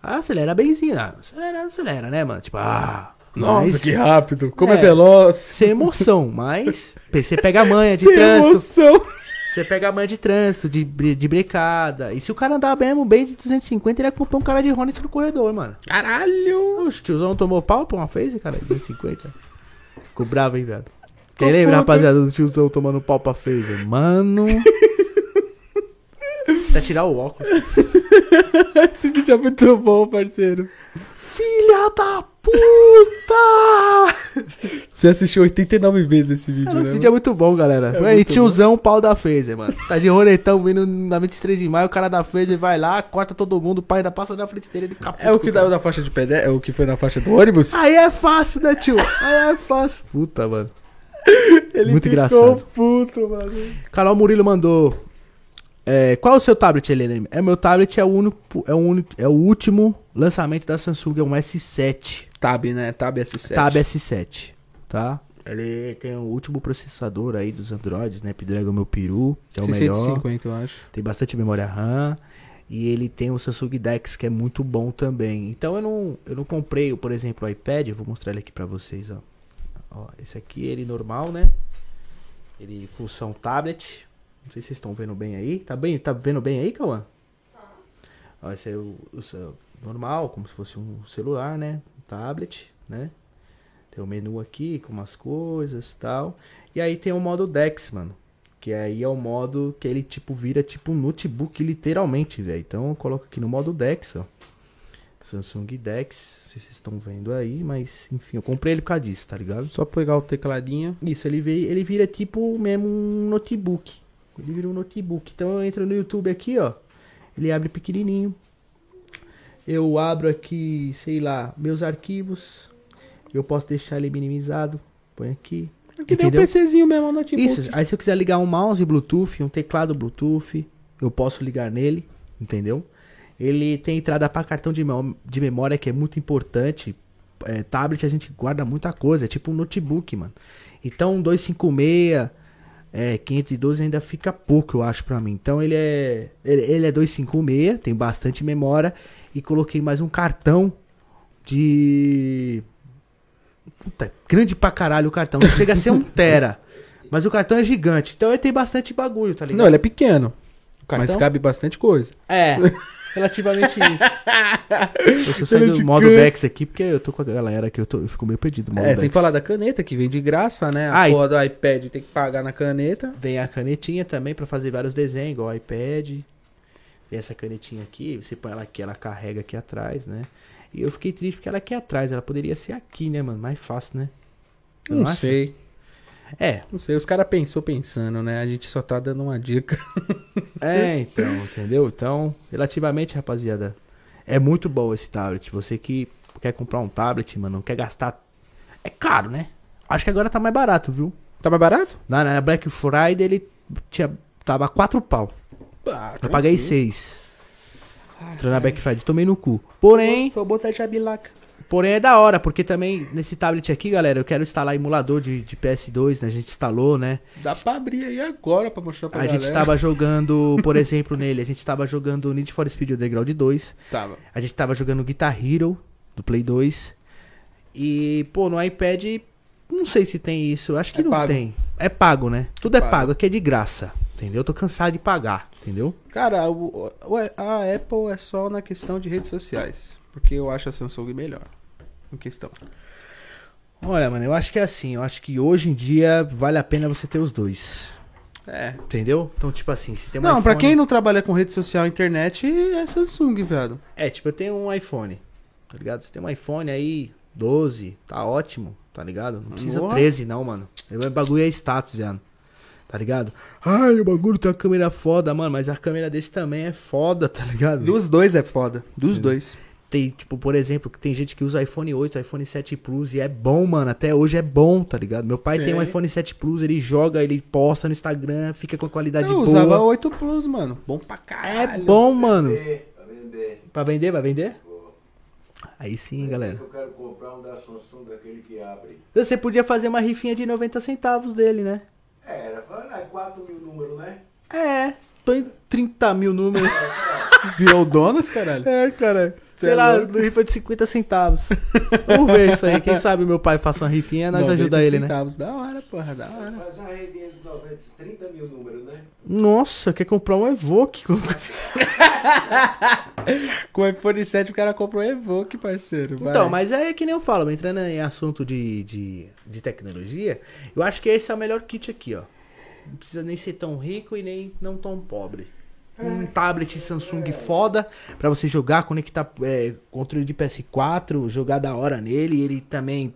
Ah, acelera bemzinho. Ah, acelera, acelera, né, mano? Tipo, ah.
Nossa,
mas
que rápido. Como é,
É.
veloz.
Sem emoção, mas. Você pega a manha de
Sem
trânsito.
emoção.
Você pega a manha de trânsito, de, bre- de brecada. E se o cara andar mesmo bem de 250, ele ia comprar um cara de Hornet no corredor, mano.
Caralho.
O tiozão tomou pau pra uma face, cara, de 250. Ficou bravo, hein, velho? Quem lembra, rapaziada, do tiozão tomando pau pra face? Mano. Até tirar o óculos.
Esse vídeo é muito bom, parceiro.
Filha da puta!
Você assistiu 89 vezes esse vídeo,
Cara,
né?
esse vídeo é muito bom, galera.
É
Aí,
muito
tiozão, pau da Phaser, mano. Tá de roletão vindo na 23 de maio, o cara da Phaser vai lá, corta todo mundo, o pai ainda passa na frente dele, ele fica puto
É o
com
que dá
cara.
na faixa de pedestre, é o que foi na faixa do ônibus?
Aí é fácil, né, tio? Aí é fácil. Puta, mano.
Ele
muito
ficou
engraçado.
puto, mano.
Carol Murilo mandou. é, qual é o seu tablet, Helena? É, meu tablet é o único, é o único, é o último lançamento da Samsung, é um S7.
Tab, né? Tab S7.
Tab S7, tá? Ele tem o último processador aí né? dos Androids, Snapdragon, meu peru, que é o melhor.
650, eu acho.
Tem bastante memória RAM. E ele tem o Samsung Dex, que é muito bom também. Então eu não, eu não comprei, por exemplo, o iPad. Eu vou mostrar ele aqui pra vocês, ó. Ó, esse aqui, ele normal, né? Ele função tablet. Não sei se vocês estão vendo bem aí. Tá bem? Tá vendo bem aí, Cauã? Tá. Ó, esse é o, o seu- normal, como se fosse um celular, né? Um tablet, né? Tem o menu aqui com umas coisas e tal. E aí tem o modo Dex, mano. Que aí é o modo que ele, tipo, vira tipo um notebook, literalmente, velho. Então eu coloco aqui no modo Dex, ó. Samsung Dex. Não sei se vocês estão vendo aí, mas enfim, eu comprei ele por causa disso, tá ligado?
Só pegar o tecladinho.
Isso, ele, vê, ele vira tipo mesmo um notebook. Ele vira um notebook. Então eu entro no YouTube aqui, ó. Ele abre pequenininho. Eu abro aqui, sei lá, meus arquivos. Eu posso deixar ele minimizado. Põe aqui.
Que nem um
Entendeu?
PCzinho mesmo, um notebook.
Isso, aí se eu quiser ligar um mouse Bluetooth, um teclado Bluetooth, eu posso ligar nele, entendeu? Ele tem entrada para cartão de, mem- de memória, que é muito importante. É, tablet a gente guarda muita coisa, é tipo um notebook, mano. Então, um 256, é, 512 ainda fica pouco, eu acho, pra mim. Então, ele é, ele, ele é 256, tem bastante memória. E coloquei mais um cartão de. Puta, grande pra caralho o cartão. Não chega a ser um tera. Mas o cartão é gigante. Então ele tem bastante bagulho, tá ligado?
Não, ele é pequeno.
cartão?
Mas cabe bastante coisa.
É, relativamente isso. Eu tô
Ele é
saindo do
gigante.
modo Dex aqui, porque eu tô com a galera que eu, tô, eu fico meio perdido. modo
É, sem
Dex.
falar da caneta, que vem de graça, né? A
Ai.
porra do iPad tem que pagar na caneta.
Vem a canetinha também pra fazer vários desenhos, igual o iPad. Vem essa canetinha aqui, você põe ela aqui, ela carrega aqui atrás, né? E eu fiquei triste porque ela é aqui atrás, ela poderia ser aqui, né, mano? Mais fácil, né? Eu
Não
acho.
sei,
É,
não sei. Os caras pensou pensando, né? A gente só tá dando uma dica.
é, então, entendeu? Então, relativamente, rapaziada, é muito bom esse tablet. Você que quer comprar um tablet, mano, não quer gastar. É caro, né? Acho que agora tá mais barato, viu?
Tá mais barato?
Na, na Black Friday ele tinha, tava quatro pau. Eu paguei seis. Entrou na Black Friday, tomei no cu. Porém,
Tô botar jabilaca.
porém é da hora, porque também nesse tablet aqui, galera, eu quero instalar emulador de, de PS2, né? A gente instalou, né?
Dá pra abrir aí agora pra mostrar pra
A
galera.
gente tava jogando, por exemplo, nele, a gente tava jogando Need for Speed Underground 2.
Tava.
A gente tava jogando Guitar Hero do Play 2. E, pô, no iPad, não sei se tem isso. Acho que
É
não
pago.
tem. É pago, né? Tudo é
Pago.
pago, aqui é de graça. Entendeu? Eu tô cansado de pagar, entendeu?
Cara, o- o- a Apple é só na questão de redes sociais. Porque eu acho a Samsung melhor. Em questão.
Olha, mano, eu acho que é assim. Eu acho que hoje em dia vale a pena você ter os dois.
É.
Entendeu? Então, tipo assim, se tem um
não, pra
iPhone-
quem não trabalha com rede social e internet, é Samsung, velho.
É, tipo, eu tenho um iPhone, tá ligado? Você tem um iPhone aí, 12, tá ótimo, tá ligado? Não precisa
Boa.
13 não, mano. O bagulho é status, viado. Tá ligado? Ai, o bagulho tem uma câmera foda, mano, mas a câmera desse também é foda, tá ligado?
Dos dois é foda. Dos dois.
Tem, tipo, por exemplo, que tem gente que usa iPhone 8, iPhone 7 Plus e é bom, mano. Até hoje é bom, tá ligado? Meu pai tem um
Tem.
iPhone 7 Plus, ele joga, ele posta no Instagram, fica com a qualidade
eu
Tá boa.
usava 8 Plus, mano. Bom pra
É
caralho.
bom, mano. Pra vender, vai vender? Aí sim, galera.
Eu quero comprar um da Samsung daquele que abre.
Você podia fazer uma rifinha de 90 centavos dele, né?
É, era falando, é 4 mil números, né?
É, tô em 30 mil números.
Virou donos, caralho.
é, cara.
Cê
Sei
é
lá,
louco.
rifa de 50 centavos. Vamos ver isso aí. Quem sabe meu pai faça uma rifinha, nós
90
ajuda ele, né?
centavos. Da hora, porra, da hora.
Faz uma revinha de 90, 30 mil números, né?
Nossa, quer comprar um Evoque?
Com o iPhone 7 o cara comprou o Evoque, parceiro. vai.
Então, mas é que nem eu falo, entrando em assunto de, de, de tecnologia, eu acho que esse é o melhor kit aqui, ó. Não precisa nem ser tão rico e nem não tão pobre. Um tablet Samsung foda pra você jogar, conectar é, controle de PS4, jogar da hora nele. Ele também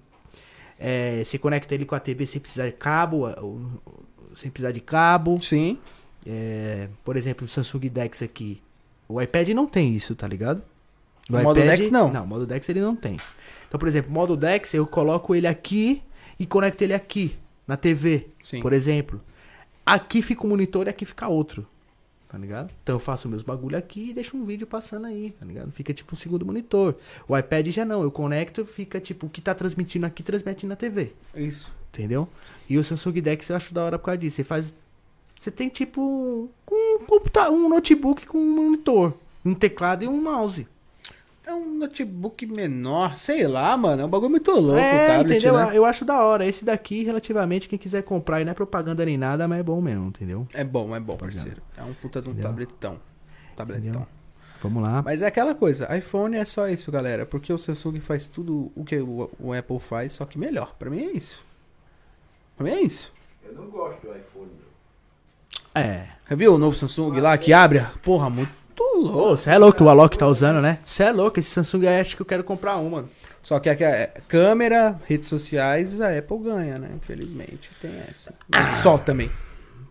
é, se conecta ele com a TV sem precisar de cabo, ou- ou- sem precisar de cabo.
Sim.
É, por exemplo, o Samsung Dex aqui. O iPad não tem isso, tá ligado?
O modo Dex não.
Não, o modo Dex ele não tem. Então, por exemplo, o modo Dex eu coloco ele aqui e conecto ele aqui, na TV,
Sim.
por exemplo. Aqui fica um monitor e aqui fica outro. Tá ligado? Então eu faço meus bagulho aqui e deixo um vídeo passando aí, tá ligado? Fica tipo um segundo monitor. O iPad já não, eu conecto, fica tipo o que tá transmitindo aqui transmite na TV.
Isso.
Entendeu? E o Samsung Dex eu acho da hora por causa disso. Você faz. Você tem tipo um, um computa- um notebook com um monitor. Um teclado e um mouse.
É um notebook menor, sei lá, mano. É um bagulho muito louco
é,
o tablet,
entendeu?
né?
Eu acho da hora. Esse daqui, relativamente, quem quiser comprar, e não é propaganda nem nada, mas é bom mesmo, entendeu?
É bom, é bom, parceiro. É um puta de um
Entendeu?
tabletão. Tabletão.
Entendeu? Vamos lá.
Mas é aquela coisa, iPhone é só isso, galera. Porque o Samsung faz tudo o que o, o Apple faz, só que melhor. Pra mim é isso. Pra mim é isso.
Eu não gosto do iPhone, meu.
É.
Viu o novo Samsung lá que abre? Porra, muito louco.
Ô, você é louco, o Alok tá usando, né? Você é louco, esse Samsung aí acho que eu quero comprar um, mano.
Só que a, a- câmera, redes sociais, a Apple ganha, né? Infelizmente, tem essa. Mas
Ah.
só também.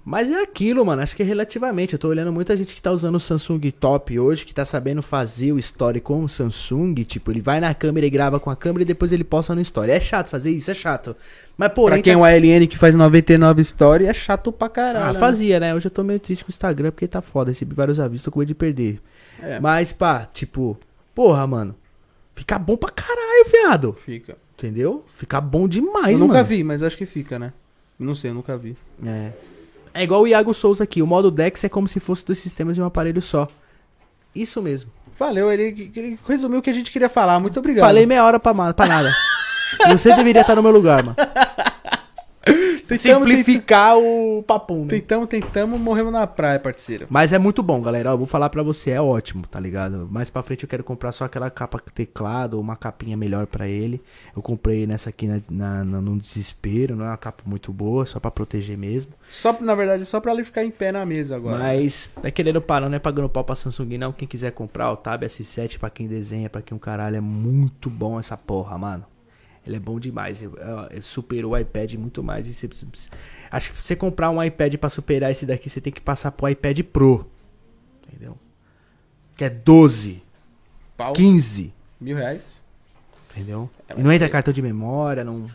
Mas é aquilo, mano. Acho que é relativamente. Eu tô olhando muita gente que tá usando o Samsung Top hoje, que tá sabendo fazer o Story com o Samsung. Tipo, ele vai na câmera e grava com a câmera e depois ele posta no Story. É chato fazer isso, é chato. Mas,
pra
porém.
quem é
tá-
um ALN que faz 99 story, é chato pra caralho.
Ah,
né?
fazia, né? Hoje eu tô meio triste com o Instagram porque tá foda. Recebi vários avisos, tô com medo de perder.
É.
Mas, pá, tipo, porra, mano. Fica bom pra caralho, viado.
Fica.
Entendeu? Fica bom demais,
eu nunca
mano.
vi, mas acho que fica, né? Não sei, eu nunca vi.
É. É igual o Iago Souza aqui. O modo Dex é como se fosse dois sistemas em um aparelho só. Isso mesmo.
Valeu, ele, ele resumiu o que a gente queria falar. Muito obrigado.
Falei meia hora pra, ma- pra nada. Você deveria estar no meu lugar, mano.
tentamos, tentamos,
Simplificar o papo, né?
tentamos, tentamos, morremos na praia, parceiro.
Mas é muito bom, galera. Ó, vou falar pra você, é ótimo, tá ligado? Mais pra frente eu quero comprar só aquela capa com teclado, uma capinha melhor pra ele. Eu comprei nessa aqui na, na, na- num desespero, não é uma capa muito boa, só pra proteger mesmo.
Só, na verdade, só pra ele ficar em pé na mesa agora.
Mas não é querendo parar, não é pagando pau pra Samsung, não. Quem quiser comprar o Tab S7 pra quem desenha, pra quem um caralho, é muito bom essa porra, mano. Ele é bom demais. Eu- eu- eu superou o iPad muito mais. E você precisa- precisa- acho que pra você comprar um iPad pra superar esse daqui, você tem que passar pro iPad Pro. Entendeu? Que é 12,
Pau,
15.
mil reais.
Entendeu? E não entra cartão de memória, não.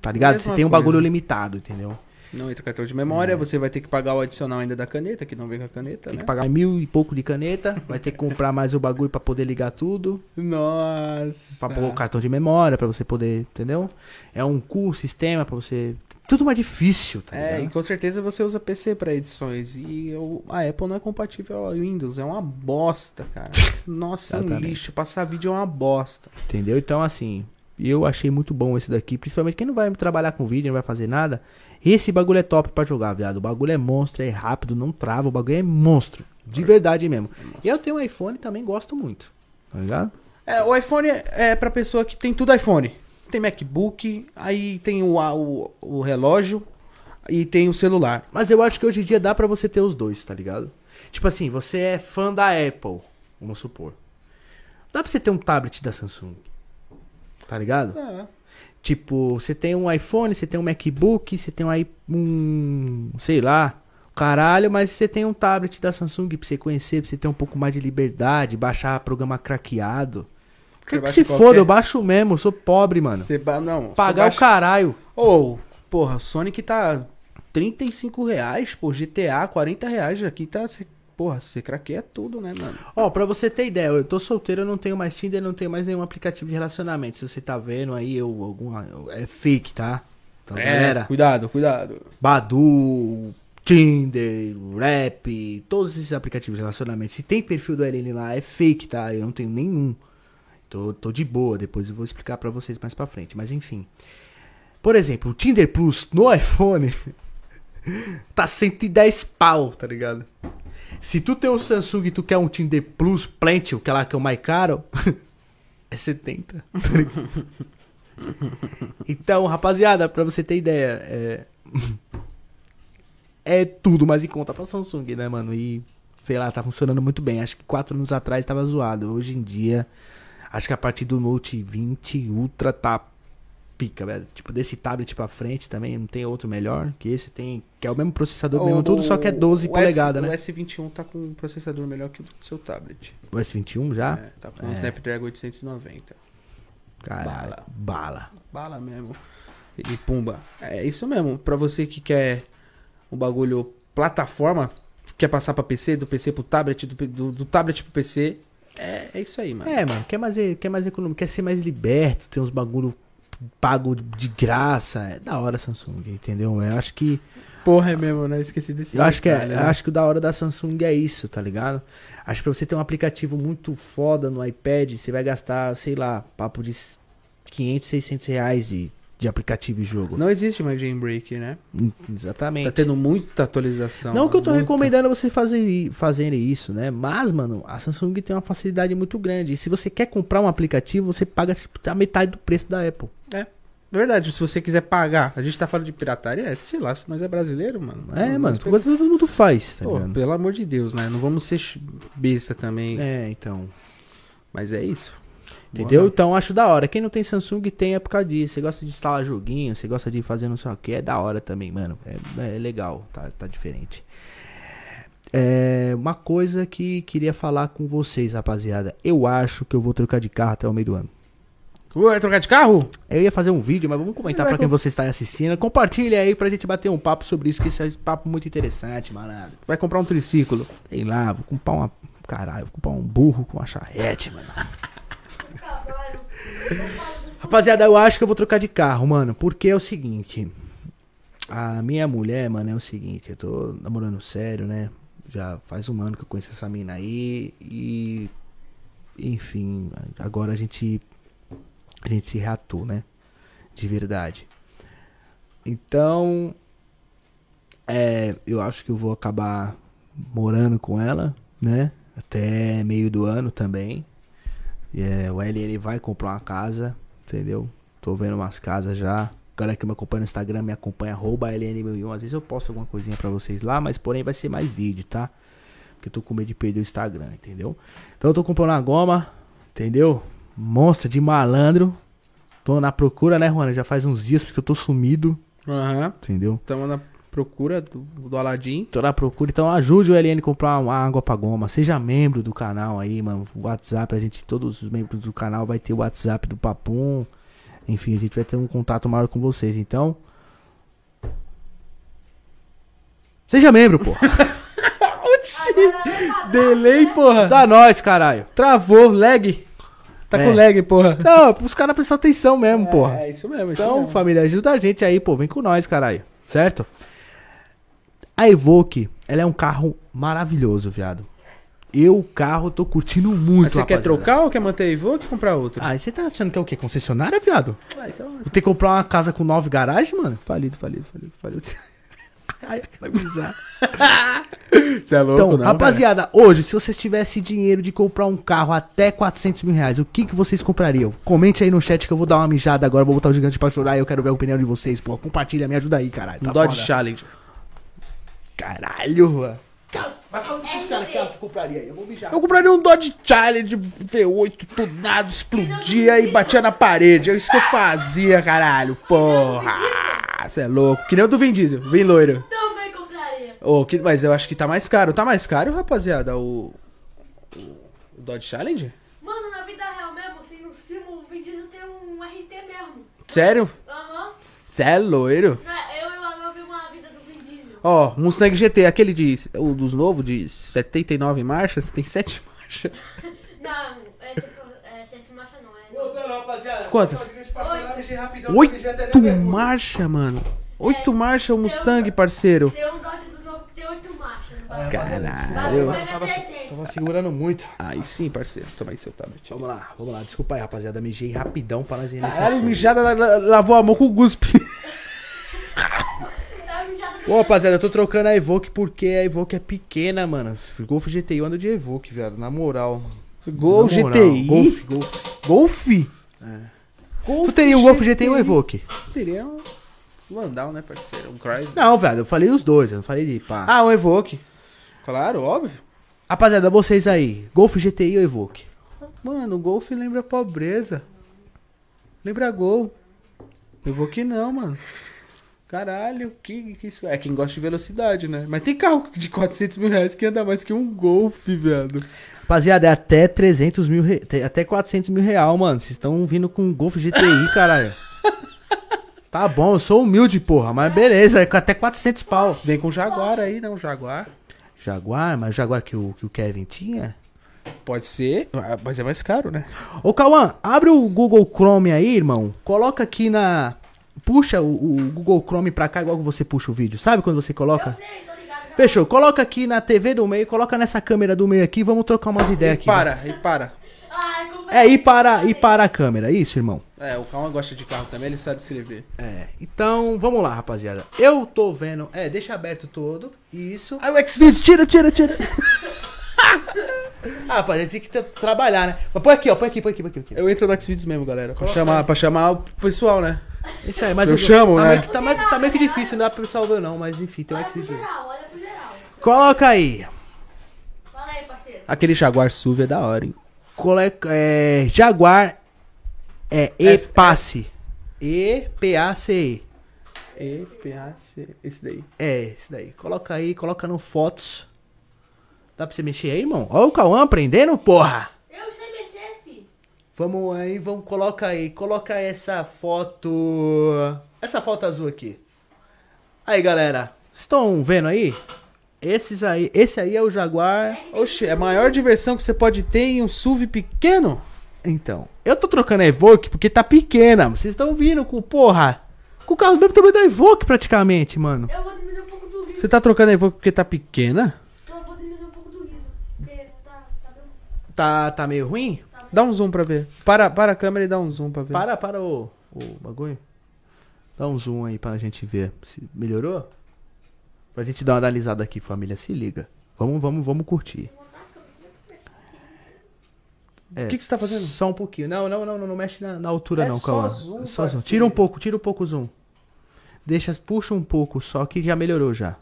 Tá
É,
ligado?
Mesma
Você tem um
coisa.
bagulho limitado, entendeu?
Não entra cartão de memória, você vai ter que pagar o adicional ainda da caneta, que não vem com a caneta, né?
Tem que pagar mil e pouco de caneta. Vai ter que comprar mais o bagulho pra poder ligar tudo.
Nossa.
Pra pôr o cartão de memória, pra você poder, entendeu? É um curso, sistema pra você. Tudo mais difícil, tá
É, e
ligado?
com certeza você usa PC pra edições. E o- a Apple não é compatível ao Windows. É uma bosta, cara. Nossa, é um
Exatamente.
lixo. Passar vídeo é uma bosta.
Entendeu? Então, assim, eu achei muito bom esse daqui. Principalmente quem não vai trabalhar com vídeo, não vai fazer nada. Esse bagulho é top pra jogar, viado. O bagulho é monstro, é rápido, não trava. O bagulho é monstro. De verdade mesmo. E eu tenho um iPhone e também gosto muito. Tá ligado?
É, o iPhone é- é pra pessoa que tem tudo iPhone. Tem MacBook, aí tem o, a- o, o relógio e tem o celular.
Mas eu acho que hoje em dia dá pra você ter os dois, tá ligado? Tipo assim, você é fã da Apple, vamos supor. Dá pra você ter um tablet da Samsung. Tá ligado?
Ah,
Tipo, você tem um iPhone, você tem um MacBook, você tem um, i- um sei lá, caralho, mas você tem um tablet da Samsung pra você conhecer, pra você ter um pouco mais de liberdade, baixar programa craqueado.
Você
Que, que
baixa
se
qualquer-
foda, eu baixo mesmo, eu sou pobre, mano.
Você ba... Não, você
Pagar
baixa-
o caralho.
Ô, porra, o Sonic tá 35 reais, pô, GTA 40 reais, aqui tá, cê- porra, você craqueia tudo, né, mano?
Ó, pra você ter ideia, eu tô solteiro, eu não tenho mais Tinder, não tenho mais nenhum aplicativo de relacionamento. Se você tá vendo aí, eu, alguma, eu- é fake, tá? Então,
É,
galera,
cuidado, cuidado.
Badu, Tinder, Rap, todos esses aplicativos de relacionamento. Se tem perfil do LN lá, é fake, tá? Eu não tenho nenhum. Tô, tô de boa, depois eu vou explicar pra vocês mais pra frente, mas enfim. Por exemplo, o Tinder Plus no iPhone tá 110 pau, tá ligado? Se tu tem um Samsung e tu quer um Tinder Plus Platinum, que é lá que é o mais caro, é 70. tá ligado? então, rapaziada, pra você ter ideia, é... é tudo mais em conta pra Samsung, né, mano? E, sei lá, tá funcionando muito bem. Acho que quatro anos atrás tava zoado. Hoje em dia, acho que a partir do Note 20 Ultra tá pica, velho. Tipo, desse tablet pra frente também, não tem outro melhor que esse. Tem, que é o mesmo processador, mesmo tudo, só que é 12
o S-
polegadas, né?
O S21 tá com um processador melhor que o do seu tablet.
O S21 já?
É, tá com o Snapdragon 890.
Caralho,
Bala.
bala.
Bala mesmo. E pumba. É isso mesmo, pra você que quer o bagulho plataforma, quer passar pra PC, do PC pro tablet, do, do- do tablet pro PC, é, é isso aí, mano.
É, mano, quer mais, quer mais econômico, quer ser mais liberto, tem uns bagulho pago de graça. É da hora Samsung, entendeu? Eu acho que
Porra, é mesmo, né? Esqueci desse
Eu acho que, é,
detalhe,
eu
né?
acho que o da hora da Samsung é isso, tá ligado? Acho que pra você ter um aplicativo muito foda no iPad, você vai gastar, sei lá, papo de 500, 600 reais de, de aplicativo e jogo.
Não existe mais Jailbreak, né?
Hum, Exatamente.
Tá tendo muita atualização.
Não que eu tô
muita.
recomendando você fazer, fazer isso, né? Mas, mano, a Samsung tem uma facilidade muito grande. E se você quer comprar um aplicativo, você paga tipo, a metade do preço da Apple.
Verdade, se você quiser pagar, a gente tá falando de pirataria, é, sei lá, se nós é brasileiro, mano.
É,
Não,
mano,
mas-
coisa que todo mundo faz, tá
Pô,
ligado?
pelo amor de Deus, né? Não vamos ser ch- besta também.
É, então.
Mas é isso.
Entendeu?
Boa.
Então acho da hora. Quem não tem Samsung tem é por causa disso. Você gosta de instalar joguinho, você gosta de fazer não sei o que, é da hora também, mano. É, é legal, tá, tá diferente. É, uma coisa que queria falar com vocês, rapaziada. Eu acho que eu vou trocar de carro até o meio do ano.
Vai trocar de carro?
Eu ia fazer um vídeo, mas vamos comentar pra quem você está aí assistindo. Compartilha aí pra gente bater um papo sobre isso, que esse é um papo muito interessante, mano.
Vai comprar um triciclo.
Sei lá, vou comprar uma. Caralho, vou comprar um burro com uma charrete, mano.
um Acabaram. assim,
Rapaziada, eu acho que eu vou trocar de carro, mano. Porque é o seguinte. A minha mulher, mano, é o seguinte. Eu tô namorando sério, né? Já faz um ano que eu conheço essa mina aí. E. Enfim, agora a gente. A gente se reatou, né? De verdade. Então. É, eu acho que eu vou acabar morando com ela, né? Até meio do ano também. É, o LN vai comprar uma casa, entendeu? Tô vendo umas casas já. A galera que me acompanha no Instagram me acompanha, arroba LN1001. Às vezes eu posto alguma coisinha pra vocês lá, mas porém vai ser mais vídeo, tá? Porque eu tô com medo de perder o Instagram, entendeu? Então eu tô comprando uma goma, entendeu? Monstra de malandro. Tô na procura, né, Juana? Já faz uns dias porque eu tô sumido,
Aham.
entendeu?
Tamo na procura do, do Aladim.
Tô na procura, então ajude o LN a comprar uma água pra goma. Seja membro do canal aí, mano. O WhatsApp, a gente, todos os membros do canal vai ter o WhatsApp do Papum. Enfim, a gente vai ter um contato maior com vocês, então. Seja membro, pô.
Delay, porra.
Dá nós, Tá caralho.
Tá, Travou, lag. Tá
É.
com lag, porra.
Não, os caras prestam atenção mesmo, porra.
É, isso mesmo. isso
Então,
mesmo.
família, ajuda a gente aí, pô. Vem com nós, caralho. Certo? A Evoque, ela é um carro maravilhoso, viado. Eu, o carro, tô curtindo muito,
Mas você quer
rapaziada.
trocar ou quer manter aí? Vou que comprar outro.
Ah, e você tá achando que é o quê? Concessionária, viado?
Ah, então.
Tem que comprar uma casa com nove garagens, mano?
Falido, falido, falido, falido.
Ai, aquela bizarra.
Você é louco,
Então,
é não,
rapaziada, hoje, se vocês tivessem dinheiro de comprar um carro até 400 mil reais, o que, que vocês comprariam? Comente aí no chat que eu vou dar uma mijada agora, vou botar o gigante pra chorar e eu quero ver a opinião de vocês, pô. Compartilha, me ajuda aí, caralho.
Um
Tá
Dodge
foda.
Challenger.
Caralho, Juan. Cara, Vai falando pros caras que tu compraria aí, eu vou mijar.
Eu compraria um Dodge Challenger V8 tunado, explodia e batia na parede. É isso que eu fazia, caralho. Porra. Você é louco. Que nem o do Vin Diesel. Vin loiro.
Também compraria.
Ô, que, mas eu acho que tá mais caro. Tá mais caro, rapaziada, o. O Dodge Challenger?
Mano, na vida real mesmo, assim, nos filmes, o Vin Diesel tem um RT mesmo.
Sério?
Aham.
Cê é loiro.
É, Eu e o Alan vimos a vida do Vin Diesel.
Ó, um Mustang GT, aquele de, o dos novos, de 79 marchas, tem 7 marchas.
Não, é sete- é sete marcha não, é.
Voltando, rapaziada.
Quantas?
Só gigante pra chorar, mexer rapidão, porque já tá
8
ligado.
marchas, mano. 8
É,
marchas o Mustang, parceiro.
Tem um Dodge dos novos que tem oito marchas. não vai?
Caralho.
Valeu,
Eu
pega
tava, se-
300.
tava assim. segurando muito.
Aí sim, parceiro. Toma aí seu tablet.
Vamos lá, vamos lá. Desculpa aí, rapaziada. Mijei rapidão pra nós ir nesse
Caralho,
assunto.
mijada la- la- lavou a mão com o guspe.
Tá mijado
Ô, rapaziada, eu tô trocando a Evoque porque a Evoque é pequena, mano. Golf GTI eu ando de Evoque, viado, na moral.
Gol
Na moral.
GTI.
Golf, Golf.
Golf? É. Golf
Tu teria um Golf GTI ou Evoque?
Teria um Landau, né, parceiro? Um Chrysler.
Não, velho, eu falei os dois, eu não falei de pá.
Ah, um Evoque. Claro, óbvio.
Rapaziada, vocês aí, Golf GTI ou Evoque?
Mano, o Golf lembra pobreza. Lembra gol. Evoque não, mano. Caralho, que, que isso é? Quem gosta de velocidade, né? Mas tem carro de 400 mil reais que anda mais que um Golf, velho.
Rapaziada, é até 300 mil, re- te- até 400 mil real, mano. Vocês estão vindo com um Golf GTI, caralho. Tá bom, eu sou humilde, porra, mas beleza, é com até 400 pau.
Vem com um Jaguar aí, não? Jaguar.
Jaguar, mas Jaguar que o, que o Kevin tinha?
Pode ser, mas é mais caro, né?
Ô, Cauã, abre o Google Chrome aí, irmão. Coloca aqui na. puxa o, o Google Chrome pra cá igual que você puxa o vídeo. Sabe quando você
Eu
Ah.
coloca?
sei, tô ligado.
Fechou. Coloca aqui na TV do meio, coloca nessa câmera do meio aqui, vamos trocar umas ideias
E
aqui. né?
para, e para.
Ai, como
É ir para, ir para a câmera, isso, irmão.
É, o Calma gosta de carro também, ele sabe escrever.
É. Então, vamos lá, rapaziada. Eu tô vendo. É, deixa aberto todo. Isso.
Ah, o Xvideos, tira, tira, tira.
Ah, rapaziada, tem que tra- trabalhar, né? Mas põe aqui, ó. Põe aqui, põe aqui, põe aqui. põe aqui.
Eu entro no Xvideos mesmo, galera. Pra chamar, pra chamar o pessoal, né?
Deixa aí, mas
Eu chamo,
tá
né?
Meio que, tá, meio- tá meio que difícil, não dá pro salvar, não, mas enfim, tem um
Olha pro
Xvideos.
geral, olha pro geral.
Coloca aí.
Fala aí, parceiro.
Aquele Jaguar SUV é da hora, hein?
Cole... É, Jaguar é E-Passe. E-P-A-C-E.
E, P, A, C, esse daí.
É, esse daí. Coloca aí, coloca no Fotos. Dá pra você mexer aí, irmão? Olha o Cauã aprendendo, porra!
Eu sei mexer, fi.
Vamos aí, vamos, coloca aí, coloca essa foto. Essa foto azul aqui. Aí, galera. Estão vendo aí? Esses aí, esse aí é o Jaguar.
Oxe, é a maior diversão que você pode ter em um SUV pequeno?
Então, eu tô trocando a Evoque porque tá pequena. Vocês estão vindo com, porra, com o carro do mesmo tamanho da Evoque praticamente, mano.
Eu vou diminuir um pouco do riso.
Você tá trocando a Evoque porque tá pequena?
Eu vou diminuir um pouco do riso. Porque tá, tá bem.
Tá, tá meio ruim?
Dá um zoom pra ver. Para, para a câmera e dá um zoom pra ver.
Para, para o, o bagulho. Dá um zoom aí pra gente ver se melhorou. Pra gente dar uma analisada aqui, família, se liga. Vamos, vamos, vamos curtir. É,
O que que você tá fazendo?
Só um pouquinho. Não, não, não, não, não mexe na, na altura
É
não,
só
calma.
zoom,
só zoom.
parceiro.
Tira um pouco, tira um pouco o zoom. Deixa, puxa um pouco só que já melhorou já.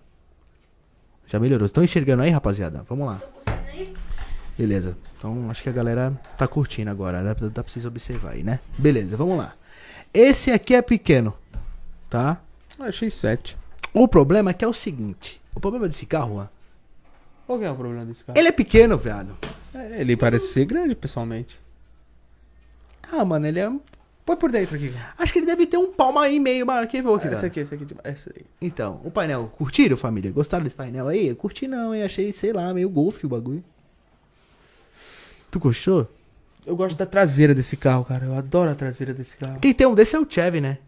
Já melhorou. Estão enxergando aí, rapaziada? Vamos lá.
Tô conseguindo aí?
Beleza. Então acho que a galera tá curtindo agora. Dá, pra- dá pra vocês observar aí, né? Beleza, vamos lá. Esse aqui é pequeno, tá?
Ah, achei 7.
O problema é que é o seguinte. O problema desse carro, Juan,
Qual que é o problema desse carro?
ele é pequeno, velho.
É, Ele parece ser grande, pessoalmente.
Ah, mano, ele é. um-
Põe por dentro aqui. cara.
Acho que ele deve ter um palma e meio maior que eu vou aqui,
Essa
velho.
aqui, essa aqui. de- Essa aí.
Então, o painel, curtiram, família? Gostaram desse painel aí? Eu curti não, hein? Achei, sei lá, meio golfe o bagulho. Tu gostou?
Eu gosto da traseira desse carro, cara. Eu adoro a traseira desse carro.
Quem tem um desse é o Chevy, né?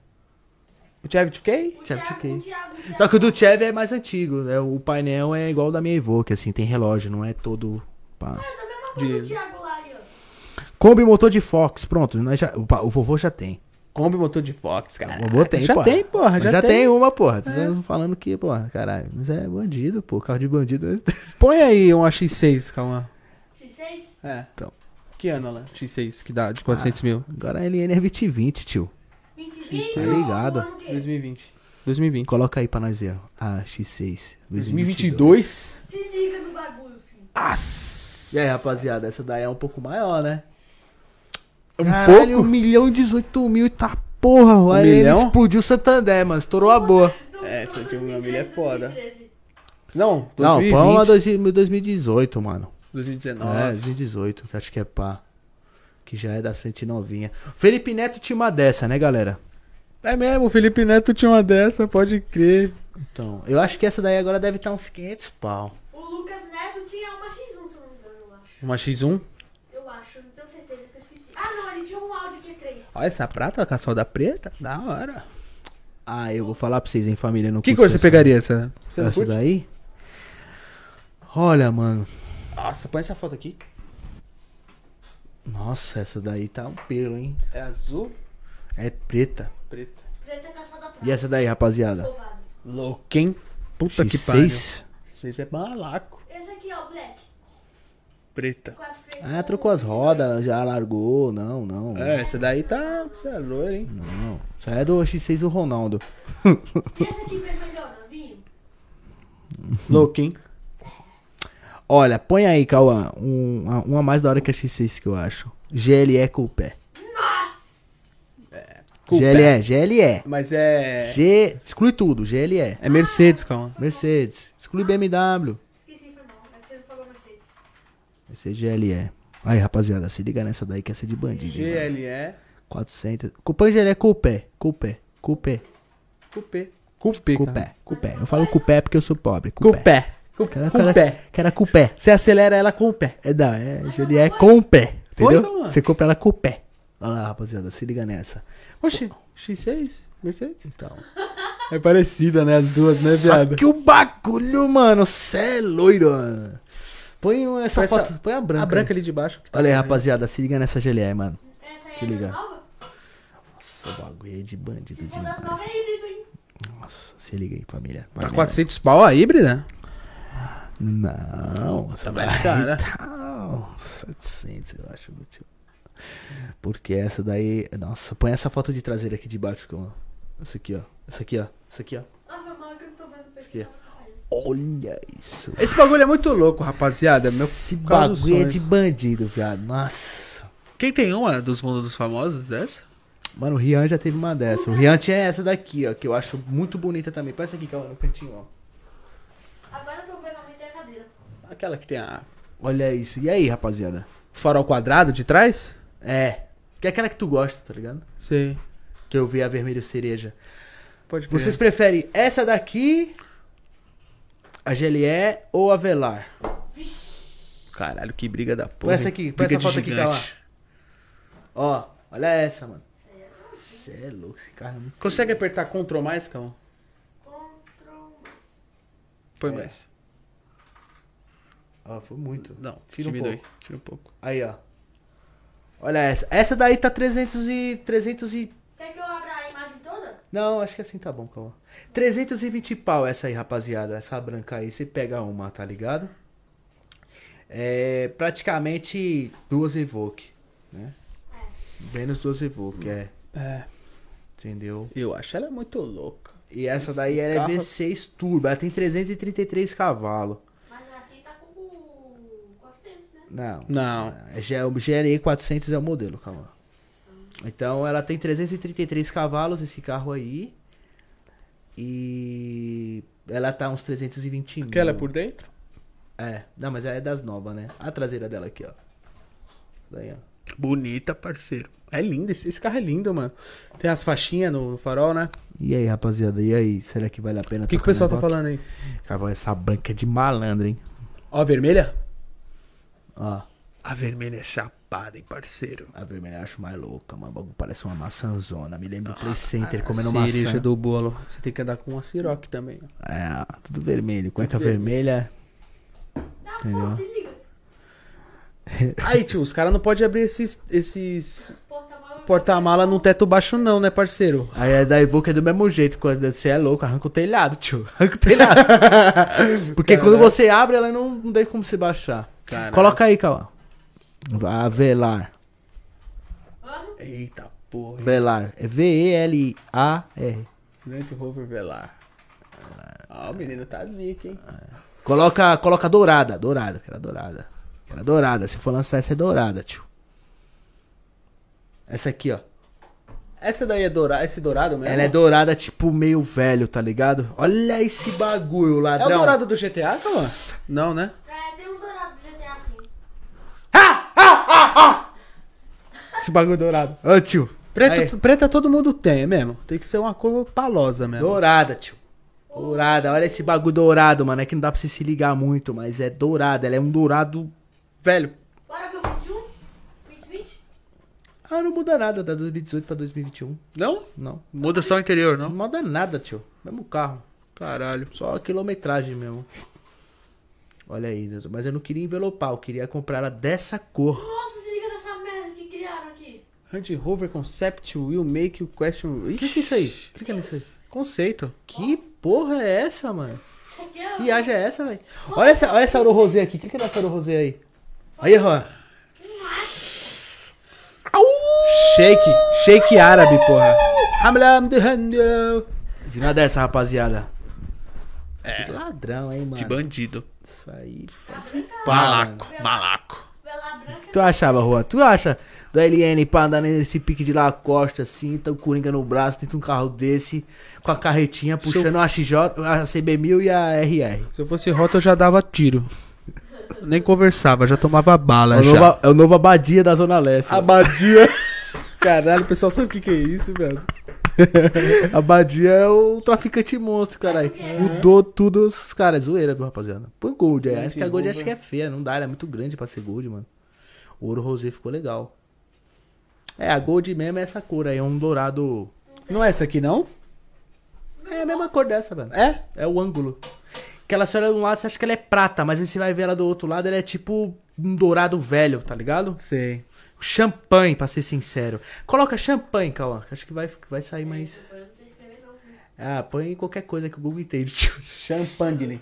O Chevy 2K?
Sabe
O Thiago,
o que é?
o Thiago, o Thiago.
Só que o do Chevy é mais antigo, né? O painel é igual o da minha Evoque, assim, tem relógio, não é todo. pá.
É da mesma coisa do
Diego.
Thiago lá, ali, ó.
Kombi motor de Fox, pronto. nós já- o, pa- o vovô já tem.
Kombi motor de Fox, cara.
O vovô tem,
Ah, já tem, porra. Já, tem. É.
uma, porra. Vocês estão falando que, porra, caralho. Mas é bandido, pô. Carro de bandido. é-
Põe aí um AX6, calma.
X6?
É.
Então.
Que ano, Alan? X6, que dá de 400 mil.
Agora a LN é 2020, tio.
20 20?
Tá ligado.
Ano
Ah.
que?
2020. 2020.
Coloca aí pra nós ver, ó. A X6.
2022?
Se liga no bagulho, filho.
Nossa!
E aí, rapaziada, essa daí é um pouco maior, né?
Um
Caralho,
pouco?
1 milhão e 18 mil e tá porra, o ALN
milhão?
explodiu o Santander, mano. Estourou a boa.
Do-
É,
do
essa de uma milha é
2013,
foda.
2013.
Não,
Não, é vamos lá
2020,
2000, 2018, mano. É,
2019.
2018, que acho que é pá. Que já é das frente novinha. Felipe Neto tinha uma dessa, né, galera?
É. mesmo, o Felipe Neto tinha uma dessa, pode crer.
Então, eu acho que essa daí agora deve estar uns 500 pau.
O Lucas Neto tinha uma X1, se eu não me engano, eu acho.
Uma X1.
Eu acho, não tenho certeza que eu esqueci. Ah, não, ele tinha um Audi Q3.
Olha essa prata com a solda preta, da hora.
Ah, eu vou falar pra vocês, hein, família. eu Não
Que
curto
cor você
essa-
pegaria essa? Você não
Essa
curte?
daí? Olha, mano.
Nossa, põe essa foto aqui.
Nossa, essa daí tá um pelo, hein?
É azul,
É preta.
preta.
Preta caçada pra
E essa daí, rapaziada?
roubado.
Louco, hein? Puta que pariu.
X6?
Vocês é malaco.
Esse aqui, ó, o Black.
Preta.
Com as freitas.
Ah, trocou as rodas, já largou. Não, não.
É, essa daí tá. Você é loira, hein?
Não. Isso aí é do X6 do Ronaldo.
E esse aqui, vermelhona, vinho?
Louco, hein?
Olha, põe aí, Cauã, um, uma- uma mais da hora que a X6 que eu acho. GLE Coupé. É.
Coupé.
GLE, GLE.
Mas é.
G... Exclui tudo, GLE.
É Mercedes, calma.
Mercedes. Exclui BMW.
Esqueci, foi mal. É que você não falou Mercedes.
Vai ser GLE. Aí, rapaziada, se liga nessa daí que essa é de bandido. hein, mano.
GLE
400. Põe GLE Coupé. Coupé. Coupé.
Coupé. Coupé.
Coupé. Coupé. Eu falo Coupé porque eu sou pobre. Coupé.
Coupé.
Cara,
Coupé.
cara, cara, Coupé.
Você acelera ela com o pé.
É da, é, GLE com pé.
Foi,
Entendeu?
Cauã?
Você compra ela com pé. Olha lá, rapaziada, se liga nessa.
Oxi, X6? Mercedes.
Então.
É parecida, né? As duas, né,
Só
viado?
que o bagulho, mano, cê é loiro. Põe um, essa,
Põe essa-
foto, põe a branca.
A branca
aí.
ali de baixo. Que tá
Olha aí,
com-
rapaziada, se liga nessa GLE, mano.
Essa aí
Que
é das
legal.
novas?
Nossa, o bagulho é de bandido
Se for das
demais.
novas é híbrido, hein?
Nossa, se liga aí, família.
Tá
Família.
400 pau a híbrida?
Não, essa
mais
daí
cara.
tá uns 700, eu acho. meu tio. Porque essa daí. Nossa, põe essa foto de traseira aqui de baixo. que eu- Essa aqui, ó. Essa aqui, ó. Essa aqui, ó.
Ah, foi mal que eu não tô vendo o
Aqui.
pessoal. tá
Olha isso.
Esse bagulho é muito louco, rapaziada. Meu
Esse
causa dos
bagulho é
sonhos.
de bandido, viado. Nossa.
Quem tem uma dos mundos dos famosos dessa?
Mano, o Rian já teve uma dessa. O Rian tinha essa daqui, ó. Que eu acho muito bonita também. Põe essa aqui, calma, no cantinho, ó.
Agora eu tô vendo a mãe da cadeira.
Aquela que tem a
Olha isso. E aí, rapaziada?
farol quadrado de trás?
É. Que é aquela que tu gosta, tá ligado?
Sei.
Que eu vi a vermelho cereja.
Pode crer.
É. Vocês preferem essa daqui, a GLE ou a Velar?
Caralho, que briga da porra.
Põe essa aqui, põe
Briga
essa
de
foto aqui, tá lá.
gigante.
Ó, olha essa, mano. Cê é louco, esse cara é muito...
Consegue apertar Ctrl mais, Cão?
Control.
Põe mais. É.
Ó, foi muito.
Não,
Tira um
diminui.
pouco.
Tira um pouco.
Aí, ó. Olha essa. Essa daí tá 300 e... 300 e...
Quer que eu abra a imagem toda?
Não, acho que assim tá bom, calma. 320 pau essa aí, rapaziada. Essa branca aí, você pega uma, tá ligado? É praticamente duas Evoque, né? Menos duas Evoque, é.
É.
Entendeu?
Eu acho ela muito louca.
E essa
Esse
daí ela
carro-
é V6 Turbo, ela tem 333 cavalos.
Mas aqui tá com o 400, né?
Não.
Não.
É, G- o GLE 400 é o modelo, calma. Então ela tem 333 cavalos esse carro aí. E ela tá uns 320 mil.
Aquela é por dentro?
É, não, mas ela é das novas, né? A traseira dela aqui, ó. Daí, ó.
Bonita, parceiro. É lindo, esse, esse carro é lindo, mano. Tem as faixinhas no farol, né?
E aí, rapaziada, e aí? Será que vale a pena?
O que, que o pessoal tá falando aí?
Cavalo, essa branca é de malandro, hein?
Ó, a vermelha?
Ó,
A vermelha é chapada, hein, parceiro.
a vermelha eu acho mais louca, mano. O bagulho Parece uma maçãzona. Me lembra o
Ah,
Play Center
Ele
comendo
comendo
maçã.
cereja do bolo. Você tem que andar com uma Ciroc também. ó.
É, tudo vermelho. Cueca vermelha.
Dá um pouco, se liga.
Aí, tio, os caras não podem abrir esses, esses
Porta-malas.
porta-mala num teto baixo, não, né, parceiro?
Aí a da Evoque é do mesmo jeito. Quando você é louco, arranca o telhado, tio. Arranca o telhado. Porque
Caralho.
quando você abre, ela não, não tem como se baixar.
Caralho.
Coloca aí, Cauã. A velar.
Ano?
Eita porra.
Velar. É V-E-L-A-R.
Land Rover Velar. Ó, o menino tá zica, hein?
Coloca, coloca dourada. Dourada, que era dourada. Que era dourada. Se for lançar essa, é dourada, tio. Essa aqui, ó.
Essa daí é um- dourada, esse dourado mesmo?
Ela é dourada, tipo, meio velho, tá ligado? Olha esse bagulho,
É o
ladrão.
dourado do GTA, calma? Não, né?
É, tem um dourado do GTA assim.
Esse bagulho dourado. Ô, tio. Aí.
Preta, preta todo mundo tem é mesmo. Tem que ser uma cor palosa mesmo.
É. Dourada, tio. Dourada, olha esse bagulho dourado, mano. É que não dá pra você se ligar muito, mas é dourada. Ela é um dourado.
Velho,
Bora ver o 21? 2020?
Ah, não muda nada da 2018 pra 2021.
não?
Não.
Muda só o interior,
Não muda nada, tio. Mesmo carro.
Caralho.
Só a quilometragem mesmo. Olha aí, Deus. mas eu não queria envelopar, eu queria comprar ela dessa cor.
Nossa, se liga nessa merda que criaram aqui.
Land Rover Concept will make you question...
O que, que é isso aí? Clica nisso aí.
Conceito.
Que porra é essa, mano?
Isso aqui é.
Que viagem é essa, velho? Olha essa, olha é essa Ouro Rosé aqui. Clica nessa Ouro Rosé aí. Aí, Juan.
Shake. Shake árabe, porra. Hamlam de handel.
De nada dessa, rapaziada. É. De ladrão, hein, mano.
bandido.
Isso aí.
Malaco. Malaco.
Vela branca.
O que tu achava, Juan? Tu acha do LN pra andar nesse pique de Lacoste assim, tá o Coringa no braço, dentro de um carro desse, com a carretinha puxando a XJ, a CB1000 e a RR?
Se eu fosse rota, eu já dava tiro. Nem conversava, já tomava bala.
É o,
já.
novo, é o novo Abadia da Zona Leste. mano.
Abadia. Caralho, o pessoal sabe o que, que é isso, velho?
Abadia é o traficante monstro, caralho. Mudou tudo esses caras. é Zoeira, viu, rapaziada? Põe Gold aí. Acho que a Gold acho que é feia. Não dá, ela é muito grande pra ser Gold, mano. O ouro rosé ficou legal. É, a Gold mesmo é essa cor aí. É um dourado.
Um
Não é essa aqui, não? É a mesma cor dessa, mano. É? É o ângulo. Que ela se olha de um lado, você acha que ela é prata, mas aí você vai ver ela do outro lado, ela é tipo um dourado velho, tá ligado?
Sei.
Champanhe, pra ser sincero. Coloca champanhe, Cauã. que Acho que vai, vai sair mais.
Pra você escrever não.
Ah, põe qualquer coisa que o Google entende. tio.
Champanhe.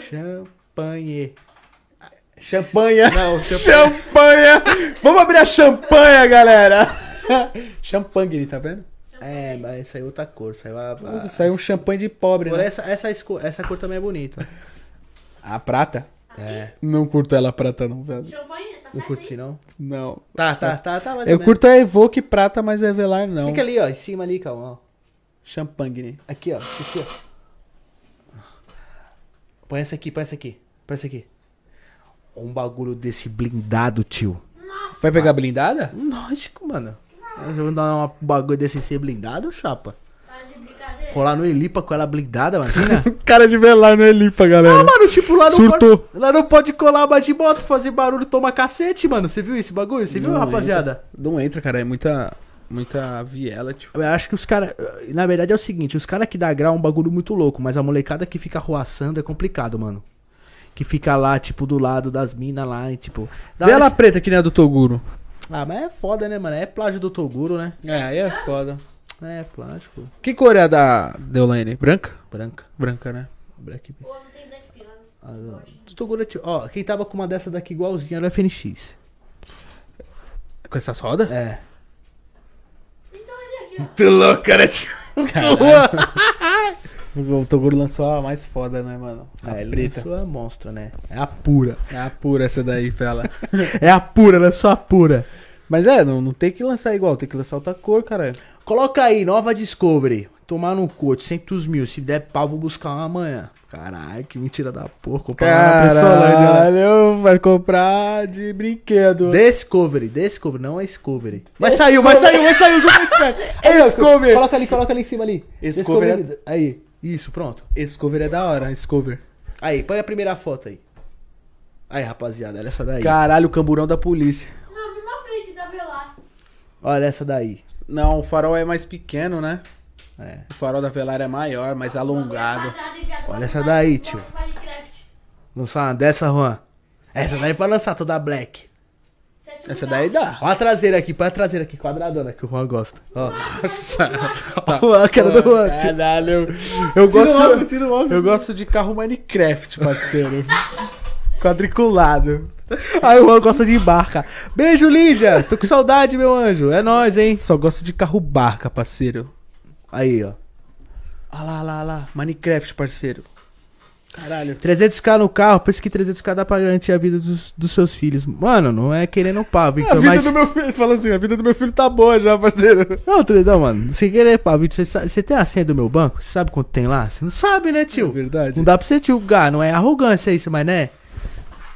Champanhe.
Champanha.
Não, champanhe.
Champanha. Vamos abrir a champanha, galera. Champanhe, tá vendo?
É, mas saiu outra cor. Saiu a. a...
Nossa, saiu um champanhe de pobre,
Agora
né?
essa, essa, esco- essa cor também é bonita.
A prata?
É.
Não curto ela prata, não, velho.
Champanhe, tá
Não
certo
curti,
aí?
não?
Não.
Tá, tá, tá, tá, mas.
Eu curto a Evoque prata, mas a Velar não.
Fica ali, ó, em cima ali, Cauã. ó.
Champanhe.
Aqui, ó. Aqui, ó. Põe essa aqui, põe essa aqui. Põe essa aqui. Um bagulho desse blindado, tio.
Nossa,
Vai pegar blindada?
Lógico, mano. Eu vou dar uma- um bagulho desse em ser blindado, chapa.
tá de brincadeira.
Colar no Elipa com ela blindada, imagina.
Cara de Velar não é limpa, galera.
mano, tipo, lá não,
Surtou.
pode, lá não pode colar mais de moto, fazer barulho, tomar cacete, mano. Você viu esse bagulho? Você viu,
Não
rapaziada?
Não entra, cara. É muita. Muita viela, tipo.
Eu acho que os caras. Na verdade é o seguinte, os caras que dá grau é um bagulho muito louco, mas a molecada que fica roaçando é complicado, mano. Que fica lá, tipo, do lado das minas lá, e tipo. dá
Vela
uma-
preta que nem a do Toguro.
Ah, mas é foda, né, mano? É plágio do Toguro, né?
É, aí é foda.
É, plágio, pô.
Que cor é a da Deolane? Branca?
branca.
Branca, né?
Black
Pô, não tem Black Piranha.
do Toguro é tipo. Ó, quem tava com uma dessa daqui igualzinha era o FNX.
Com essas rodas?
É.
Então olha aqui, ó.
Tu louco, cara, tio.
O Toguro lançou a mais foda, né, mano? A
É, ele
preta.
lançou a monstra, né? É a pura.
É a pura essa daí, Vela.
É a pura, ela é só a pura.
Mas é, não, não tem que lançar igual, tem que lançar outra cor, cara.
Coloca aí, nova Discovery. Tomar no cu, 800 mil. Se der pau, vou buscar uma amanhã. Caralho, que mentira da porra. Comprar lá na Pressolândia. né?
Caralho, vai comprar de brinquedo.
Discovery, Discovery, não é Discovery.
Mas saiu, mas saiu, mas saiu, como é esperto. Aí, ó,
Discovery.
Coloca ali, coloca ali em cima ali.
Discovery. é-
Discovery.
Aí, isso, pronto.
Esse cover é da hora, esse cover.
Aí, põe a primeira foto aí. Aí, rapaziada, olha essa daí.
Caralho, o camburão da polícia.
Na mesma frente da Velar.
Olha essa daí.
Não, o farol é mais pequeno, né?
É.
O farol da velária é maior, mais alongado.
Tá Olha essa daí, tio.
Minecraft.
Lançar uma dessa, Juan. Essa daí é pra lançar toda black.
Sétimo
Essa
grau.
daí dá.
Ó a traseira aqui, põe a traseira aqui, quadradona, que o Juan gosta. Ó.
Tá.
Ó, a cara do Juan, tio.
Caralho. Eu gosto,
o óculos, tira o óculos.
eu gosto de carro Minecraft, parceiro. Quadriculado.
Aí o Juan gosta de barca. Beijo, Lídia. Tô com saudade, meu anjo. É nóis, hein?
Só gosto de carro barca, parceiro.
Aí, ó.
Ah lá, lá, lá. Minecraft, parceiro. Caralho.
300k no carro, por isso que 300k dá pra garantir a vida dos, dos seus filhos. Mano, não é querendo pá,
a
Victor,
vida
mas...
do meu filho, fala assim, a vida do meu filho tá boa já, parceiro.
Não, Trezão, mano, sem querer pá, Victor, você sa- você tem a senha do meu banco? Você sabe quanto tem lá? Você não sabe, né,
É
tio?
verdade.
Não dá pra você julgar, não é arrogância isso, mas né?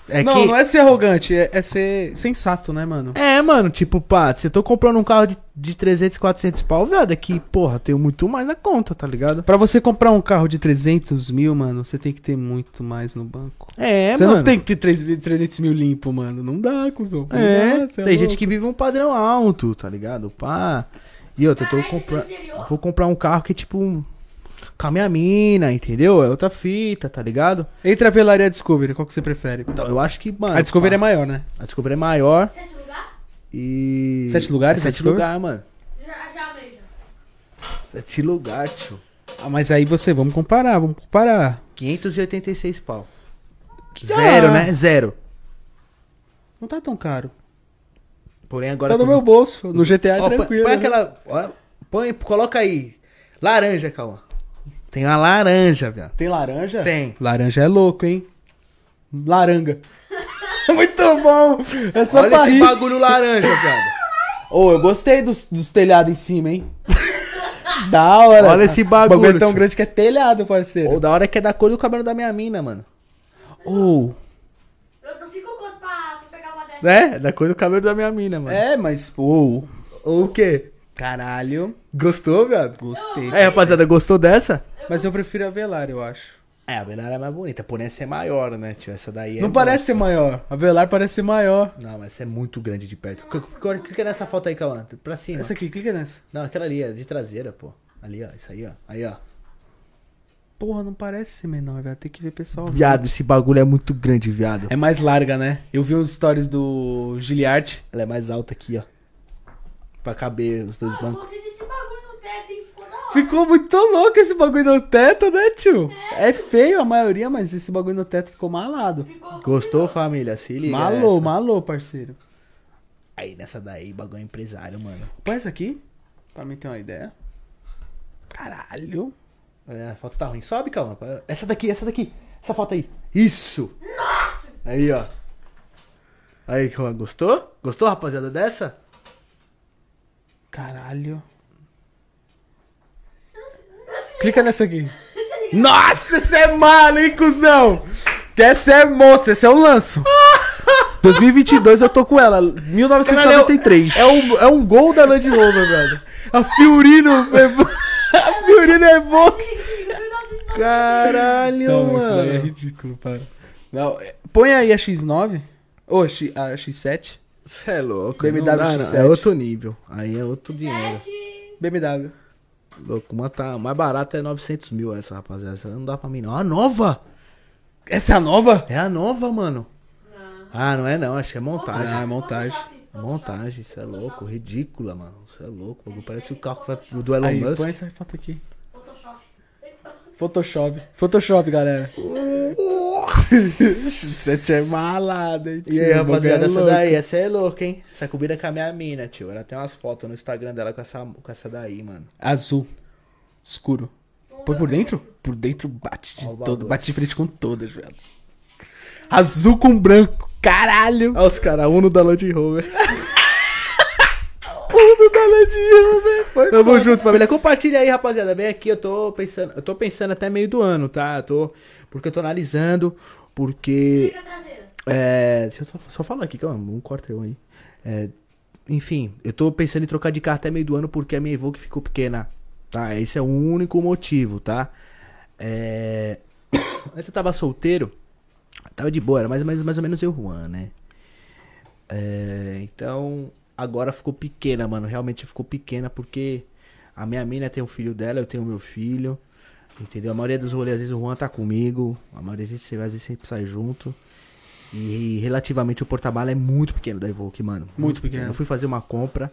É
não,
que...
não é ser arrogante, é, é ser sensato, né, mano?
É, mano, tipo, pá, se eu tô comprando um carro de, de 300, 400 pau, velho, daqui, porra, tenho muito mais na conta, tá ligado?
Pra você comprar um carro de 300 mil, mano, você tem que ter muito mais no banco.
É,
você
mano.
não tem que ter 3 mil- 300 mil limpo, mano. Não dá, cuzão. Não
É,
dá, cê é
tem gente
louco.
que vive um padrão alto, tá ligado? Pá. E outra, eu tô
Parece do
comprando.
interior.
Vou comprar um carro que, tipo, um- com a minha mina, entendeu? É outra fita, tá ligado?
Entre a Velaria e a Discovery, qual que você prefere?
Então, eu acho que, mano.
a Discovery
pá,
é maior, né?
A Discovery é maior
Sétimo lugar?
e.
Sete lugares,
É
a
sete
Discovery?
lugares, mano.
Já, já mesmo.
Sete lugar, tio.
Ah, mas aí você, vamos comparar, vamos comparar.
586 pau.
dá.
Zero, né? Zero.
Não tá tão caro.
Porém, agora.
tá no
com-
meu bolso, no GTA é
Ó, põe-
tranquilo.
Põe
né?
aquela. ó, põe, coloca aí. Laranja, calma. Tem uma laranja, viado.
Tem laranja?
Tem.
Laranja é louco, hein? Laranga. Muito bom! Essa
Olha esse
barriga.
bagulho laranja, viado.
Ô, eu gostei dos, dos telhados em cima, hein? da hora.
Olha esse
O bagulho é
bagulho,
tão
tio.
grande que é telhado, parceiro.
Ou da hora que é da cor do cabelo da minha mina, mano.
Ou.
Eu dou cinco conto pra, pra pegar uma dessa.
Né? Da cor do cabelo da minha mina, mano.
É, mas, ou.
Ou o quê?
Caralho.
Gostou, viado?
Gostei. É,
É, rapaziada, gostou dessa?
Mas eu prefiro a velar, eu acho.
É, a Velar é mais bonita, porém essa é maior, né, tio? Essa daí é.
Não parece ser maior. A Velar parece ser maior.
Não, mas essa é muito grande de perto. Cl- cl- Clica é nessa foto aí, Cauã. Pra cima.
Essa aqui, clica nessa.
Não, aquela ali, é de traseira, pô. Ali, ó. Isso aí, ó. Aí, ó.
Porra, não parece ser menor, velho. Tem que ver pessoal.
Viado, esse bagulho é muito grande, viado.
É mais larga, né? Eu vi uns stories do Giliarte.
Ela é mais alta aqui, ó. Pra caber os dois
Pô, eu
bancos.
gostei desse bagulho no teto, hein? Ficou da hora.
Ficou muito louco esse bagulho no teto, né, tio? É feio a maioria, mas esse bagulho no teto ficou malado.
Ficou-
Gostou, família? Se liga.
Malou,
nessa.
malou, parceiro.
Aí nessa daí, bagulho é empresário, mano.
Põe essa aqui, pra mim ter uma ideia. Caralho.
É, A foto tá ruim. Sobe, calma. Essa daqui, essa daqui. Essa foto aí. Isso! Nossa! Aí, ó. Aí, Cauã, gostou? Gostou, rapaziada, dessa?
Caralho.
Nossa,
Clica nessa aqui.
Nossa, você é malo, hein, cuzão?
Essa é moça, esse é o lanço. 2022 eu tô com ela. 1993.
É um, é um gol da Land Rover, velho.
É A Fiorino é bo- A Fiorino é boa.
Caralho,
Não, isso daí é
mano.
ridículo, para. Não, é- põe aí a X9. Ou a, X, a X7.
Você é louco.
BMW
não dá, não.
X7.
É outro nível. Aí é outro dinheiro.
1997.
BMW.
Louco, uma tá mais barata é 900 mil essa, rapaziada. Essa não dá pra mim, não. É A nova!
Essa é a nova?
É a nova, mano. Ah, não é não. Acho que é montagem.
Ah, é montagem.
É Montagem, isso é louco, ridícula, mano. Isso é louco, o bagulho parece o carro que vai pro- do Elon
Aí,
Musk.
põe essa foto aqui.
Photoshop.
Photoshop. Photoshop, galera. Você é malada, hein,
E aí,
tio?
rapaziada,
É
essa
louco.
daí, essa é louca, hein? Essa cubira com a minha mina, tio. Ela tem umas fotos no Instagram dela com essa, com essa daí, mano.
Azul. Escuro. Põe por dentro? Por dentro bate de
Ó o
todo.
bagulho.
Bate de frente com todas, velho. Azul com branco. Caralho.
Olha os um caras, Uno da Land Rover.
Tudo da Landinho, velho. Ah, Foi
Tamo junto, família. Compartilha aí, rapaziada. Vem aqui, eu tô pensando. Eu tô pensando até meio do ano, tá? Eu tô. Porque eu tô analisando. Porque
Fica a traseira.
É, deixa eu só, só falar aqui, calma, um corta eu aí. É, enfim, eu tô pensando em trocar de carro até meio do ano porque a minha Evoque ficou pequena, tá? Esse é o único motivo, tá? É... Antes eu tava solteiro, tava de boa, era mais, mais, mais ou menos eu, Juan, né? É, então, agora ficou pequena, mano, realmente ficou pequena porque a minha mina tem um filho dela, eu tenho o meu filho, entendeu? A maioria dos rolês, às vezes o Juan tá comigo, a maioria das vezes, às vezes sempre sai junto. E relativamente o porta-mala é muito pequeno da Evoque, mano.
Muito pequeno.
Eu fui fazer uma compra,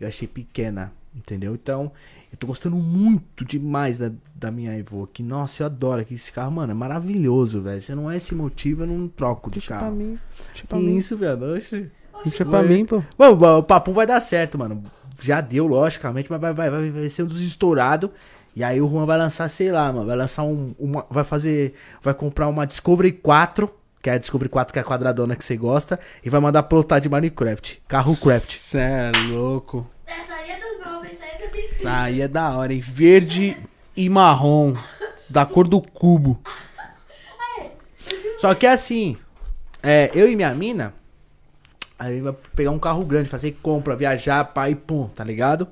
eu achei pequena, entendeu? Então, eu tô gostando muito demais da, da minha Evoque. Nossa, eu adoro aqui esse carro, mano. É maravilhoso, velho. Se não é esse motivo, eu não troco de
Deixa pra
carro.
mim. Deixa
Que
pra mim.
Isso, velho. Oxi.
Deixa pra mim, pô.
Bom, bom, o papo vai dar certo, mano. Já deu, logicamente, mas vai, vai, vai, vai ser um dos estourados. E aí o Juan vai lançar, sei lá, mano. Vai lançar um. Uma, vai fazer. Vai comprar uma Discovery 4. Que é a Discovery 4, que é a quadradona que você gosta. E vai mandar plotar de Minecraft. Carro craft.
Cê é louco.
Essa aí é dos bros, essa aí é do bico.
Aí é da hora, hein? Verde e marrom. Da cor do cubo.
Só que assim, é, eu e minha mina, aí vai pegar um carro grande, fazer compra, viajar, pá e pum, tá ligado?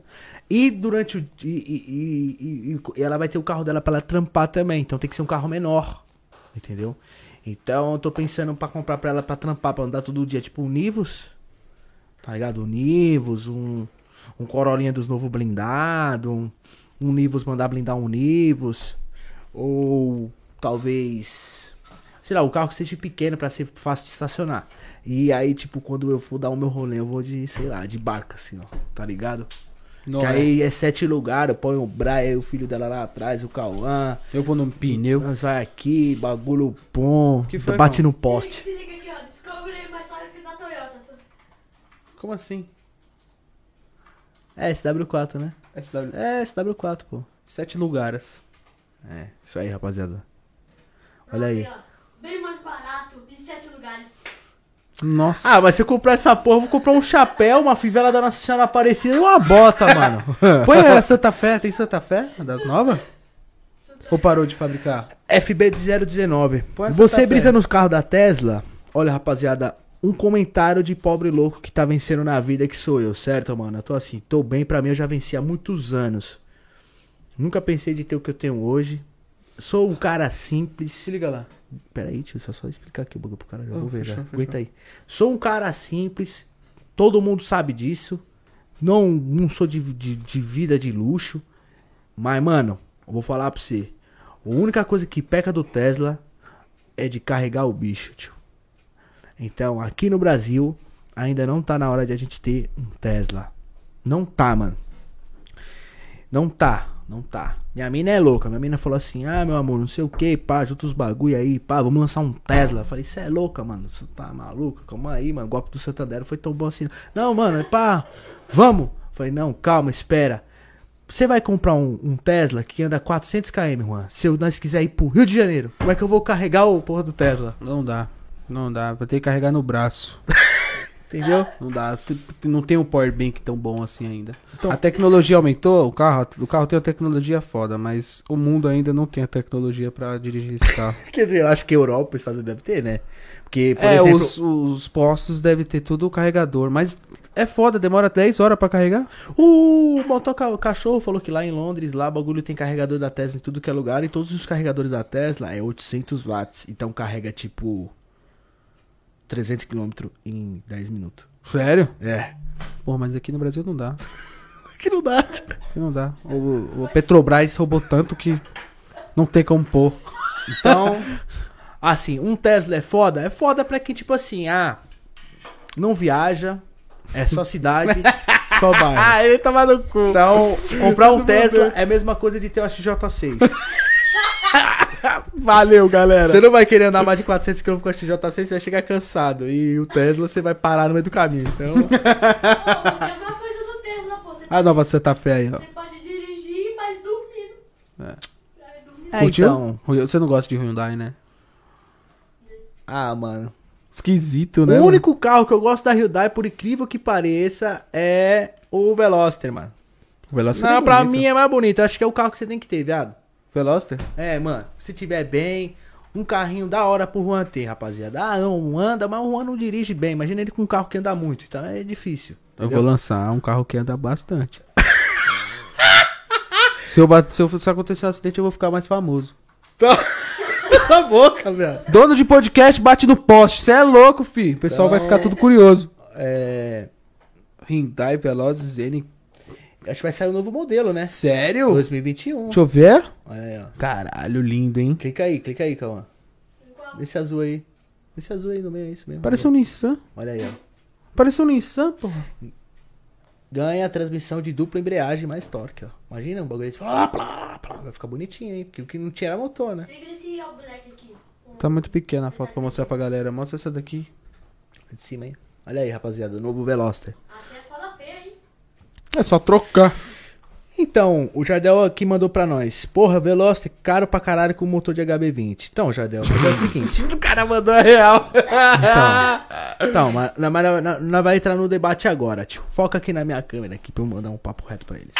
E durante o. E, e- e- e- e ela vai ter o carro dela pra ela trampar também. Então tem que ser um carro menor. Entendeu? Então eu tô pensando pra comprar pra ela pra trampar, pra andar todo dia, tipo um Nivus. Tá ligado? Um Nivus, um. Um Corolinha dos Novo Blindado. Um, um Nivus mandar blindar um Nivus. Ou talvez sei lá, o carro que seja pequeno pra ser fácil de estacionar. E aí, tipo, quando eu for dar o meu rolê, eu vou de, sei lá, de barca, assim, ó, tá ligado?
Não
que
é.
aí é sete lugares, eu ponho o Braia, o filho dela lá atrás, o Cauã,
Eu vou num pneu.
nós vai aqui, bagulho bom,
Que foi,
bate
irmão?
no poste.
Se liga aqui, ó. Descobri uma história que é da Toyota. tá?
Como assim?
É, SW4, né?
SW.
É, SW4, pô.
Sete lugares.
É, isso aí, rapaziada. Olha aí.
Aqui, ó. Bem mais barato, em sete lugares.
Nossa.
Ah, mas se eu comprar essa porra, eu vou comprar um chapéu, uma fivela da Nossa Senhora Aparecida e uma bota, mano.
Ah, Põe a Santa Fé, tem Santa Fé? Das novas? Ou parou de fabricar?
FB019.
Pô, essa
Você
tá
brisa
fera.
nos carros da Tesla? Olha, rapaziada, um comentário de pobre louco que tá vencendo na vida que sou eu, certo, mano? Eu tô assim, tô bem, pra mim eu já venci há muitos anos. Nunca pensei de ter o que eu tenho hoje. Sou um cara simples.
Se liga lá.
Peraí, deixa eu só, só explicar aqui o bagulho pro cara, já
Não,
vou ver
fechou,
já.
fechou.
Aguenta aí. Sou um cara simples, todo mundo sabe disso. Não, não sou de, de, de vida de luxo. Mas, mano, eu vou falar pra você. A única coisa que peca do Tesla é de carregar o bicho, tio. Então, aqui no Brasil, ainda não tá na hora de a gente ter um Tesla. Não tá, mano. Não tá, não tá. Minha mina é louca. Minha mina falou assim: ah, meu amor, não sei o que, pá, junta os bagulho aí, pá, vamos lançar um Tesla. Eu falei: cê é louca, mano, você tá maluca? Calma aí, mano, o golpe do Santander não foi tão bom assim. Não, mano, é pá, vamos. Eu falei: não, calma, espera. Você vai comprar um, um Tesla que anda 400 km, Juan. Se eu- nós quiser ir pro Rio de Janeiro, como é que eu vou carregar o porra do Tesla?
Não dá. Não dá. Vai ter que carregar no braço.
Entendeu?
Não dá. T- t- Não tem um power bank tão bom assim ainda.
Então-
a tecnologia aumentou, o carro, o carro tem uma tecnologia foda, mas o mundo ainda não tem a tecnologia pra dirigir esse carro.
Quer dizer, eu acho que a Europa e os Estados Unidos devem ter, né? Porque, por
é,
exemplo.
os, os postos devem ter tudo o carregador, mas é foda, demora 10 horas pra carregar.
Uh, O motoca cachorro falou que lá em Londres, lá bagulho tem carregador da Tesla em tudo que é lugar e todos os carregadores da Tesla é 800 watts, então carrega tipo 300 km em 10 minutos.
Sério?
É.
Pô, mas aqui no Brasil não dá.
Que não dá.
Aqui não dá. O, o Petrobras roubou tanto que não tem como pôr.
Então, assim, um Tesla é foda, é foda pra quem tipo assim, ah, não viaja, é só cidade, só bairro. Ah, ele tava no cu. Então, comprar um Tesla é a mesma coisa de ter uma XJ6.
Valeu, galera.
Você não vai querer andar mais de 400 km com a XJ6, você vai chegar cansado. E o Tesla, você vai parar no meio do caminho. Então,
Pô, tem alguma É coisa do Tesla, pô.
Ah.
Você,
A nova Santa Fé tá aí, ó.
você pode dirigir, mas dormindo. É. dormindo.
Curtiu?
então.
Você não gosta de Hyundai, né?
Ah, mano.
Esquisito,
O
né? mano?
único carro que eu gosto da Hyundai, por incrível que pareça, é o Veloster, mano.
O Veloster
não,
é
pra
bonito.
mim é mais bonito. Eu acho que é o carro que você tem que ter, viado.
Veloster?
É, mano. Se tiver bem, um carrinho da hora pro Juan ter, rapaziada. Ah, não, anda, mas o Juan não dirige bem. Imagina ele com um carro que anda muito. Então é difícil.
Eu vou lançar um carro que anda bastante. se, eu bat- se, eu- se acontecer um acidente, eu vou ficar mais famoso.
Cala a boca, viado.
Dono de podcast bate no poste. Você é louco, fi. O pessoal vai
Então-
ficar tudo curioso.
É.
Hyundai Velozes N.
Acho que vai sair o novo modelo, né?
Sério?
2021.
Deixa eu ver.
Olha aí, ó.
Caralho, lindo, hein?
Clica aí, clica aí, Cauã.
Qual?
Nesse azul aí. Nesse azul aí no meio, é isso mesmo.
Parece um Nissan.
Olha aí, ó.
Parece um Nissan, porra.
Ganha a transmissão de dupla embreagem mais torque, ó. Imagina um bagulho de... plá, plá, plá. Vai ficar bonitinho aí, porque o que não tinha era motor, né?
Siga esse All Black aqui. Um,
Tá muito pequena a foto pra mostrar pra galera. Mostra essa daqui.
De cima aí. Olha aí, rapaziada, o novo Veloster.
Achei a sola feia, hein?
É só trocar.
Então, o Jardel aqui mandou pra nós. Porra, Veloster, caro pra caralho com motor de HB20. Então, Jardel, é o seguinte.
O cara mandou a real.
Então, então mas, mas nós- nós- nós vai entrar no debate agora, tio. Foca aqui na minha câmera aqui pra eu mandar um papo reto pra eles.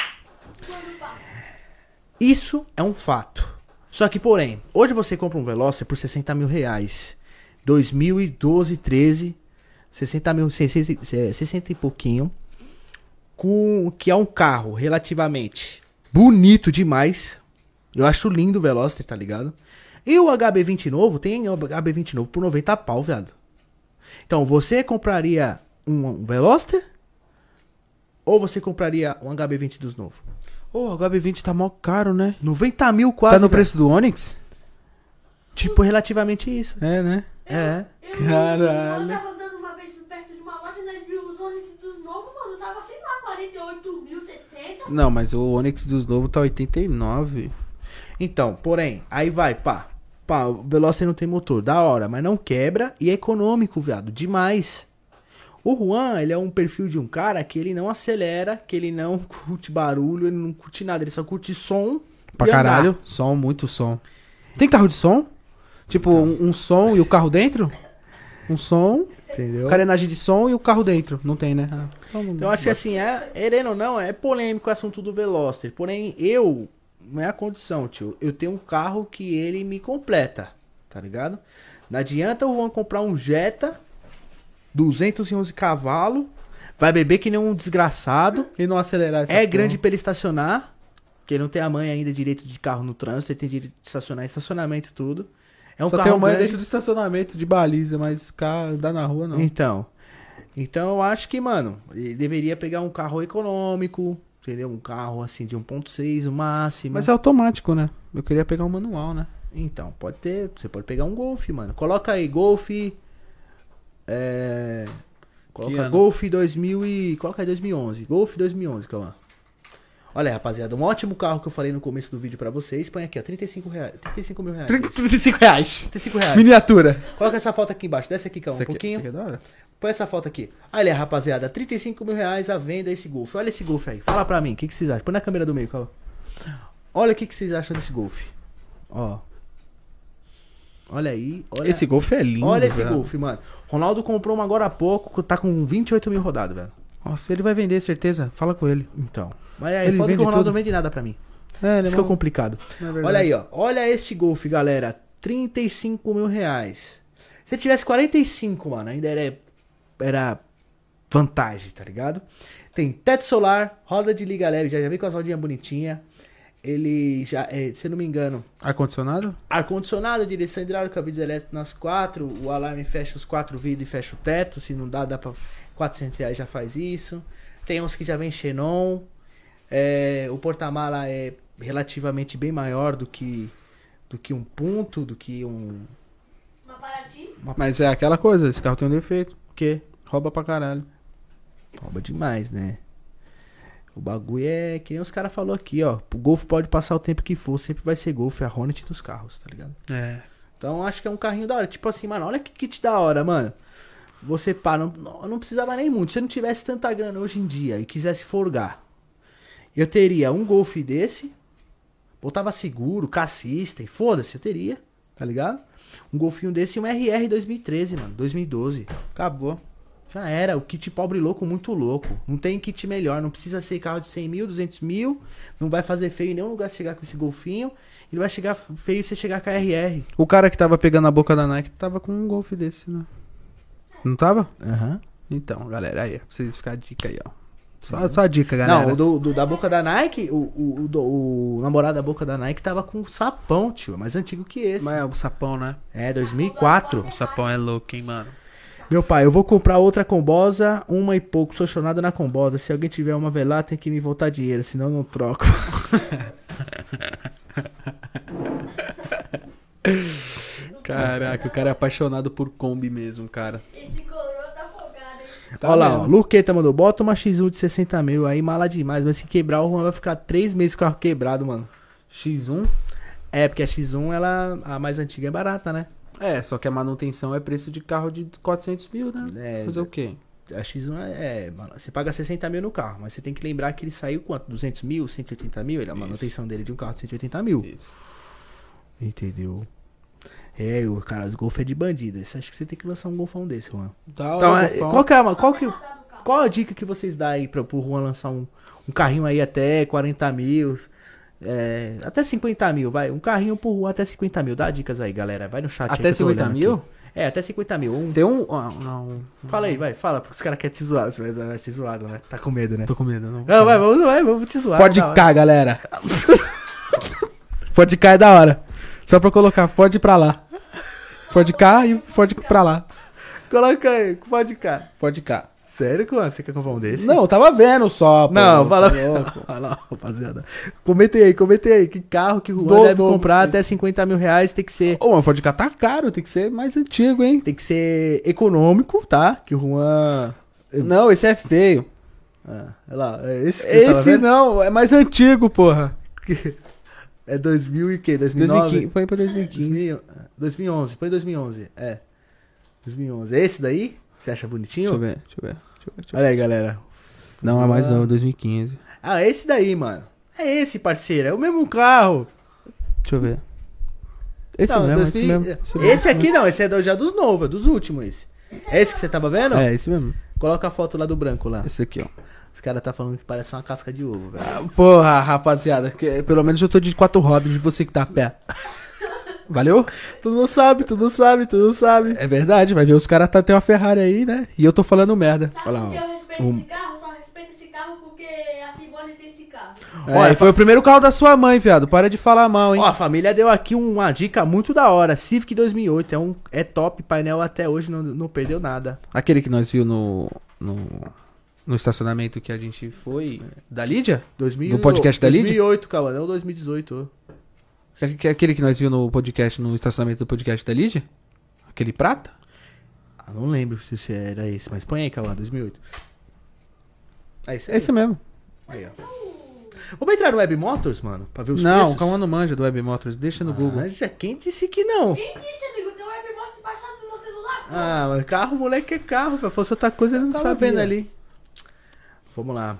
Isso é um fato. Só que, porém, hoje você compra um Veloster por 60 mil reais. 2012, 13, 60 mil, 60, 60 e pouquinho. Com, que é um carro relativamente bonito demais. Eu acho lindo o Veloster, tá ligado? E o HB20 novo, tem HB20 novo por 90 pau, viado. Então, você compraria um, um Veloster? Ou você compraria um HB20 dos novos?
Ô, o HB20 tá mó caro, né?
90 mil quase. né?
Tá no
velho.
preço do Onix?
Tipo, relativamente isso.
É, né?
É.
Eu,
Caralho.
Eu tava andando uma vez perto de uma loja e nós vimos os ônibus dos novos, mano. Tava, sei lá, 48 mil, 60.
Não, mas o Onix dos novos tá 89.
Então, porém, aí vai, pá. Pá, o Veloster não tem motor, da hora, mas não quebra e é econômico, viado, demais. O Juan, ele é um perfil de um cara que ele não acelera, que ele não curte barulho, ele não curte nada, ele só curte som.
Pra
e andar.
caralho. Som, muito som. Tem carro de som? Tipo, um, um som e o carro dentro? Um som,
Entendeu?
carenagem de som e o carro dentro. Não tem, né? Ah, vamos-
Então eu acho que assim, é, querendo ou não, é polêmico o assunto do Veloster. Porém, eu, não é a condição, tio. Eu tenho um carro que ele me completa, tá ligado? Não adianta o Juan comprar um Jetta, 211 cavalo, vai beber que nem um desgraçado,
E não acelerar essa
é
porra.
grande pra ele estacionar, Porque ele não tem a mãe ainda direito de carro no trânsito, ele tem direito de estacionar em estacionamento e tudo. É um
Só
carro
tem uma
grande.
dentro do estacionamento de baliza, mas cá, andar na rua não.
Então. Então eu acho que, mano, ele deveria pegar um carro econômico, entendeu? Um carro assim de 1.6 o máximo.
Mas é automático, né? Eu queria pegar um manual, né?
Então, pode ter. Você pode pegar um Golf, mano. Coloca aí, Golf. É. Coloca
ano?
Golf 2000 e. Coloca aí 2011. Golf 2011, calma. Olha aí, rapaziada, um ótimo carro que eu falei no começo do vídeo pra vocês. Põe aqui, ó, 35 reais. 35 mil reais.
35 reais.
35 reais.
Miniatura.
Coloca essa foto aqui embaixo. Desce aqui, calma, um pouquinho.
Isso aqui é da hora.
Põe essa foto aqui. Olha, rapaziada, 35 mil reais à venda esse Golf. Olha esse Golf aí. Fala pra mim, o que, que vocês acham? Põe na câmera do meio, calma. Olha o que, que vocês acham desse Golf. Ó. Olha aí. Olha,
Esse golfe é lindo.
olha esse
velho.
Golf, mano. Ronaldo comprou um agora há pouco, tá com 28 mil rodado, velho.
Nossa, ele vai vender, certeza. Fala com ele.
Então. Mas aí,
Ele
foda que
vende
o Ronaldo
tudo.
não vende nada pra mim.
É, ele
Isso que é complicado. Olha aí, ó. Olha este Golf, galera. 35 mil reais. Se tivesse 45, mano, ainda era, era vantagem, tá ligado? Tem teto solar, roda de liga leve, já, já vem com as rodinhas bonitinhas. Ele já, é, se eu não me engano,
Ar-condicionado?
ar-condicionado, direção hidráulica, vidro elétrico nas quatro, o alarme fecha os quatro vidros e fecha o teto, se não dá, dá pra 400 reais já faz isso. Tem uns que já vem xenon, é, o porta-mala é relativamente bem maior do que do que um ponto, do que um...
Uma Paraty.
Mas é aquela coisa, esse carro tem um defeito.
O quê?
Rouba pra caralho.
Rouba demais, né? O bagulho é que nem os caras falaram aqui, ó. O Golf pode passar o tempo que for, sempre vai ser Golf, é a Hornet dos carros, tá ligado?
É.
Então acho que é um carrinho da hora. Tipo assim, mano, olha que kit da hora, mano. Você pá, não, não não precisava nem muito. Se eu não tivesse tanta grana hoje em dia e quisesse forgar, eu teria um Golf desse, botava seguro, cassista e foda-se, eu teria, tá ligado? Um golfinho desse e um RR 2013, mano, 2012.
Acabou.
Já era, o kit pobre louco, muito louco. Não tem kit melhor, não precisa ser carro de 100 mil, 200 mil. Não vai fazer feio em nenhum lugar chegar com esse golfinho. Ele vai chegar feio se você chegar com a RR.
O cara que tava pegando a boca da Nike tava com um golfe desse, né? Não tava?
Aham.
Então, galera, aí, pra vocês ficarem a dica aí, ó. Só, só a dica, galera.
Não, o do, do- da boca da Nike, o, o, o do- o namorado da boca da Nike tava com um sapão, tio. Mais antigo que esse.
Mas é o sapão, né?
É, 2004.
O sapão é louco, hein, mano.
Meu pai, eu vou comprar outra combosa, uma e pouco. Sou chonado na combosa. Se alguém tiver uma velar, tem que me voltar dinheiro, senão eu não troco.
Caraca, o cara é apaixonado por Kombi mesmo, cara.
Esse coroa tá folgado, hein?
Tá
Olha lá, ó,
mesmo.
Luqueta mandou, bota uma X1 de 60 mil, aí mala demais, mas se quebrar o Juan vai ficar três meses com o carro quebrado, mano.
X1?
É, porque a X1, ela, a mais antiga é barata, né?
É, só que a manutenção é preço de carro de 400 mil, né?
É.
Fazer o quê?
A X1 é, é, mano, você paga 60 mil no carro, mas você tem que lembrar que ele saiu quanto? 200 mil, 180 mil? Ele, a manutenção dele de um carro de 180 mil.
Isso.
Entendeu? É, o cara, o Golf é de bandido. Você acha que você tem que lançar um golfão desse, Juan?
Então,
Então, é, qual
qual...
que é, a- qual que,
Tá no carro.
qual a dica que vocês dão aí pra, pro Juan lançar um, um carrinho aí até 40 mil, é, até 50 mil, vai. Um carrinho pro Juan até 50 mil. Dá dicas aí, galera. Vai no chat. aí
Até
que eu tô
50
olhando
mil?
aqui. É, até 50 mil. Um-
Tem um... ah, não,
Fala aí, vai. Fala, porque os caras querem te zoar. Você vai, vai ser zoado, né? Tá com medo, né?
tô com medo. Não,
Não, vai, vamos, vai, vamos te zoar. tá,
Ford
da hora.
K, galera. Ford K é da hora. Só pra colocar Ford pra lá. Ford K e Ford pra lá.
Coloca aí, pode cá.
Ford K.
Sério, Juan? Você quer comprar um desse?
Não, eu tava vendo só. pô.
Não, fala,
Tá louco.
fala, rapaziada. Comentem aí, comentem aí. Que carro que o Juan
Do-
deve
do-
comprar até 50 mil reais tem que ser.
Ô, mas o Ford K tá caro, tem que ser mais antigo, hein?
Tem que ser econômico, tá? Que o Juan.
Não, esse é feio.
Ah, olha lá, é esse que você
Esse
tava vendo?
não, é mais antigo, porra.
É 2000 e quê?
2015,
2009?
põe pra 2015.
2015. 2011, põe 2011. É. 2011. É Esse daí? Você acha bonitinho?
Deixa eu ver, deixa eu ver. Deixa eu ver, deixa eu ver.
Olha aí, galera.
Não, é mais novo, 2015.
Ah, é esse daí, mano. É esse, parceiro. É o mesmo carro. Tá,
Deixa eu ver. Esse
Não,
mesmo,
2000
esse mesmo.
Esse, aqui não, esse é do- já dos novos, é dos últimos. Esse. É esse que você tava vendo?
É, esse mesmo.
Coloca a foto lá do branco lá.
Esse aqui, ó.
Os caras tá falando que parece uma casca de ovo, velho.
Porra, rapaziada, que- pelo menos eu tô de quatro rodas de você que tá a pé. Valeu?
Tu não sabe, tu não sabe, tu não sabe.
É verdade, vai ver os caras tá, tem uma Ferrari aí, né? E eu tô falando merda.
Sabe
Olha lá,
por que
ó.
eu respeito
Um-
esse carro? Só respeito esse carro porque porque a Simone tem esse carro.
É,
Olha,
foi o primeiro carro da sua mãe, viado. Para de falar mal, hein?
Ó, a família deu aqui um, uma dica muito da hora. Civic 2008 é, um, é top, painel até hoje não, não perdeu nada.
Aquele que nós viu no, no, no estacionamento que a gente foi. Da Lídia?
2000,
No podcast da Lid?
2008, calma, não 2018.
Que- que- Aquele que nós viu no podcast, no estacionamento do podcast da Lídia? Aquele prata?
Ah, não lembro se- se era esse, mas põe aí, calma, 2008. É isso
É
aí.
esse mesmo.
Vamos entrar no Web Motors, mano, pra ver os
não,
preços?
o Cauã não manja do Web Motors, deixa no Google.
Ah, já quem disse que não?
Quem disse, amigo? Tem um webmost baixado no meu celular? pô.
Ah, mas carro, moleque, é carro. Se fosse outra coisa, ele não
Tava
sabia.
Tá vendo ali.
Vamos lá.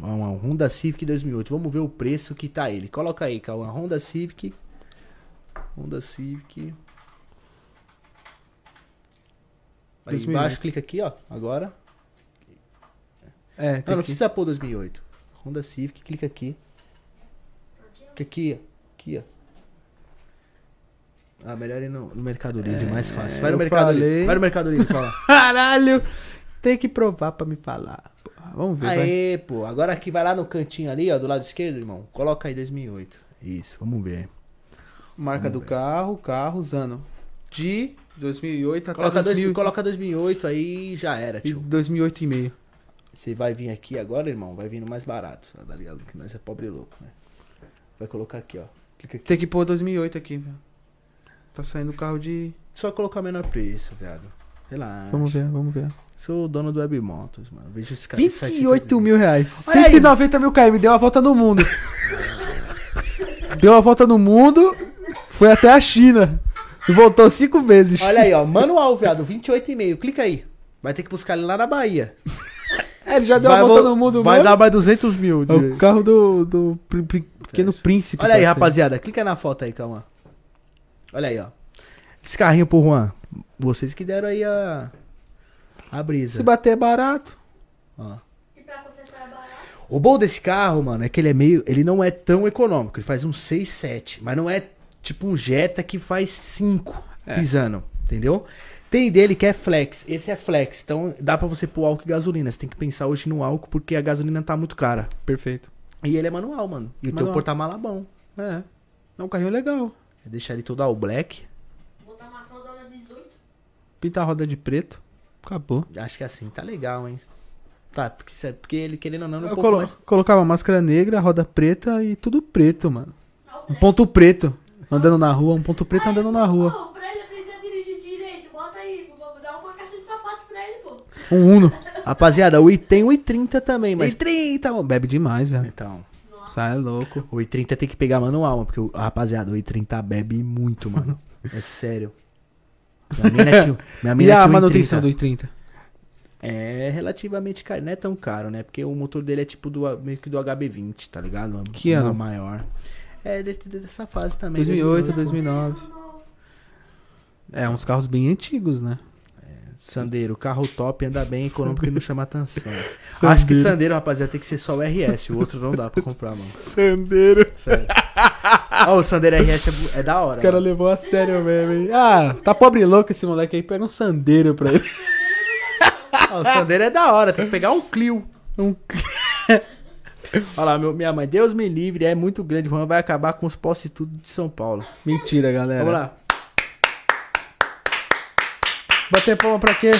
Uma Honda Civic 2008. Vamos ver o preço que tá ele. Coloca aí, Cauã. Honda Civic. Honda Civic. Aí
2008.
embaixo, clica aqui, ó. Agora.
É,
Não,
tem
não
que...
precisa pôr 2008. Honda Civic, clica aqui. Clica aqui, ó. Aqui, ó. Ah, melhor ir no, no Mercado Livre, mais fácil. Vai no
É, eu
Mercado
falei.
Livre. Vai no Mercado Livre, Cauã.
Caralho! Tem que provar pra me falar. Pô, Vamos ver, vai.
Aê, pô. Agora aqui vai lá no cantinho ali, ó, do lado esquerdo, irmão. Coloca aí 2008. Isso, vamos ver.
Marca do carro, carro, usando. De 2008 até
Coloca,
2000,
2000, coloca 2008 aí já era,
e
tio.
2008 e meio.
Você vai vir aqui agora, irmão, vai vindo mais barato, tá ligado? Que nós é pobre louco, né? Vai colocar aqui, ó. Clica aqui.
Tem que pôr 2008 aqui, velho. Tá saindo carro de...
Só colocar menor preço, viado. Relaxa.
Vamos ver, vamos ver.
Sou o dono do Webmotos, mano. Vejo os caras.
28 mil reais.
é tipo Olha aí.
190 mil km, deu a volta no mundo. deu a volta no mundo, foi até a China. E voltou cinco vezes.
Olha aí, ó. Manual, viado. 28,5. Clica aí. Vai ter que buscar ele lá na Bahia.
É, ele já deu a volta no mundo
Vai
mesmo.
dar mais 200 mil.
É o carro do, do pri- pri- Pequeno Príncipe.
Olha aí,
parceiro.
rapaziada. Clica na foto aí, calma. Olha aí, ó. Esse carrinho pro Juan. Vocês que deram aí a. A
Se
brisa.
bater é barato.
Ó.
E pra consertar é barato.
O bom desse carro, mano, é que ele é meio. Ele não é tão econômico. Ele faz um 6, 7. Mas não é tipo um Jetta que faz 5
É.
pisando. Entendeu? Tem dele que é flex. Esse é flex. Então dá pra você pôr álcool e gasolina. Você tem que pensar hoje no álcool porque a gasolina tá muito cara.
Perfeito.
E ele é manual, mano. E o
Manual.
teu porta-mala é bom.
É. É um carrinho legal.
Deixar ele todo all black.
Botar uma sonda na 18.
Pinta a roda de preto. Acabou.
Acho que assim tá legal, hein? Tá, porque, sabe, porque ele querendo ou não, é um não
Eu colo- colocava máscara negra, roda preta e tudo preto, mano.
Ah, o
Um
Black.
ponto preto. Andando na rua, um ponto preto andando na rua.
Pô, pra ele aprender a dirigir direito, bota aí, pô, vou dar uma caixa de sapato pra ele, pô.
Um Uno.
Rapaziada, o i tem o i30 também, mas.
E 30, mano. Bebe demais, velho.
Então.
Sai louco.
O i30 tem que pegar manual, mano, porque, o- rapaziada, o i30 bebe muito, mano. É sério. Minha mina tinha, minha mina
E
tinha
a
um
manutenção do
i30.
I30?
É relativamente caro, não é tão caro, né? Porque o motor dele é tipo do, meio que do HB20, tá ligado? Uma-
Que
uma
ano?
maior. É de- de- dessa fase também.
2008, 2009. É, uns carros bem antigos, né?
Sandeiro, carro top, anda bem, econômico e não chama atenção. Acho que Sandeiro, rapaziada, tem que ser só o RS. O outro não dá pra comprar, mano.
Sandeiro.
Sério. Ó, o Sandeiro RS é bu- é, da
Os
hora.
caras
mano.
levou a sério mesmo, hein? Ah, tá pobre louco esse moleque aí. Pega um sandeiro pra ele.
Ó, o Sandeiro é da hora, tem que pegar um Clio.
Um...
Olha lá, meu- minha mãe, Deus me livre, é muito grande. Juan vai acabar com os postos de tudo de São Paulo.
Mentira, galera.
Vamos lá.
Bater palma pra quê?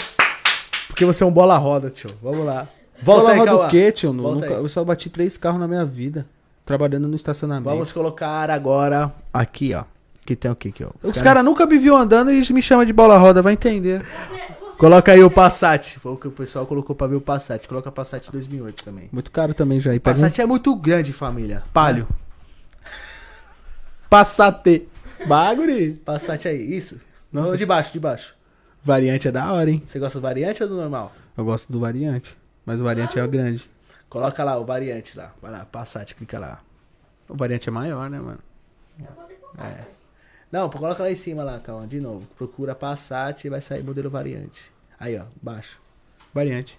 Porque você é um bola roda, tio. Vamos lá.
Bola
Volta aí,
roda
Cauã.
o quê, tio? Nu-
Volta
nunca-
aí.
Eu só bati três carros na minha vida. Trabalhando no estacionamento.
Vamos colocar agora aqui, ó. Que tem o que aqui, ó?
Os caras cara nunca me viu andando e me chama de bola roda, vai entender.
Você, você
Coloca aí o Passat. Foi o que o pessoal colocou pra ver o Passat. Coloca Passat 2008 também.
Muito caro também, Jair. Pega um
Passat é muito grande, família.
palho. Passate. Baguri.
Passat aí, isso.
Nossa.
Não, de baixo, de baixo.
Variante é da hora, hein?
Você gosta do variante ou do normal?
Eu gosto do variante. Mas o variante é o grande.
Coloca lá o variante lá. Vai lá, Passat, clica lá.
O variante é maior, né, mano?
Não, pô, coloca lá em cima lá, calma, de novo. Procura Passat e vai sair modelo variante. Aí, ó, baixo.
Variante.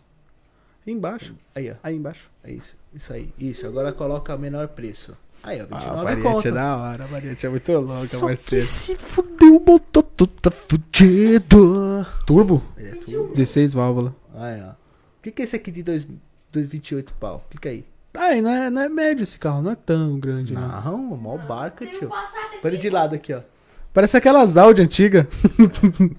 Aí embaixo.
Aí, ó.
Aí embaixo.
É isso. Isso aí. Isso. Agora coloca o menor preço. Aí, ó, 29
o variante
conto.
é da hora. O variante é muito louca,
Só que
parceiro.
se fudeu, botou tudo, tá fudido.
Turbo?
Ele é tudo.
16 válvula.
Aí, ó. O que, que é esse aqui de dois- dois 28 pau? Clica aí.
Tá aí, não é, não é médio esse carro, não é tão grande, não.
Não, mó barca,
é,
Tem um
tio.
Passat
Põe ele de
aqui.
lado aqui, ó.
Parece aquelas Audi antigas.
Parece mesmo.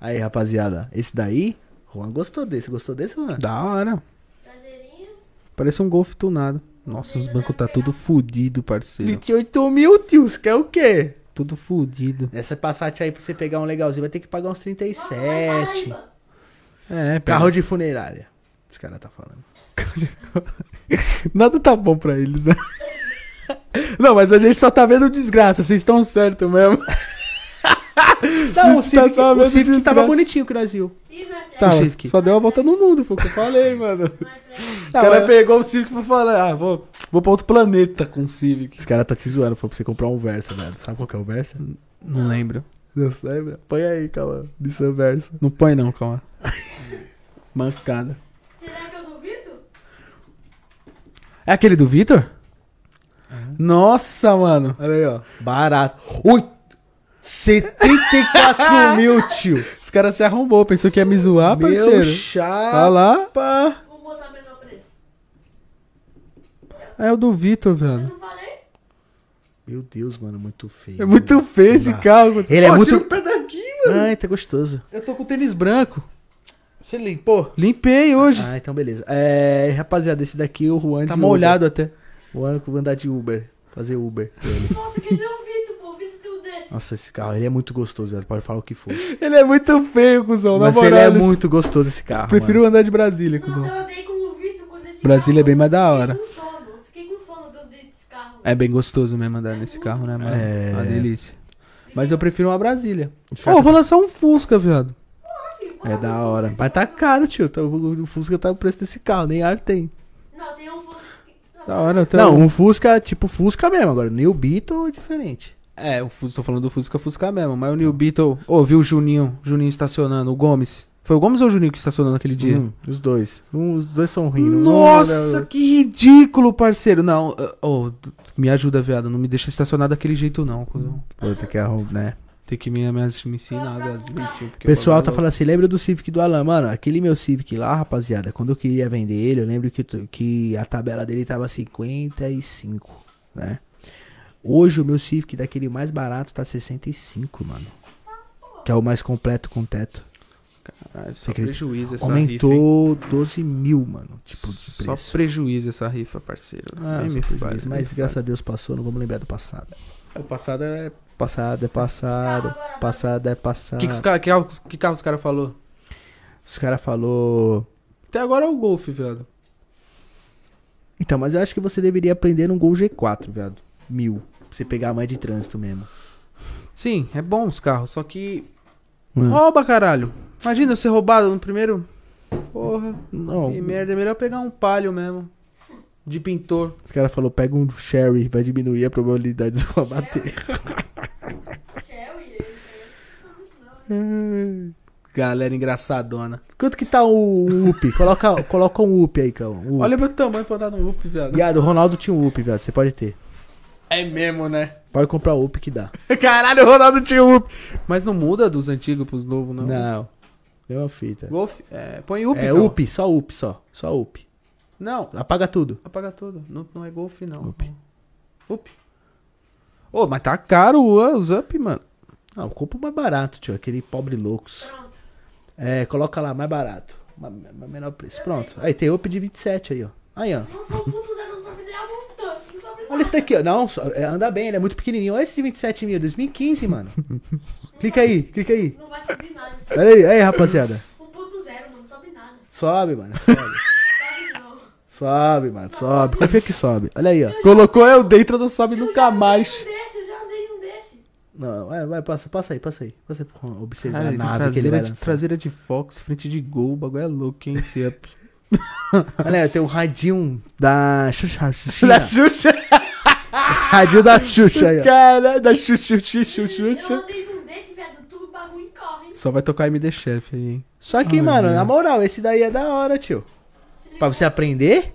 Aí, rapaziada, esse daí, Juan gostou desse. Gostou desse, Juan?
da hora.
Traseirinho.
Parece um Golf tunado. Nossa, os bancos tá tudo fudido, parceiro.
28 mil, tio. Você quer o quê?
Tudo fudido.
Essa Passat aí, pra você pegar um legalzinho, vai ter que pagar uns
Nossa, lá em
37.
Paraíba.
É, pera.
Carro de funerária. Esse cara tá falando.
Nada tá bom pra eles, né? Não, mas a gente só tá vendo desgraça, vocês estão certo mesmo.
Não, o Civic,
tá
o
vendo
Civic
desgraça.
tava bonitinho que nós viu.
Ih, não é
Tá, mas
O Civic.
só deu a volta no mundo, foi o que eu falei, mano.
Não é Flex.
O cara pegou o Civic e falou, ah, vou, vou pra outro planeta com o Civic.
Esse cara tá te zoando, foi pra você comprar um Versa, velho. Sabe qual que é o Versa?
Não lembro.
Não lembra? Põe aí, calma. De seu Versa.
Não põe não, calma. Mancada.
Será que eu duvido?
É aquele do Vitor? É. Nossa, mano.
Olha aí, ó. Barato. Oito. 74 mil, tio.
Os caras se arrombou, pensou que ia me zoar,
Meu
parceiro. Olha
chapa.
lá.
Ah.
Vou botar menor preço.
É o do Vitor,
Eu
velho.
não falei?
Meu Deus, mano, muito feio. né?
É muito feio esse
Não.
carro.
Ele é muito-
tira o pé daqui, mano.
Ai, tá gostoso.
Eu tô com tênis branco.
Você limpou?
Limpei hoje.
Ah, então beleza. É, rapaziada, esse daqui o Juan
tá
de
molhado até.
Uber. O Juan que vai andar de Uber. Fazer Uber.
Nossa, que nem o Vitor, pô. O Vitor tem um desse.
Nossa, esse carro, ele é muito gostoso, velho. Pode falar o que for.
Ele é muito feio, cuzão.
Mas
na
ele
moral,
é
eles-
muito gostoso, esse carro,
Prefiro
mano.
andar de Brasília, cuzão.
Nossa, eu andei com o Vitor quando esse
Brasília é bem mais da hora.
Fiquei com sono. Fiquei com sono dentro desse carro.
É bem gostoso mesmo andar nesse carro, né, mano?
É.
Uma delícia. Mas eu prefiro uma Brasília. Ô, eu vou lançar um Fusca, viado.
É da hora. Mas tá caro, tio. Tá- O o Fusca tá o preço desse carro, nem ar tem.
Não, tem um Fusca que- não,
Da hora, tá?
Não, um Fusca, tipo Fusca mesmo. Agora, New Beetle é diferente.
É, eu tô falando do Fusca Fusca mesmo, mas o New Beetle. Ô, viu o Juninho? Juninho estacionando, o Gomes. Foi o Gomes ou o Juninho que estacionou naquele dia?
Hum, os dois. Um, os dois são rindo. Um
Nossa,
olha-
que ridículo, parceiro. Não, ô, ô, me ajuda, viado. Não me deixa estacionar daquele jeito, não, cuzão.
Puta que arromba, né?
Tem que me, me, me ensinar, viado, direitinho. porque
O pessoal
o
tá
bagulho
falando assim, lembra do Civic do Alan? Mano, aquele meu Civic lá, rapaziada, quando eu queria vender ele, eu lembro que, tu- que a tabela dele tava 55, né? Hoje o meu Civic daquele mais barato tá 65, mano. Que é o mais completo com teto.
é- Ah, só
Você acredita?
prejuízo essa rifa. hein?
Aumentou 12 mil, mano, tipo, de
Só
preço.
prejuízo essa rifa, parceiro.
Ah,
Nem
só
me
prejuízo,
faz, nem
mas
me
graças a Deus passou, não vamos lembrar do passado.
faz. O passado é.
Passado é passado, passado é passado.
Que, que, os cara, que, carro- que carro os caras falaram?
Os caras falou
Até agora é o Golf, viado.
Então, mas eu acho que você deveria aprender um Gol G4, viado. Mil. Pra você pegar a mãe de trânsito mesmo.
Sim, é bom os carros, só que.
Hum.
Rouba, caralho. Imagina eu ser roubado no primeiro. Porra,
Não.
que merda. É melhor pegar um palio mesmo. De pintor.
Os caras falaram, pega um Sherry, vai diminuir a probabilidade de ela bater.
Shell e ele. Não,
Galera engraçadona.
Quanto que tá o um UP? Coloca, coloca um UP aí, cão. Um up.
Olha meu tamanho pra andar no UP, viado.
Viado, o Ronaldo tinha um UP, viado. Você pode ter.
É mesmo, né?
Pode comprar o UP que dá.
Caralho, o Ronaldo tinha um UP. Mas não muda dos antigos pros novos, não.
Não. Deu uma fita.
Golf, é, põe UP.
É
então.
UP, só UP, só. Só UP.
Não,
Apaga tudo.
apaga tudo. Não, não é Golf, não.
Up.
UP. Ô, mas tá caro o- os UP, mano.
Não, compra o mais barato, tio. Aquele pobre loucos.
Pronto.
É, coloca lá, mais barato. Ma- ma- Menor preço. Pronto. Aí tem UP de 27 aí, ó. Aí, ó.
Não sou puto, Zé, um não sou que nem a montante. Não sou que nem
Olha esse daqui, ó. Não, só- é, anda bem, ele é muito pequenininho. Olha esse de 27 mil, 2015, mano. clica aí, clica aí.
Não vai subir nada. isso
Olha aí, olha aí, rapaziada.
é 1.0, mano, sobe nada.
Sobe, mano, sobe.
Sobe não.
sobe, mano, sobe. Confia que sobe. Olha aí, ó.
Colocou eu dentro, não sobe
Eu
nunca
já andei
mais.
num desse, eu já andei num desse.
Não, vai, vai, passa, passa aí, passa aí. Passa aí pra observar
Caralho,
a nave que ele
traseira,
vai
de,
lançar.
traseira de Fox, frente de gol, o bagulho é louco, hein? Esse up.
Olha aí, tem um radinho da Xuxa.
da
Xuxa.
Xuxa,
radinho da Xuxa aí, ó.
caralho, da Xuxa, Xuxa,
Eu
Xuxa.
andei num desse, viado, tudo bagulho corre, hein?
Só vai tocar MD Chef aí, hein?
Só que,
Ai,
mano,
meu.
na moral, esse daí é da hora, tio. Pra você aprender.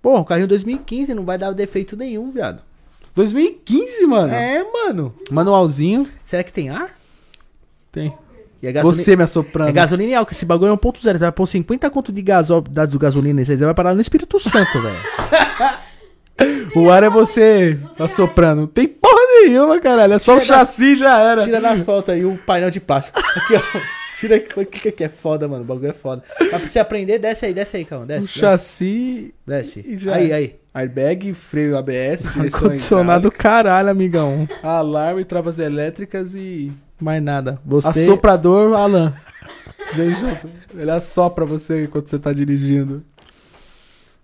Pô, o carrinho 2015 não vai dar defeito nenhum, viado.
2015, mano.
É, mano.
Manualzinho,
Será que tem ar?
tem.
E é gasolina.
Você me assoprando.
É gasolina e álcool. Esse bagulho é 1.0. Você vai pôr 50 conto de gasol... dados gasolina e você vai parar no Espírito Santo, velho.
O ar é você assoprando. Não tem porra nenhuma, caralho. É só o
Tira das-
chassi e já era.
Tira nas fotos aí o painel de plástico. Aqui, ó. Tira aqui. O que que é foda, mano? O bagulho é foda. Mas pra você aprender, desce aí, desce aí, calma.
O
Desce. desce.
chassi,
Desce.
E já
Aí,
é.
aí.
Airbag, freio ABS, direção
condicionado caralho, amigão.
hidráulica, alarme, travas elétricas e
Mais nada. Você.
Assoprador, Alan.
Vem junto. Ele assopra você quando você tá dirigindo.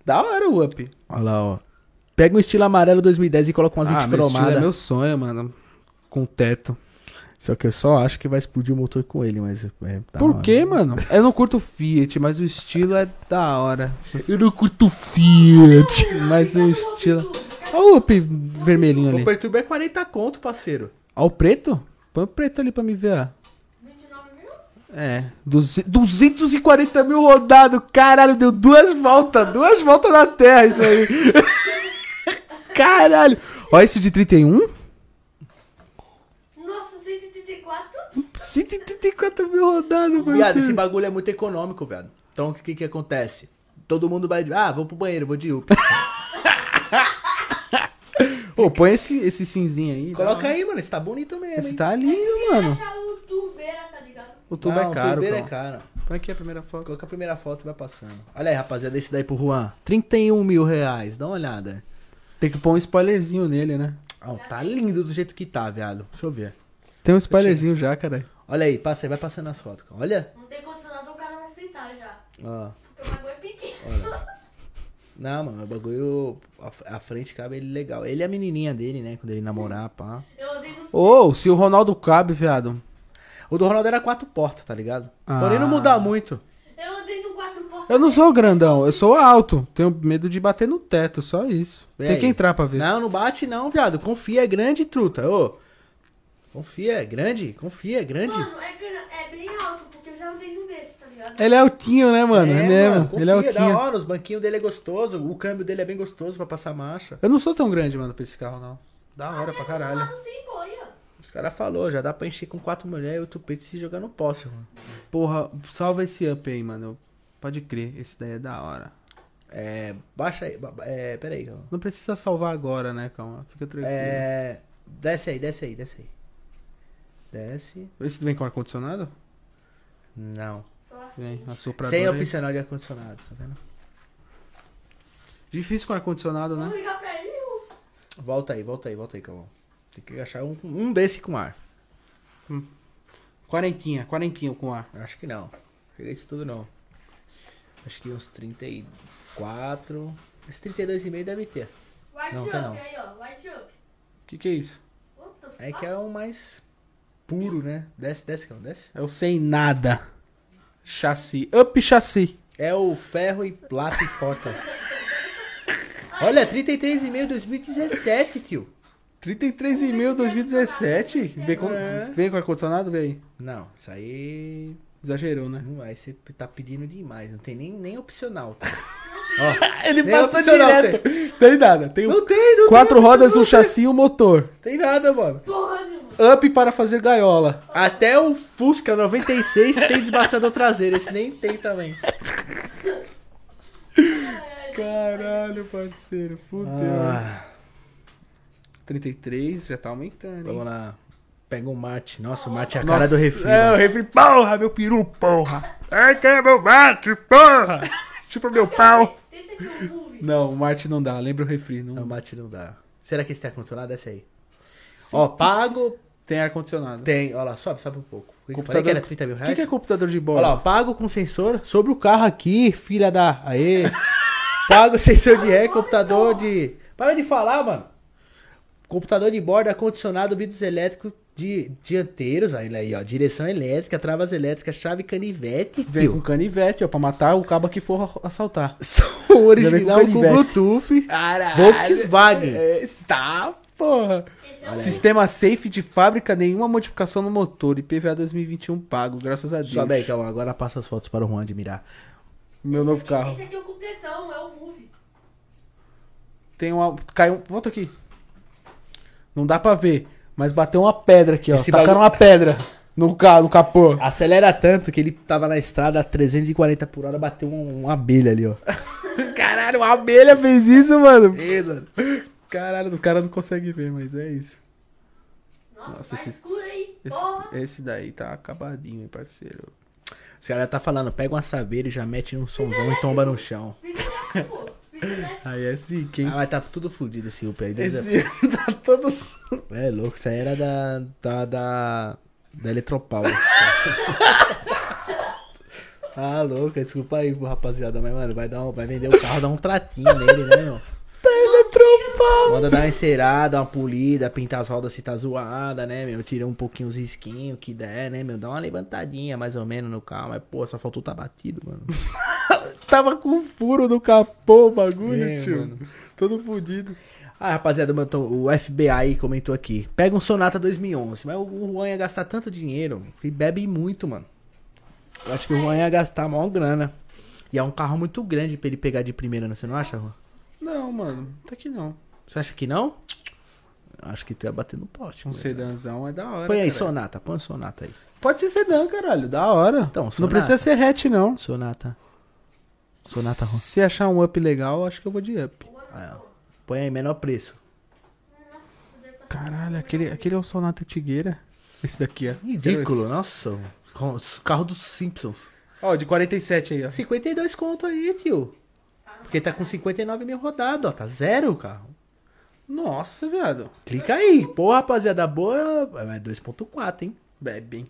Da hora o up.
Olha lá, ó. Pega um estilo amarelo 2010 e coloca umas 20
ah, meu estilo
cromadas.
é meu sonho, mano. Com teto.
Só que eu só acho que vai explodir o motor com ele, mas. é, tá
Por
uma-
quê, mano? Eu não curto Fiat, mas o estilo é da hora.
Eu não curto Fiat.
Mas o estilo. Olha o up vermelhinho ali.
O Perturbo é 40 conto, parceiro.
Olha o preto? Põe o preto ali pra me ver, ó.
29 mil?
É. Duze- 240 mil rodado. Caralho, deu duas voltas. Duas voltas na terra, isso aí. Caralho. Olha esse de 31.
Nossa, 134?
134 mil rodado, mano.
Viado, esse bagulho é muito econômico, viado. Então o que que acontece? Todo mundo vai. de- Ah, vou pro banheiro, vou de UP.
Pô, põe esse, esse cinzinho aí.
Coloca aí, mano. Esse tá bonito mesmo.
Esse
hein?
tá lindo,
Queria
mano.
achar o Turbeira, tá ligado?
O tubo
Não,
é caro,
tubeiro
bro.
é caro.
Põe aqui a primeira foto.
Coloca a primeira foto e vai passando. Olha aí, rapaziada, esse daí pro Juan. 31 mil reais, dá uma olhada.
Tem que pôr um spoilerzinho nele, né?
Ó, tá lindo do jeito que tá, viado. Deixa eu ver.
Tem um spoilerzinho já, cara.
Olha aí, passa aí, vai passando as fotos. cara. Olha.
Não tem condicionador, o cara vai fritar já.
Ó.
Porque o bagulho é pequeno.
Não, mano, o bagulho. A, a frente cabe ele legal. Ele é a menininha dele, né? Quando ele namorar, pá.
Eu odeio os
Ô, se o Ronaldo cabe, viado.
O do Ronaldo era quatro portas, tá ligado?
Ah.
Porém não mudar muito.
Eu andei no quatro portas.
Eu não sou grandão, eu sou alto. Tenho medo de bater no teto, só isso.
Vem
Tem
aí.
que entrar pra ver.
Não, não bate não, viado. Confia, é grande, truta. Ô. Confia, é grande. Confia, é grande.
Mano, é, gran- é bem alto, porque eu já andei num desse, tá ligado?
Ele é altinho, né, mano? É, mesmo. Ele é
confia, da
altinho.
hora, os banquinhos dele é gostoso, o câmbio dele é bem gostoso pra passar marcha.
Eu não sou tão grande, mano, pra esse carro, não. Da hora pra caralho.
Lado sem boia.
Os cara falou, já dá pra encher com quatro mulheres e outro peito se jogar no poste, mano.
Porra, salva esse up aí, mano. Pode crer, esse daí é da hora.
É, baixa aí, ba- é, peraí, calma.
Não precisa salvar agora, né, calma. Fica tranquilo.
É, desce aí, desce aí, desce aí. Desce,
Esse vem com ar-condicionado?
não.
Só
Vem, assoprador.
Sem
aí.
opcional de ar-condicionado, tá vendo?
Difícil com ar-condicionado, né?
Vamos ligar pra ele, o
Volta aí, volta aí, volta aí, calma. Tem que achar um, um desse com ar.
Quarentinha, quarentinha com ar.
Acho que não. Chega isso tudo não. Acho que uns 34. Esse 32,5 deve ter.
White
Não,
Up
tá não.
aí, ó. White Up.
O que, que é isso?
What the
É
fuck?
que é o mais puro, né? Desce, desce, calma, desce.
É o sem nada. Chassi. Up chassi.
É o ferro e plata e porta. Olha, 33,5 2017, tio.
33 mil 2017. Vem com,
É.
vem com ar-condicionado, vem.
Não, isso aí.
Exagerou, né?
Não, aí você tá pedindo demais. Não tem nem, nem opcional. tá?
Ele
Nem passou opcional direto.
Tem nada. Tem
Não tem, um não
quatro
tem
rodas,
opcional,
um chassi e um motor.
não Tem nada, mano.
Porra, meu.
Up para fazer gaiola.
Até o Fusca 96 tem desbaçador traseiro. Esse nem tem também.
Caralho, parceiro. Fudeu.
Ah,
33, já tá aumentando.
vamos
hein?
lá. Pega um mate. Nossa, o mate é a
Nossa,
cara do refri.
É,
mano.
o refri. Porra, meu peru, porra. Ai, que é meu mate, porra. Chupa meu pau.
Tem esse aqui, é o Move.
Não, o Marte não dá, lembra o refri. Não...
Não, mate não dá. Será que esse tem ar-condicionado? Desce aí. Ó, pago.
Tem ar-condicionado.
Tem. Ó lá, sobe, sobe um pouco. O que que eu
Computador-
falei que era 30 mil
O que,
reais?
que é computador de
Olha lá, ó,
bola?
pago com sensor sobre o carro aqui, filha da. Aê! pago sensor de ré, computador de. Para de falar, mano! Computador de borda, ar-condicionado, vidros elétricos de dianteiros, aí, aí, ó. Direção elétrica, travas elétricas, chave canivete.
Vem
Viu?
com canivete, ó, pra matar o cabo que for assaltar.
Som original
Ainda
com,
vem com
Bluetooth.
Caralho. É,
Volkswagen.
Está, porra.
Esse é o
Sistema safe de fábrica, nenhuma modificação no motor. IPVA 2021 pago, graças a Deus.
Sobe aí, calma. então, Agora passa as fotos para o Juan admirar.
Meu novo carro.
Esse aqui é o completão, é o Move.
Tem uma. Caiu. um- Volta aqui. Não dá pra ver, mas bateu uma pedra aqui, ó.
Esse
Tacaram uma pedra. No, ca... no capô.
Acelera tanto que ele tava na estrada a 340 por hora, bateu um- uma abelha ali, ó.
Caralho, a abelha fez isso, mano. Caralho, o cara não consegue ver, mas é isso.
Nossa,
Nossa,
tá
esse-
escuro aí. Porra.
Esse, esse daí tá acabadinho, hein, parceiro.
Os caras tá falando, pega uma saveira e já mete um somzão e tomba no chão.
Vídeo elétrico, pô. Vídeo elétrico.
Aí é zica,
Ah,
hein?
mas tá tudo fudido esse Uber aí. Deus
Esse tá todo.
É é louco, isso aí era da. da. da, da Eletropau. ah, louco, desculpa aí, rapaziada, mas, mano, vai, dar um- vai vender o carro, dar um tratinho nele, né, meu?
Tá
Eletropau! Manda dar uma encerada, uma polida, pintar as rodas se tá zoada, né, meu? Tira um pouquinho os risquinhos que der, né, meu? Dá uma levantadinha mais ou menos no carro, mas, pô, só faltou tá batido, mano.
Tava com furo no capô o bagulho,
É,
tio.
mano.
Todo fudido.
Ah, rapaziada, mandou- o FBI comentou aqui. Pega um Sonata 2011. Mas o- o Juan ia gastar tanto dinheiro e bebe muito, mano. Eu acho que o Juan ia gastar maior grana. E é um carro muito grande pra ele pegar de primeira, não? Você não acha, Juan?
Não, mano, tá que não.
Você acha que não? Acho que tu ia bater no poste.
Um
mano.
sedanzão é da hora.
Põe aí,
caralho.
Sonata. Põe o Sonata aí.
Pode ser sedã, caralho, da hora.
Então,
não
Sonata.
precisa ser hatch, não.
Sonata. Sonata, Juan.
Se achar um up legal, acho que eu vou de up.
Ah, ó. Põe aí, menor preço.
Nossa, deve tá
Caralho, aquele, aquele é o Sonata Tigueira. Esse daqui é
Ridículo, nossa. Com- Carro dos Simpsons.
Ó, de 47 aí, ó.
52 conto aí, tio. Porque tá com 59 mil rodado, ó. Tá zero o carro.
Nossa, viado.
Clica aí. Pô, rapaziada, boa. É 2.4, hein?
Bebe, hein?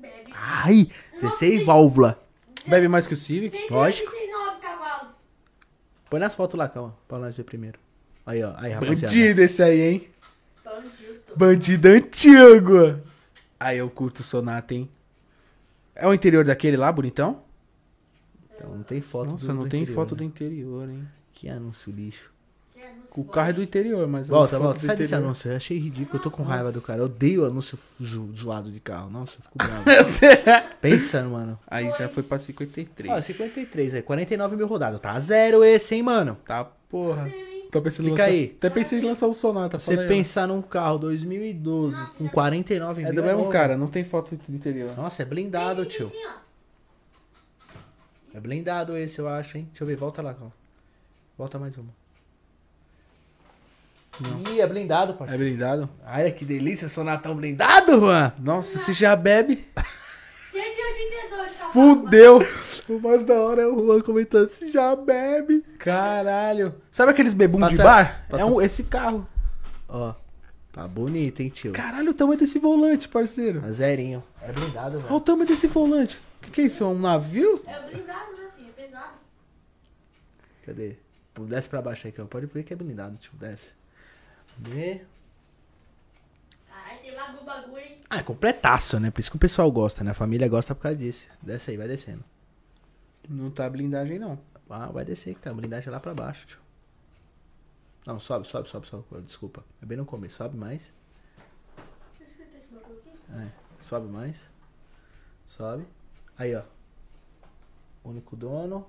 bebe.
Ah,
Ai, 16 válvula.
Bebe mais que o Civic?
lógico.
189 cavalos.
Põe nas fotos lá, calma. Pra nós ver primeiro. Aí, ó. Aí, rapaziada.
Bandido esse aí, hein?
Bandido.
Bandido antigo. Aí eu curto o Sonata, hein? É o interior daquele lá, bonitão?
Então, não tem foto
Nossa, não tem foto do né?
interior,
interior, hein?
né? Que anúncio lixo.
Que é nos
O carro é do interior, mas...
Volta,
a foto
volta.
do
Sai desse
interior-
anúncio. Eu achei ridículo. Eu tô com raiva do cara. Eu odeio anúncio zo- zoado de carro. Nossa, eu fico bravo. Pensa, mano.
Aí já
Dois.
foi pra 53.
Ó, 53 aí. 49 mil rodado. Tá zero esse, hein, mano?
Tá, porra. Tô pensando em
Fica
lançar...
aí.
Até pensei em lançar o Sonata.
Você
fala aí, ó.
pensar num carro 2012 com 49 mil.
É do mesmo
novo.
cara, não tem foto do interior.
Nossa, é
Tem
blindado,
gente
tio.
assim, ó.
É blindado esse, eu acho, hein? Deixa eu ver, volta lá, calma. Volta mais uma. Ih, é blindado,
É
parceiro.
blindado?
Olha que delícia, sonatão blindado, Juan.
Nossa, se já bebe,
182 cavalos.
fudeu.
O mais da hora é o Juan comentando, já bebe.
Caralho. Sabe aqueles bebum de
Passa-
bar?
passa-
É um, esse carro.
Ó, tá bonito, hein, tio.
Caralho, o tamanho desse volante, parceiro.
Tá Zerinho. É blindado,
Olha
velho.
o tamanho desse volante. O que, que é isso? É um navio?
É blindado, né, filho? É pesado.
Cadê? Pô, Desce pra baixo aí, que eu pode ver que é blindado, tio. Desce. Vê.
Caralho, tem bagulho, bagulho, hein?
Ah, é completaço, né? Por isso que o pessoal gosta, né? A família gosta por causa disso. Desce aí, vai descendo.
Não tá blindagem, não.
Ah, vai descer que tá. A blindagem é lá pra baixo, tio. Não, sobe, sobe, sobe, sobe. Desculpa. É bem no começo. Sobe mais.
Deixa eu ver esse bagulho aqui.
Sobe mais. Sobe. Aí, ó. Único dono.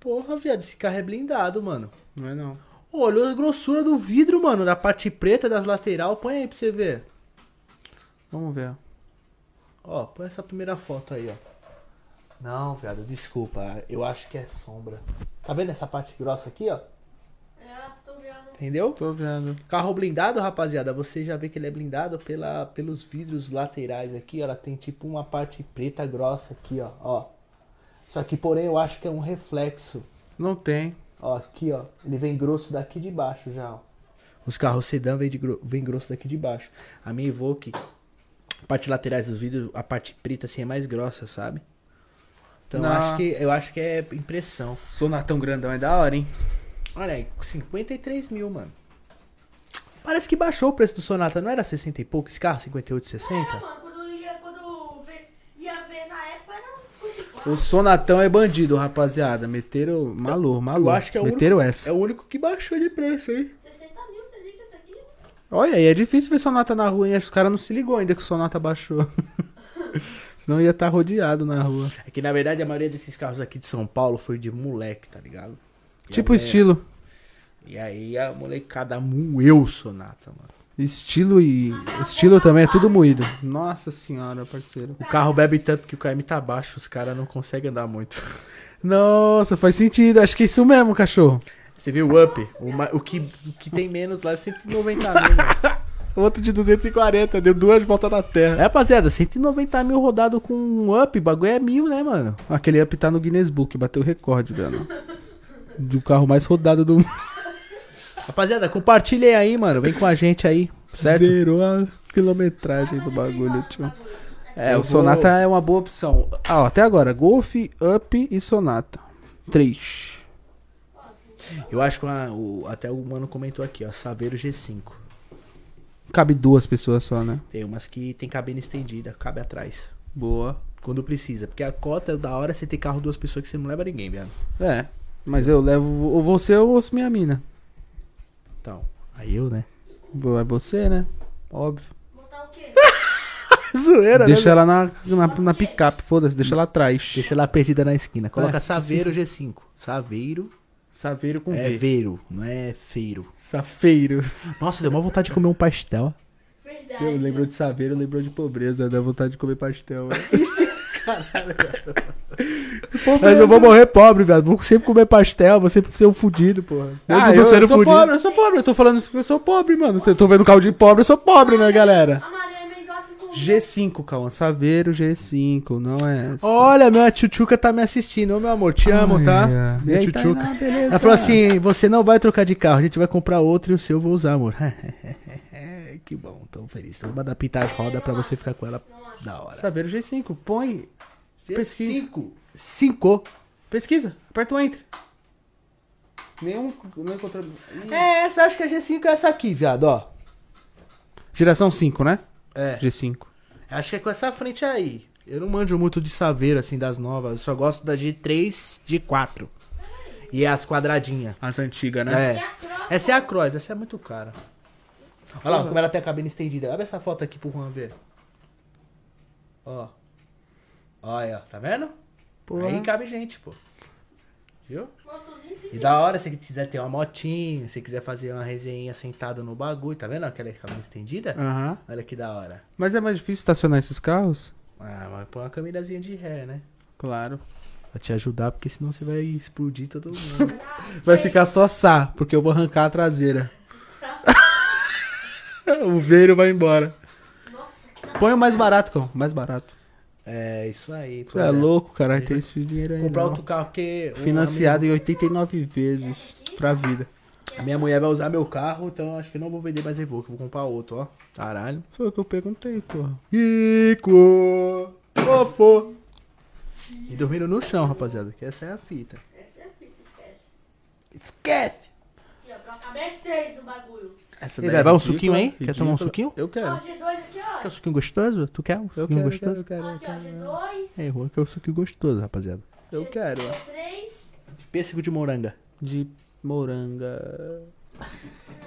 Porra, viado, esse carro é blindado, mano.
Não é, não.
Olha a grossura do vidro, mano. Da parte preta das lateral. Põe aí pra você ver.
Vamos ver.
Ó, põe essa primeira foto aí, ó. Não, viado, desculpa. Eu acho que é sombra. Tá vendo essa parte grossa aqui, ó?
É, tô vendo.
Entendeu?
Tô vendo.
Carro blindado, rapaziada, você já vê que ele é blindado pela, pelos vidros laterais aqui, ó. Ela tem tipo uma parte preta grossa aqui, ó. ó. Só que, porém, eu acho que é um reflexo.
Não tem.
Ó, aqui, ó. Ele vem grosso daqui de baixo já, ó. Os carros sedã vem, de gro- vem grosso daqui de baixo. A minha Evoque, a parte laterais dos vidros, a parte preta assim é mais grossa, sabe? Então eu
Não.
acho, que, eu acho que é impressão.
Sonatão grandão é da hora, hein?
Olha aí, 53 mil, mano. Parece que baixou o preço do Sonata, não era 60 e pouco esse carro? 58,
É,
60?
mano, quando eu ia, quando eu ve- ia ver na época, era uns 54.
O Sonatão é bandido, rapaziada. Meteram. Malu, malu.
acho que é o
Meteram essa.
o único que baixou de preço, hein?
60 mil, você liga isso aqui? um
Olha aí, é difícil ver Sonata na rua, hein? Acho que o cara não se ligou ainda que o Sonata baixou. Senão ia estar rodeado na rua.
É que na verdade a maioria desses carros aqui de São Paulo foi de moleque, tá ligado? E
tipo
a mulher-
estilo.
E aí a molecada moeu o Sonata, mano.
Estilo e. Estilo também é tudo moído. Nossa senhora, parceiro.
O carro bebe tanto que o KM tá baixo, os caras não conseguem andar muito.
Nossa, faz sentido. Acho que é isso mesmo, cachorro.
Você viu o Up? O, ma- o que, o que tem menos lá é 190 mil, mano.
Outro de 240, deu duas voltas na terra.
É, rapaziada, 190 mil rodado com um up, bagulho é mil, né, mano?
Aquele up tá no Guinness Book, bateu o recorde, velho. Do carro mais rodado do mundo.
Rapaziada, compartilha aí, mano. Vem com a gente aí, certo?
Zerou a quilometragem do bagulho, tio. É, o Sonata é uma boa opção. Ah, ó, até agora, Golf, Up e Sonata. Três.
Eu acho que a- o- até o mano comentou aqui, ó. Saveiro G5.
Cabe duas pessoas só, né?
Tem umas que tem cabine estendida, cabe atrás.
Boa.
Quando precisa. Porque a cota da hora é você ter carro duas pessoas que você não leva ninguém, velho.
É, mas eu levo ou você ou minha mina.
Então, aí eu, né?
Ou É você, né? Óbvio.
Botar o quê?
Zoeira, né?
Deixa ela na, na, na picape, foda-se, deixa ela atrás.
Deixa ela perdida na esquina. Coloca
É,
Saveiro G5. Saveiro
Saveiro com
é
V.
veiro, não é feiro.
Safeiro.
Nossa, deu uma vontade de comer um pastel.
Verdade.
Eu lembrou de Saveiro, lembrou de pobreza, dá vontade de comer pastel. né?
Mas eu vou morrer pobre, velho. Vou sempre comer pastel, vou sempre ser um fudido, porra. Mesmo
Ah,
não
eu,
sendo
eu sou pobre, eu sou pobre, eu tô falando isso porque eu sou pobre, mano. Se eu tô vendo carro de pobre, eu sou pobre, né, galera?
A Maria me gosta com
G5, Cauã, Saveiro G5, não é essa.
Olha, minha tchutchuca tá me assistindo. Ô, meu amor, te amo, tá?
Ai, é. E
Minha
aí,
tchutchuca.
Tainá, beleza?
Ela falou assim, você não vai trocar de carro, a gente vai comprar outro e o seu eu vou usar, amor. que bom, tão feliz. Então, vou mandar pintar as rodas pra você ficar com ela da hora.
Saveiro G5, põe, pesquisa.
Cinco. Cinco.
Pesquisa, aperta o enter. Nenhum, não encontrou.
É, essa, acho que a G5 é essa aqui, viado, ó.
Geração 5, né?
É.
G5.
Acho que é com essa frente aí. Eu não manjo muito de saveiro, assim, das novas. Eu só gosto da G3, G4. E as quadradinhas.
As antigas, né?
É. Essa é a Cross, essa é muito cara. Olha lá como ela tem a cabine estendida. Abre essa foto aqui pro Juan ver. Ó. Olha, ó. Tá vendo?
Porra.
Aí cabe gente, pô. Viu? E
motorzinho.
da hora, se quiser ter uma motinha, se quiser fazer uma resenha sentado no bagulho, tá vendo aquela cabine estendida?
Aham.
Olha que da hora.
Mas é mais difícil estacionar esses carros?
Ah, mas põe uma caminhazinha de ré, né?
Claro.
Pra te ajudar, porque senão você vai explodir todo mundo.
Vai ficar só Sá, porque eu vou arrancar a traseira. o veiro vai embora.
Nossa, que
Põe o mais barato, cão. Mais barato.
é, isso aí.
Tu
pois
é, louco, caralho. Tem esse dinheiro aí.
Comprar
não.
outro carro, porque... o-
Financiado em 89 vezes pra vida.
A minha mulher vai usar meu carro, então eu acho que eu não vou vender mais Evoque, vou comprar outro, ó. Caralho.
Foi o que eu perguntei, porra.
Rico! Fofo! E dormindo no chão, rapaziada, que essa é a fita.
Essa é a fita, esquece.
Esquece!
E ó, pra caber três no bagulho.
Essa
E
daí
daí,
é
vai um
ridícula,
suquinho aí? Quer
ridícula.
tomar um suquinho?
Eu
Ó,
quero.
G2 aqui,
Tá
Quer um
ó.
suquinho gostoso? Tu quer um
Eu
suquinho
quero, eu quero,
gostoso?
eu quero, eu
Aqui, ó,
quero.
G2,
É, Juan, quer um suquinho gostoso, rapaziada.
Eu quero. ó.
G3.
Pêssego de moranga.
De moranga.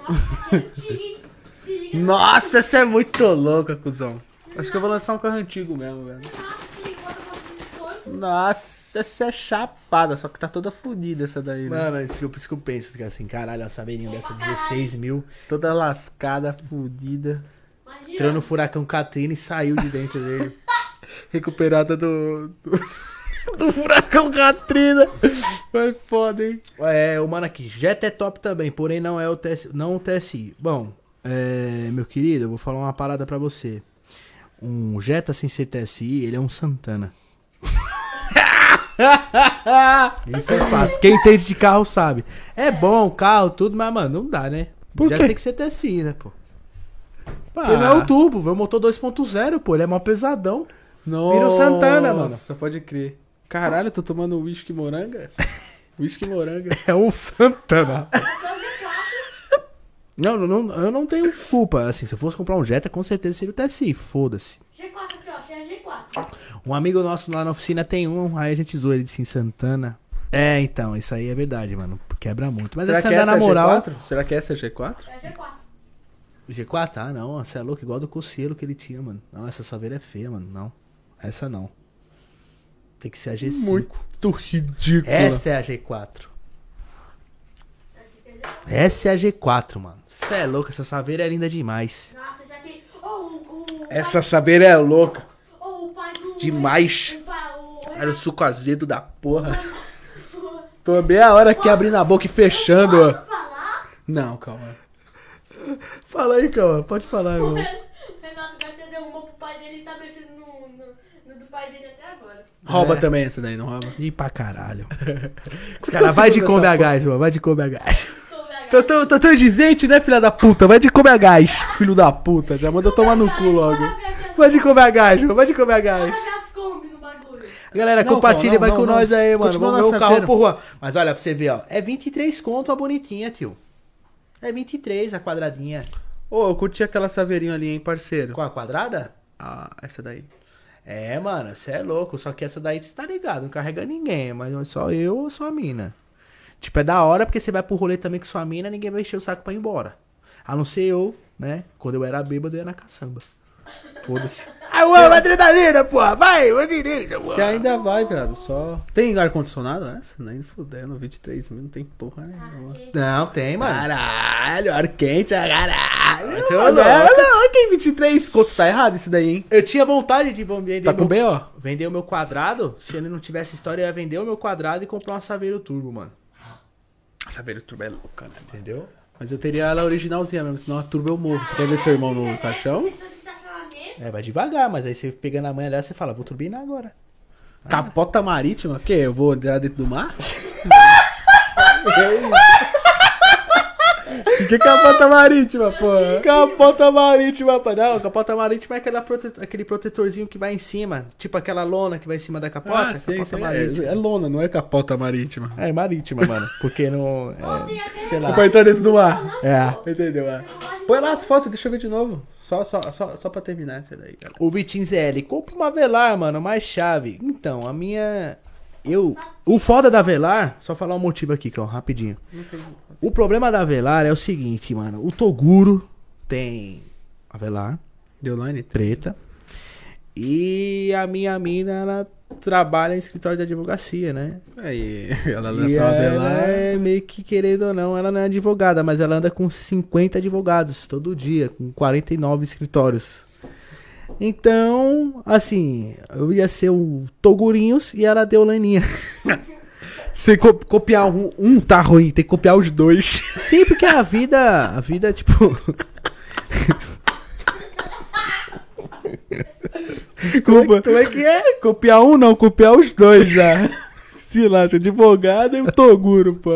Nossa, se liga- se liga.
Nossa, essa é muito louca, cuzão. Acho que eu vou lançar um carro antigo mesmo, velho.
Nossa, se liga, bota quantos estoicos.
Nossa, essa é chapada, só que tá toda fodida essa daí, né?
Mano, isso que eu, isso que eu penso, que assim, caralho, uma saveirinha dessa, 16 mil.
Toda lascada, fodida.
Imagina.
Entrou no furacão Katrina e saiu de dentro dele.
Recuperada do. Do, do furacão Katrina. Foi foda, hein?
É, o mano aqui, Jetta é top também, porém não é o TSI. Não o TSI. Bom, é, meu querido, eu vou falar uma parada pra você. Um Jetta sem ser TSI, ele é um Santana. Isso é fato. Quem entende de carro sabe. É bom o carro, tudo, mas, mano, não dá, né?
Por
Já
quê?
tem que ser TSI, né, pô?
Pá.
Ele não é o turbo, é o motor 2.0, pô. Ele é mó pesadão.
Nossa,
Vira o Santana, mano.
Nossa, pode crer. Caralho, eu tô tomando uísque moranga? Uísque moranga.
É um Santana. Não, não, não, eu não tenho culpa. Assim, se eu fosse comprar um Jetta, com certeza seria o TSI. Foda-se.
G4 aqui, ó. é G4.
Um amigo nosso lá na oficina tem um, aí a gente zoou ele de Santana. É, então, isso aí é verdade, mano. Quebra muito. Mas essa é andar na moral.
G4? é Será que essa é G4?
É G4.
G4? Ah, não. Você é louco, igual do Cosselo que ele tinha, mano. Não, essa saveira é feia, mano. Não. Essa não. Tem que ser a G5.
Muito ridícula.
Essa é a G4.
Essa aqui é
Essa é a G4, mano. Cê é louco, essa saveira é linda demais.
Nossa, esse aqui. Ou o, o
Essa saber é louca.
pai- ou o pai do.
Demais.
O pai, o,
Era o suco azedo da porra. Tô meia hora aqui abrindo a boca e fechando. ó.
Posso falar?
Não, calma.
Fala aí, calma. Pode falar,
O
irmão.
Renato Garcia derrubou pro pai dele e tá mexendo no, no, no do pai dele até agora.
Rouba
É.
também essa daí, não rouba?
Ih, pra caralho. Os
eu
cara, vai de
seguro
Kombi
essa
a gás, mano. Vai de Kombi a gás.
Então, VH,
Tô tão, tô tão dizente, né, filha da puta? Vai de comer a gás, filho da puta. Já manda eu tomar no cu logo.
Vai de Kombi a gás, mano. Vai de Kombi a gás.
Olha as Kombi no bagulho.
Galera,
Não,
compartilha
não,
vai
não,
com
não.
nós aí, mano.
Continua
Vamos ver
nossa
o carro
feira.
por rua. Mas olha, pra você ver, ó. É 23 conto a bonitinha, tio. É 23 a quadradinha.
Ô, eu curti aquela saveirinha ali, hein, parceiro.
Com a quadrada?
Ah, essa daí.
É, mano, você é louco. Só que essa daí você tá ligado, não carrega ninguém, mas é só eu ou só a mina. Tipo, é da hora porque você vai pro rolê também com sua mina, ninguém vai encher o saco pra ir embora. A não ser eu, né? Quando eu era bêbado, eu ia na caçamba. Foda-se. Ah, eu amo adrenalina, porra! Vai, eu dirijo,
Você ainda vai, viado, só... Tem ar-condicionado Ah, essa? Nem fudendo, 23 mil, não tem porra nenhuma.
Não, tem, mano.
Caralho, ar quente, ah, caralho.
Tô
Não,
é louco.
não, ok, 23 conto tá errado isso daí, hein?
Eu tinha vontade de vender,
Tá com
meu,
B.O.?
vender o meu quadrado. Se ele não tivesse história, eu ia vender o meu quadrado e comprar uma Saveiro Turbo, mano.
Saber turbo é louca, né?
Entendeu?
Mas eu teria ela originalzinha mesmo, senão a turbo eu morro. Você quer ver seu irmão
É,
no caixão?
Sessão de estacionamento.
É, vai devagar, mas aí você pegando a manha dela, você fala, vou turbinar agora. Ah.
Capota marítima? O quê? Eu vou andar dentro do mar?
Que
é
capota marítima, pô. Capota marítima, rapaz. Não, capota marítima é aquela prote- aquele protetorzinho que vai em cima. Tipo aquela lona que vai em cima da capota.
Ah, sim,
capota
sim.
marítima.
É, é lona, não é capota marítima.
É marítima, mano. Porque não. É,
Tem até
sei lá.
Vai entrar dentro do mar.
É.
Entendeu? é. Põe lá as fotos, deixa eu ver de novo. Só, só, só, só pra terminar essa daí, cara.
O Vitinho ZL, compra uma velar, mano, mais chave. Então, a minha. Eu. O foda da velar. Só falar um motivo aqui, Cão, rapidinho. O problema da velar é o seguinte, mano. O Toguro tem a velar.
Deolane?
preta. E a minha mina, ela trabalha em escritório de advocacia, né?
Aí, ela
e
lançou
ela
uma Deolane.
é meio que querendo ou não, ela não é advogada, mas ela anda com 50 advogados todo dia, com 49 escritórios. Então, assim, eu ia ser o Togurinhos e ela deu laninha.
Se co- copiar um, um tá ruim, tem que copiar os dois.
Sim, porque a vida, a vida, tipo...
Desculpa.
Como é que é?
Copiar um não, copiar os dois já. Se lasca, advogado e o Toguro, pô.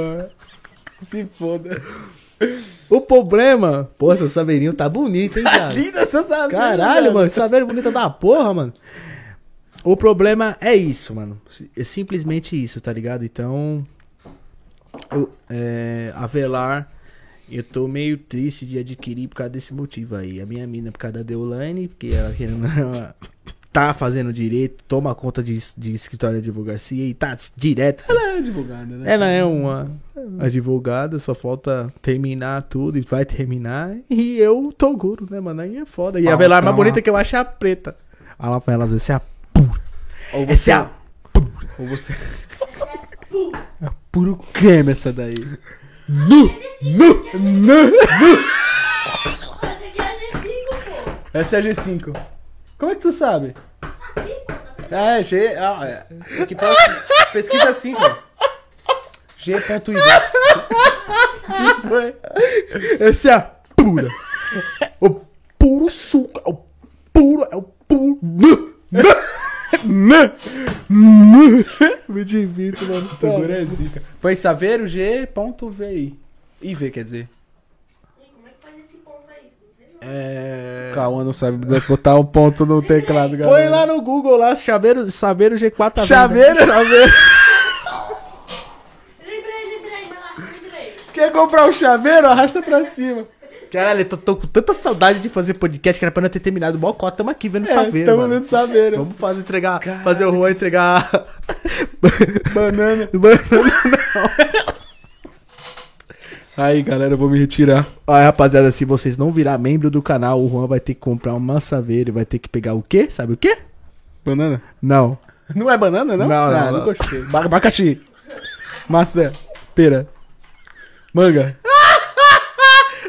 Se foda.
O problema... Pô, seu saveirinho tá bonito, hein, cara?
Linda essa sabe.
Caralho, mano, essa velha bonita da porra, mano. O problema é isso, mano. É simplesmente isso, tá ligado? Então. Eu, é, a Velar, eu tô meio triste de adquirir por causa desse motivo aí. A minha mina por causa da Deolane, porque ela querendo. ela tá fazendo direito, toma conta de, de escritório de advocacia e tá direto.
Ela é advogada, né?
Ela é uma advogada, só falta terminar tudo e vai terminar. E eu tô guro, né, mano? Aí é foda. E a
Fala
velar
pra
mais
ela.
bonita que eu acho é a preta. Olha lá pra elas, essa é a.
Ou você,
Essa é a.
ou você.
Pum.
Puro creme essa daí.
é Esse aqui é G5,
Essa é a G5. Como é que tu sabe?
pô. Tá aqui, pô. Tá vendo?
Ah, é G. Ah, é. Que próximo. Pesquisa assim, cara. G.iv. O que foi?
Essa é a pura. o puro suco. É o puro. É o puro. Me divirto, mano. tá
Segura é zica. Foi saber o G.vi. IV, quer dizer.
E como é que faz esse ponto aí? Não sei não.
É.
Cauã não sabe botar um ponto no teclado, galera.
Põe lá no Google lá, chaveiro, chaveiro G4 à venda.
Chaveiro? Chaveiro.
Lembrei, lembrei, relaxa, lembrei.
Quer comprar
um
o chaveiro? Arrasta pra cima.
Caralho, eu tô, tô com tanta saudade de fazer podcast que era pra não ter terminado o mocó. É, Tamo aqui vendo saveiro,
tamo
mano.
vendo saveiro.
Vamos fazer, entregar, fazer o Juan entregar...
Banana.
Mano.
Aí, galera, eu vou me retirar.
Olha, rapaziada, se vocês não virar membro do canal, o Juan vai ter que comprar uma saveiro e vai ter que pegar o quê? Sabe o quê?
Banana?
Não.
Não é banana, não?
Não, não,
Ah,
não.
gostei. Ba- Abacaxi. Maçã. Pera. Manga.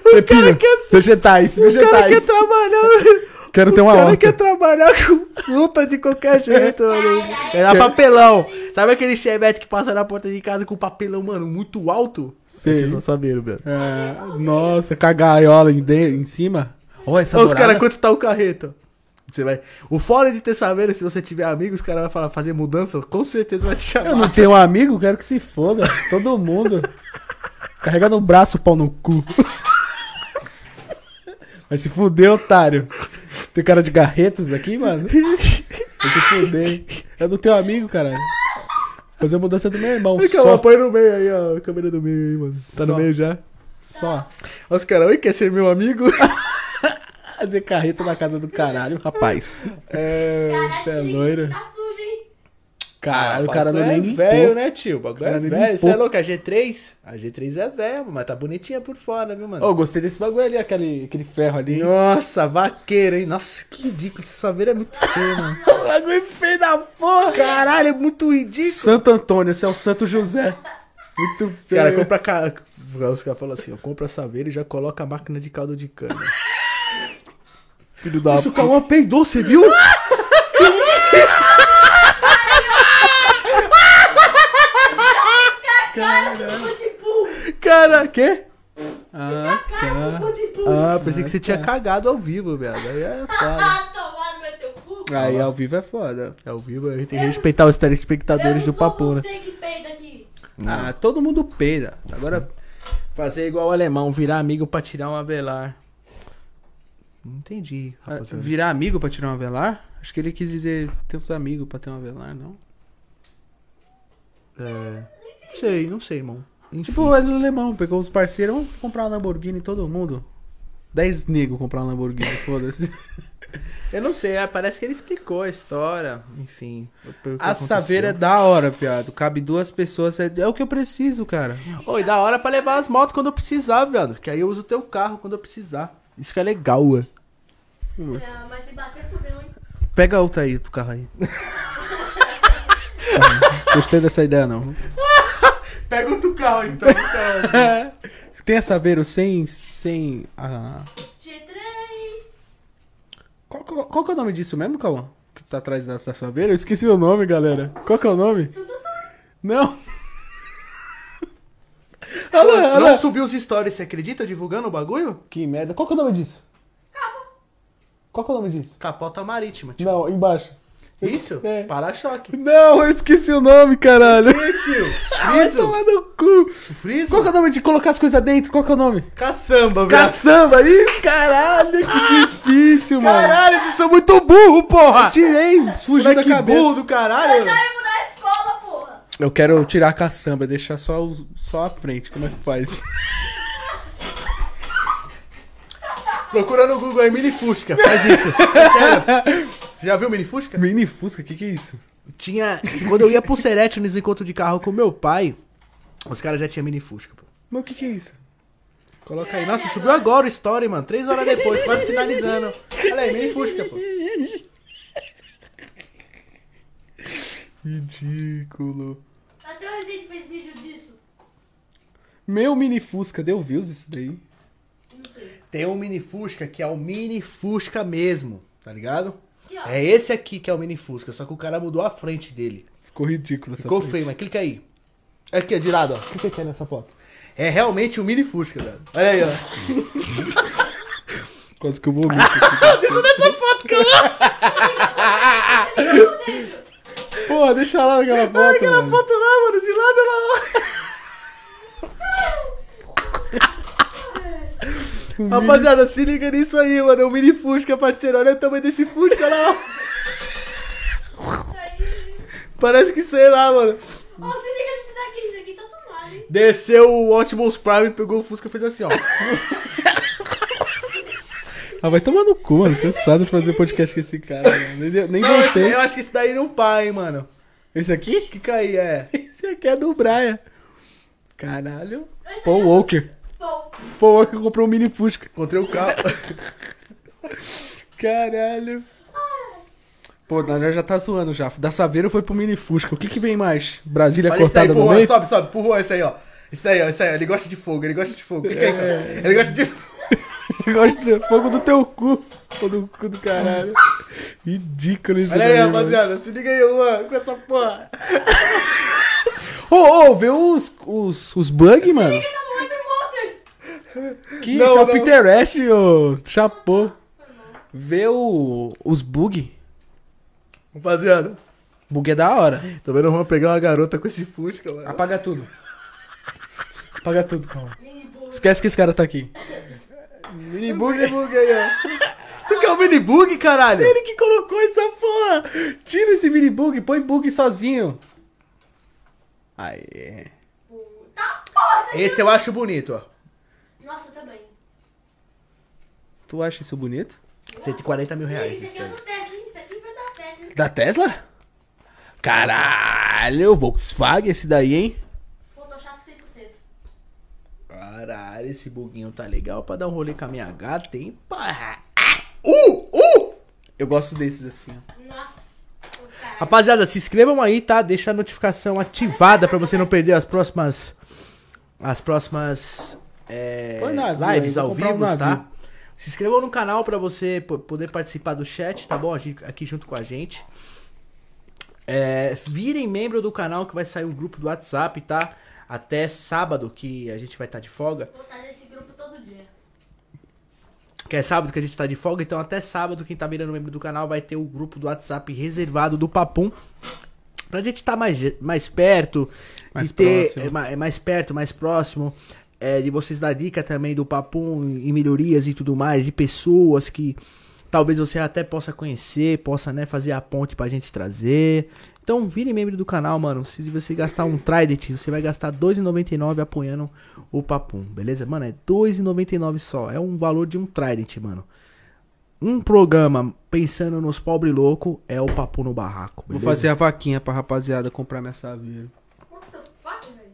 Pepino, vegetais,
O cara quer
vegetais.
trabalhar.
Quero ter uma
o cara quer
horta.
trabalhar com luta de qualquer jeito, mano. Era papelão. Sabe aquele chevette que passa na porta de casa com papelão, mano, muito alto?
Sei.
Vocês não saberam, velho.
É, nossa, com a gaiola em, de- em cima. Ó, essa
Olha os
dourada.
caras, quanto tá o carreto? Você vai... O fora de ter saber, se você tiver amigo, os caras vão falar, fazer mudança, com certeza vai te
Eu
chamar.
não tenho um amigo, quero que se foda. Todo mundo. Carrega no braço o pau no cu. Vai se fuder, otário. Tem cara de garretos aqui, mano? Vai se fuder. Eu não tenho amigo, caralho. Fazer a mudança do meu irmão.
Vem cá, ó,
Só.
Põe no meio aí, ó. A câmera do meio aí, mano. Tá
Só.
no meio já?
Só.
Olha os caras, oi, quer ser meu amigo?
Fazer carreta na casa do caralho, rapaz.
é...
Caralho,
Você é
esse link
loira.
Tá sujo, hein?
Caralho, o cara não
é
nem limpou.
velho, né, tio? O bagulho
Cara
é
nem
velho.
limpou.
Você é louco, a G3? A G3 é velha, mas tá bonitinha por fora, viu, mano?
Ô, gostei desse bagulho ali, aquele, aquele ferro ali.
Nossa, vaqueiro, hein? Nossa, que ridículo. Esse saveiro é muito feio, mano. O bagulho é feio da porra. Caralho, é muito ridículo.
Santo Antônio, esse é o Santo José. Muito
Os
feio.
caras compram ca... Os caras falam assim, ó, compra saveiro e já coloca a máquina de caldo de cana. Filho da puta. o Cauã peidou, você viu?
Cara, suco de burro.
Cara, quê?
Ah,
Cara, suco de burro.
Ah, pensei que você tinha cagado ao vivo, velho. Aí é foda.
Ah, tomar no meu teu cu.
aí ao vivo é foda.
Ao vivo, a gente tem que respeitar os telespectadores do papo, né?
Eu não sou você que peida aqui.
Ah, todo mundo peida. Agora,
Ah, Fazer igual o alemão, virar amigo pra tirar um avelar. Não entendi,
ah,
rapaziada.
virar amigo pra tirar um velar? Acho que ele quis dizer ter uns amigos pra ter um velar, não?
É, não sei, não sei, irmão.
Tipo o Wesley Alemão, pegou os parceiros, vamos comprar uma Lamborghini todo mundo. 10 negros comprar uma Lamborghini, foda-se.
Eu não sei, é, parece que ele explicou a história. Enfim. pelo que
A
aconteceu.
saveira é da hora, piado. Cabe duas pessoas, é, é o que eu preciso, cara.
Oi, da hora pra levar as motos quando eu precisar, velho. Que aí eu uso o teu carro quando eu precisar. Isso que é legal, ué.
Ah, mas se bater, fudeu, hein?
Pega outra aí do carro aí. Gostei dessa ideia, não.
Pega outro carro, então.
É. Tem a Saveiro sem. sem a-
G3.
Qual, qual- qual que é o nome disso mesmo, Cauã? Que tá atrás da, da Saveiro? Eu esqueci o nome, galera. Qual que é o nome?
tá
Não! Olha lá, olha
não
lá.
subiu os stories, você acredita? Divulgando o bagulho?
Que merda. Qual que é o nome disso? Qual que é o nome disso?
Capota marítima, tio.
Não, embaixo.
Isso?
É.
Para-choque.
Não, eu esqueci o nome, caralho.
Friso?
Toma no cu.
Friso?
Qual que é o nome de colocar as coisas dentro? Qual que é o nome?
Caçamba, velho.
Caçamba! Isso, caralho, que difícil, mano.
Caralho, vocês são muito burro, porra!
Tirei, fugiu da
Moleque
cabeça.
burro do caralho!
Já ia mudar a escola, porra.
Eu quero tirar a caçamba, deixar só, o- só a frente. Como é que faz?
Procura no Google aí, Mini Fusca, faz isso. É sério. Já viu Mini Fusca?
Mini Fusca, o que, que é isso?
Tinha. Quando eu ia pro Serete nos encontros de carro com meu pai, os caras já tinham Mini Fusca, pô.
Mas o que, que é isso?
Coloca aí. Nossa, subiu agora o story, mano. Três horas depois, quase finalizando. Olha aí, Mini Fusca, pô.
Ridículo.
Até o Resident fez vídeo disso.
Meu Mini Fusca, deu views isso daí?
Não sei.
Tem um Mini Fusca que é o Mini Fusca mesmo, tá ligado?
Aqui, ó.
É esse aqui que é o Mini Fusca, só que o cara mudou a frente dele.
Ficou ridículo essa
Ficou
frente.
feio, mas clica aí. Aqui, ó, de lado, ó. Clica aqui nessa foto. É realmente o Mini Fusca, velho. Olha aí, ó.
Quase que eu vomito. aqui.
é
Pô, deixa lá naquela foto, mano.
é foto lá, mano, de lado lá.
Um mini-
Rapaziada, se liga nisso aí, mano. É o Mini Fusca, parceiro. Olha o tamanho desse Fusca lá. ó.
Isso aí.
Parece que sei lá, mano.
Ó, se liga nesse daqui. Isso aqui tá tomado, hein?
Desceu o Optimus Prime, pegou o Fusca e fez assim, ó.
Ah, vai tomar no cu, mano. Cansado de fazer podcast com esse cara, mano. Nem, nem
Não, esse,
voltei.
eu acho que esse daí não pá, hein, mano.
Esse aqui?
Que aí, é.
Esse aqui é do Brian. Caralho.
Esse
Paul
aí
Walker.
é Paul.
Paul Walker comprou um Mini Fusca.
Encontrei o carro.
Caralho. Pô, Daniel já tá zoando já. Da Saveiro foi pro Mini Fusca. O que que vem mais? Brasília
Olha esse daí
cortada
pro
no
Juan.
meio?
É. Sobe, sobe, pro Juan, esse aí, ó. Esse daí, ó. Esse aí, ó. Ele gosta de fogo, ele gosta de fogo. Clica aí, cara. Ele gosta de fogo. Gosto do fogo do teu cu. Fogo do cu do caralho.
Ridículo isso
Olha aí,
daí, mano.
rapaziada. Se liga aí, mano, com essa porra.
Ô, ô, vê os, os, os bug, mano.
Liga da tá Web Motors.
Que
Não,
isso é o
não.
Peter Ash, ô. Chapô. Vê o, os bug.
Rapaziada,
Bug é da hora.
tô vendo o Juan pegar uma garota com esse fusca, mano.
Apaga tudo. Apaga tudo, calma. Esquece que esse cara tá aqui.
Ah, Mini bug, aí, ó. Tu quer o mini bug, caralho?
Ele que colocou essa porra. Tira esse mini bug, põe bug sozinho. Aí.
Tá porra, você
Esse eu acho bonito, ó.
Nossa, tá também.
Tu acha isso bonito?
140 mil reais
Isso
esse
aqui é
daí.
do Tesla, hein? Isso aqui foi da Tesla. hein?
Da Tesla? Caralho, Volkswagen esse daí, hein?
Photoshop 100%.
Caralho, esse buguinho tá legal pra dar um rolê com a minha gata, hein? Pá. Ah! Uh! Uh!
Eu gosto desses assim, ó.
Nossa, o cara.
Rapaziada, se inscrevam aí, tá? Deixa a notificação ativada pra você não perder as próximas. As próximas. é,
Põe na vila
lives
aí,
ao
vou comprar um
vivo, tá?
navio.
Se inscrevam no canal pra você po- poder participar do chat, tá bom? A gente- Aqui junto com a gente. É, virem membro do canal que vai sair um grupo do WhatsApp, tá? Até sábado que a gente vai estar de folga.
Vou estar nesse grupo todo dia.
Que é sábado que a gente tá de folga, então até sábado, quem tá virando membro do canal vai ter o grupo do WhatsApp reservado do Papum. Pra gente tá mais, je- mais perto,
Mais
de ter,
próximo.
é, ma- é, mais perto, mais próximo, é, de vocês dar dica também do Papum e melhorias e tudo mais, de pessoas que talvez você até possa conhecer, possa né, fazer a ponte pra gente trazer. Então vire membro do canal, mano. Se você gastar um Trident, você vai gastar R$2,99 apoiando o Papum, beleza? Mano, é R$2,99 só. É um valor de um Trident, mano. Um programa pensando nos pobre louco é o Papum no Barraco,
Vou
beleza?
fazer a vaquinha pra rapaziada comprar minha saveira.
What the fuck, velho?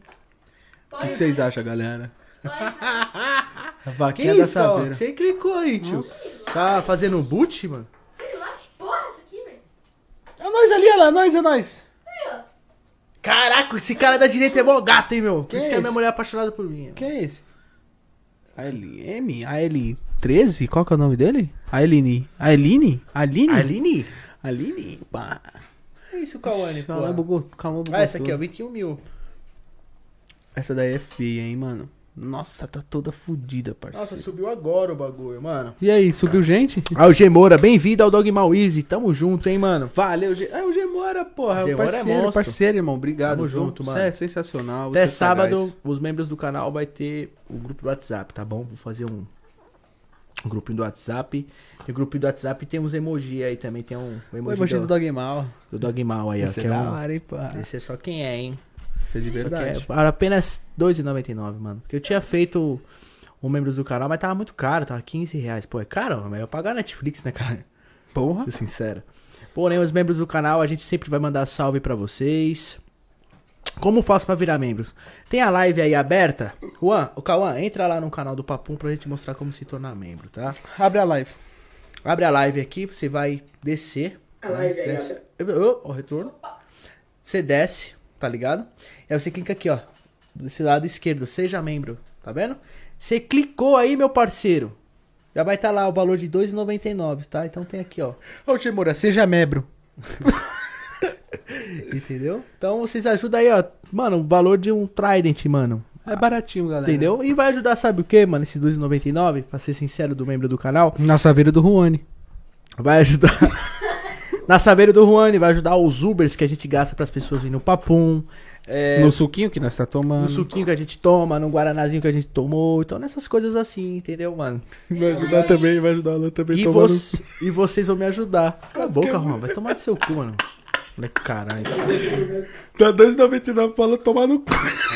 O que que vocês acham, galera? A
Que é
vaquinha da
isso, ó?
saveira.
Você clicou aí, tio. Tá fazendo boot, mano?
Sei lá que porra é isso aqui, velho.
É nós ali, olha lá, nós, é nós.
Aí, ó.
Caraca, esse cara da direita é mó gato, hein, meu? Por
Que
isso que a
isso?
minha mulher é apaixonada por mim.
Quem é esse? ALM? AL13? Qual que é o nome dele? Aline. Aline?
é.
Aline?
Aline?
Aline? Pá.
É isso, Kawane, pô.
Calma, bugou. Calma, bugou
Ah, essa aqui,
tudo.
ó, 21 mil.
Essa daí é feia, hein, mano. Nossa, tá toda fodida, parceiro.
Nossa, subiu agora o bagulho, mano.
E aí, subiu gente?
Alge Moura, bem-vindo ao Dog Easy. Tamo junto, hein, mano.
Valeu, G... Ah, o Gemora, porra.
Gemora é
Gemora parceiro,
monstro.
parceiro, irmão. Obrigado.
Tamo
viu?
junto,
Você
mano.
é sensacional.
Até
você é sagaz.
sábado, os membros do canal vai ter o grupo do WhatsApp, tá bom? Vou fazer um, um grupinho do WhatsApp. E o grupinho do WhatsApp tem uns emoji aí também, tem um, um
O
emoji,
emoji
do,
do Dog Mal.
do Dog Mal aí, ó.
Você
que
é
é
da
um-
hora, hein, porra.
Esse é só quem é, hein?
Isso é de verdade.
Só que é era apenas R$2,99, mano. Porque eu tinha feito um membro do canal, mas tava muito caro, tava 15 reais. Pô, é caro, mas eu pagar Netflix, né, cara?
Porra.
Ser sincero. Porém, os membros do canal, a gente sempre vai mandar salve pra vocês. Como faço pra virar membro? Tem a live aí aberta? Juan, o Cauã, entra lá no canal do Papum pra gente mostrar como se tornar membro, tá?
Abre a live.
Abre a live aqui, você vai descer. A live desce. Ô, ô, retorno. Você desce, tá ligado? Aí você clica aqui, ó. Desse lado esquerdo, seja membro, tá vendo? Você clicou aí, meu parceiro. Já vai estar lá o valor de R$2,99, tá? Então tem aqui, ó.
Ô, Gemora, seja membro.
Entendeu? Então vocês ajudam aí, ó. Mano, o valor de um Trident, mano.
É baratinho, galera.
Entendeu? E vai ajudar, sabe o que, mano? Esses 2,99, pra ser sincero, do membro do canal.
Na saveira do Ruane.
Vai ajudar. Na Saveiro do Juani, vai ajudar os Ubers que a gente gasta pras pessoas virem no papum. é,
No suquinho que nós tá tomando.
no suquinho que a gente toma, no guaranazinho que a gente tomou. Então, nessas coisas assim, entendeu, mano?
Vai ajudar também, vai ajudar lá também.
E,
tomando-
voc- e vocês vão me ajudar. Cala a boca, Juan. Vai tomar do seu cu, mano. Moleque, caralho.
Tá 2,99 pra ela tomar no cu.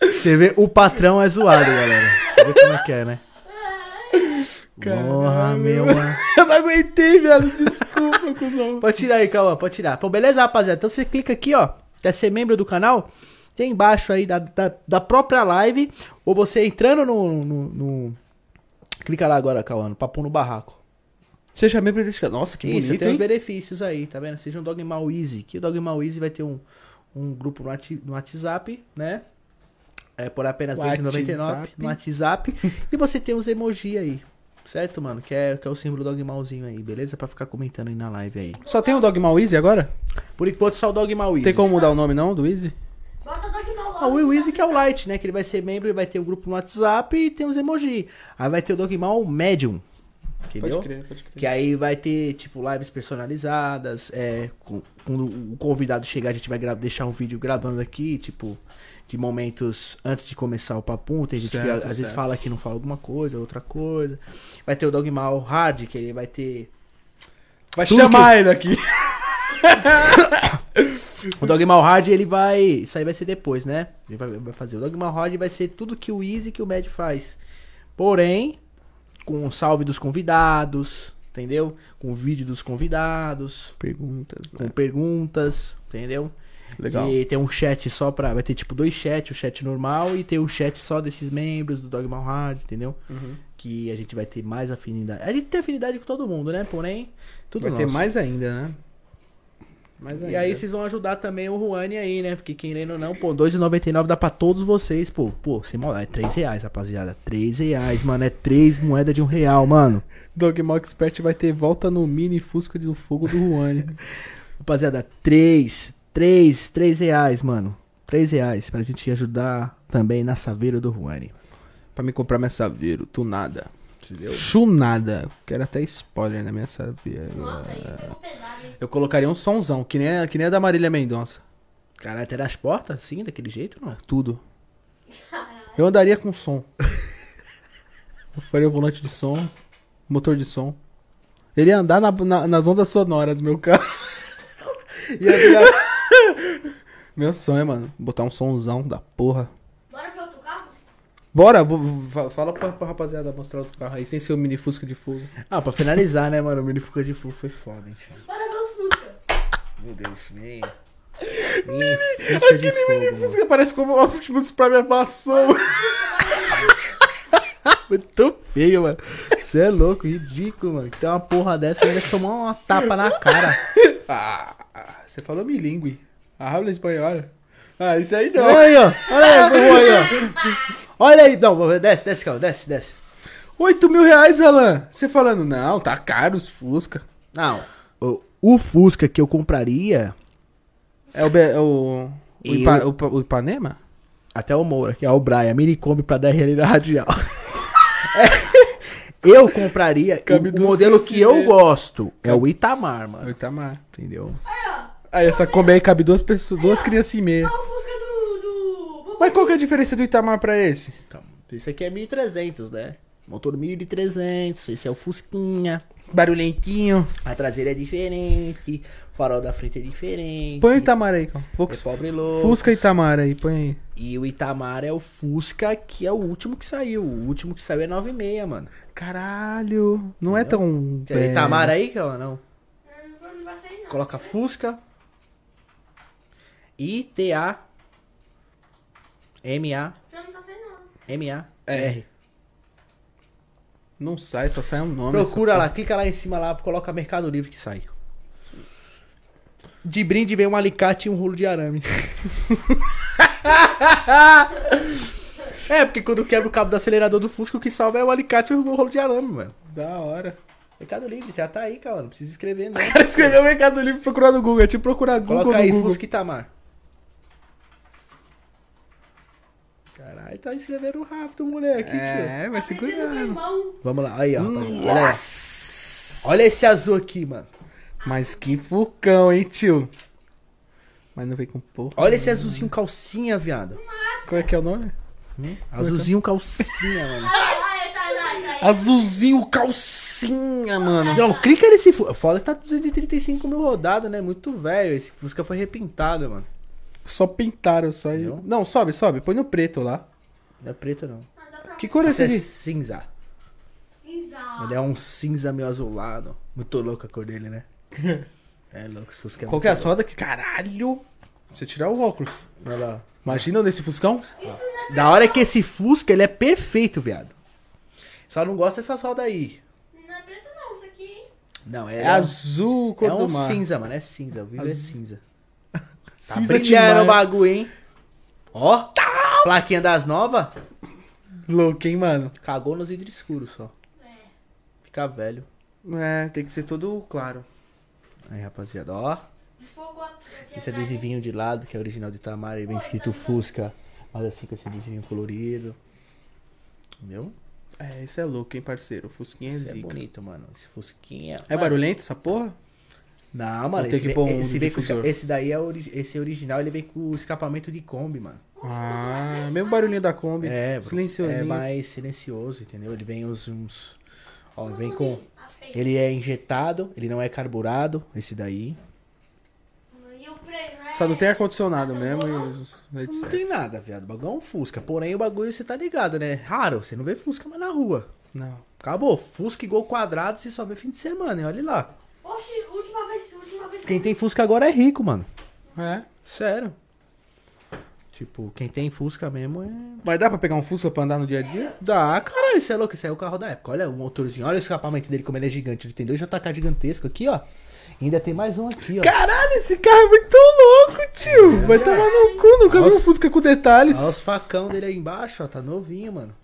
Você vê, o patrão é zoado, galera. Você vê como é que é, né? Porra, meu mano.
Eu não aguentei, velho. Desculpa, cuzão.
Pode tirar aí, calma, pode tirar. Pô, beleza, rapaziada? Então você clica aqui, ó. Quer ser membro do canal? Tem embaixo aí da, da, da própria live. Ou você entrando no. no- no- Clica lá agora, Cauã, no Papo no Barraco.
Seja membro desse canal. Nossa, que
Isso,
bonito,
tem os
hein?
benefícios aí, tá vendo? Seja um Dogmal Easy, que o Dogmal Easy vai ter um, um grupo no, ati- no WhatsApp, né? É por apenas R$
WhatsApp.
2,99 no WhatsApp. e você tem os emoji aí. Certo, mano? Que é, que é o símbolo do Dogmalzinho aí, beleza? Pra ficar comentando aí na live aí.
Só tem o Dogmal Easy agora?
Por enquanto, só o Dogmal Easy.
Tem como mudar o nome não do Easy?
Bota Dogmal
Ah, o Will Easy que é o Light, né? Que ele vai ser membro, ele vai ter um grupo no WhatsApp e tem os emoji. Aí vai ter o Dogmal Medium. Entendeu?
pode crer.
Que aí vai ter, tipo, lives personalizadas. É, com- quando o convidado chegar, a gente vai gra- deixar um vídeo gravando aqui, tipo, de momentos antes de começar o papum. Tem gente que a-
Certo,
às vezes
certo.
fala que não fala alguma coisa, outra coisa. Vai ter o Dogmal Hard, que ele vai ter.
Vai
Tudo
chamar ele aqui.
O Dogmal Hard, ele vai. Isso aí vai ser depois, né? Ele vai, vai fazer. O Dogmal Hard vai ser tudo que o Easy que o Mad faz. Porém, com o salve dos convidados, entendeu? Com o vídeo dos convidados,
Perguntas,
com perguntas, entendeu?
Legal.
E tem um chat só pra. Vai ter tipo dois chats, o chat normal e tem o chat só desses membros do Dogmal Hard, entendeu?
Uhum.
Que a gente vai ter mais afinidade. A gente tem afinidade com todo mundo, né? Porém, tudo
Vai
nosso.
ter mais ainda, né? Mais ainda.
E aí vocês vão ajudar também o Juani aí, né? Porque querendo ou não, pô, 2,99 dá pra todos vocês, pô. Pô, sem maldade, é 3 reais, rapaziada. 3 reais, mano. É 3 moedas de um real, mano.
Dogmal Expert vai ter volta no mini Fusca do Fogo do Juani.
Rapaziada, 3, 3, 3 reais, mano. 3 reais pra gente ajudar também na saveira do Juani.
pra me comprar minha Saveiro, tunada.
Entendeu?
Chunada. Quero até spoiler na minha Saveiro.
Nossa, aí pegou pesado, hein?
Eu colocaria um sonzão, que nem, a- que nem a da Marília Mendonça.
Caralho, até as portas, assim, daquele jeito, mano.
Tudo. Eu andaria com som. Eu faria o volante de som, motor de som. Ele ia andar na- na- nas ondas sonoras, meu carro. Meu sonho, mano. Botar um somzão da porra.
Bora pro outro carro?
Bora, bo- fa- fala pra, pra rapaziada mostrar outro carro aí, sem ser o mini Fusca de fogo.
Ah, pra finalizar, né, mano? O menino ficou de fogo, foi foda, hein, cara.
Bora ver os Fusca.
Meu Deus, nem. Nem Fusca de fogo, mano.
Fusca parece como o Optimus Prime é abraçou.
Muito feio, mano. Você é louco, ridículo, mano. Que Tem uma porra dessa, merece tomar uma tapa na cara.
Ah, você falou bilingue. A habla espanhola. Ah, isso aí
Olha
não.
aí, ó. Olha aí, porra, aí, ó. Olha aí. Não, desce, desce, calma. Desce, desce.
8 mil reais, Alan. Você falando, não, tá caro os Fusca.
Não. O, o Fusca que eu compraria...
É o. Be- é o, o,
E
Ipa-
eu-
o Pa- o Ipanema?
Até o Moura, que é o Brian. Minicombi pra dar realidade radial. É, eu compraria...
Cabe
O, o
duas
modelo que eu
criancinhas.
gosto é o Itamar,
O
mano.
Itamar.
Entendeu?
Aí essa Kombi aí cabe duas pessoas, duas crianças e
É
meia.
o Fusca do... do...
Mas qual que é a diferença do Itamar pra esse?
Então, esse aqui é 1.300, né? Motor 1.300. Esse é o Fusquinha.
Barulhentinho.
A traseira é diferente, o farol da frente é diferente.
Põe o Itamar aí, calma. Fux-
é pobre louco.
Fusca Itamar aí, põe aí.
E o Itamar é o Fusca, que é o último que saiu. O último que saiu é 9,6, mano.
Caralho, não é tão.
Tem Itamar aí, que ela não.
É, Não, não vai sair, não.
Coloca Fusca. ITA. MA.
Já não tá saindo, não.
MA.
É.
R.
Não sai, só sai um nome.
Procura
essa
lá, clica lá em cima lá, coloca Mercado Livre que sai. De brinde vem um alicate e um rolo de arame. é, porque quando quebra o cabo do acelerador do Fusca, o que salva é o alicate e o rolo de arame, mano.
porra. Da hora.
Mercado Livre, já tá aí, cara. Não precisa escrever, não.
cara escreveu o É Mercado Livre procurar no Google. É tipo procurar Google
Coloca
no
aí,
Google.
Fusca Itamar. Caralho, tá escrevendo rápido, moleque, tio.
É, vai se
Aprendendo com o
cuidando.
Tá irmão.
Vamos lá, aí, ó. rapaziada. Olha, aí. olha esse azul aqui, mano.
Mas que fucão, hein, tio? Mas não vem com porra.
Olha esse azulzinho calcinha, viado. Hum?
Qual é que é o nome?
Azulzinho calcinha, mano.
Ah, é, tá, tá, tá.
Azulzinho calcinha, mano.
Não, clica nesse Fusca. Foda que tá 235 mil rodadas, né? Muito velho. Esse Fusca foi repintado, mano.
Só pintaram só aí.
Não?
Não, sobe, sobe. Põe no preto lá.
Não é preto, não.
Ah, dá pra
Que cor é
Esse
esse
é
ali?
cinza.
cinza.
Ele é um cinza meio azulado. Muito louca a cor dele, né? É louco, esse Fusca é
Qual
muito
que é a soda que... Caralho. Deixa eu tirar o óculos.
louco. Olha lá.
Imagina eu nesse fuscão.
Da hora é que esse Fusca, ele é perfeito, viado. Só não gosta dessa solda aí.
Não é preto, não. Isso aqui, hein?
Não, é,
É azul cor
É um
do mar.
cinza, mano. É cinza. O vídeo é
Azul.
cinza. Tá
Cinza
brilhando o
demais.
bagulho, hein? Ó. Tá Plaquinha das novas? Louco, hein, mano? Cagou nos vidros escuros só. Fica velho.
É, tem que ser todo claro.
Aí, rapaziada, ó.
Desfogou aqui. aqui
Esse
atrás,
adesivinho de lado, que é original de Itamar, e vem escrito Fusca. Mas assim, com esse adesivinho colorido. Meu?
É, isso é louco, hein, parceiro? O Fusquinha é
Esse é
zica.
bonito, mano. Esse Fusquinha.
É barulhento essa porra?
Não, mano,
Não tem
esse,
que
vem-
pôr um
esse, vem com
difusor.
esca- esse daí é ori- esse original, ele vem com escapamento de Kombi, mano.
Ah, mesmo barulhinho da Kombi.
É, bro.
Silenciosinho.
É mais silencioso, entendeu? Ele vem os uns. Ó,
né?
vem com.
Apenas.
Ele é injetado, ele não é carburado, esse daí.
E o freio, né?
Só não tem ar-condicionado mesmo e os-
Não
etc.
tem nada, viado. O bagulho é um Fusca. Porém, o bagulho você tá ligado, né? Raro, você não vê Fusca mais na rua.
Não.
Acabou. Fusca igual quadrado, você só vê fim de semana, e olha lá.
Oxi, última vez, última vez.
Quem tem Fusca agora é rico, mano.
É.
Sério. Tipo, quem tem Fusca mesmo é.
Mas dá pra pegar um Fusca pra andar no dia a dia?
Dá, caralho, isso é louco, isso aí é o carro da época. Olha o motorzinho, olha o escapamento dele, como ele é gigante. Ele tem dois JK gigantesco aqui, ó. E ainda tem mais um aqui, ó.
Caralho, esse carro é muito louco, tio. Vai tomar no cu, nunca vi um
Nossa.
Fusca com detalhes.
Olha os facão dele aí embaixo, ó. Tá novinho, mano.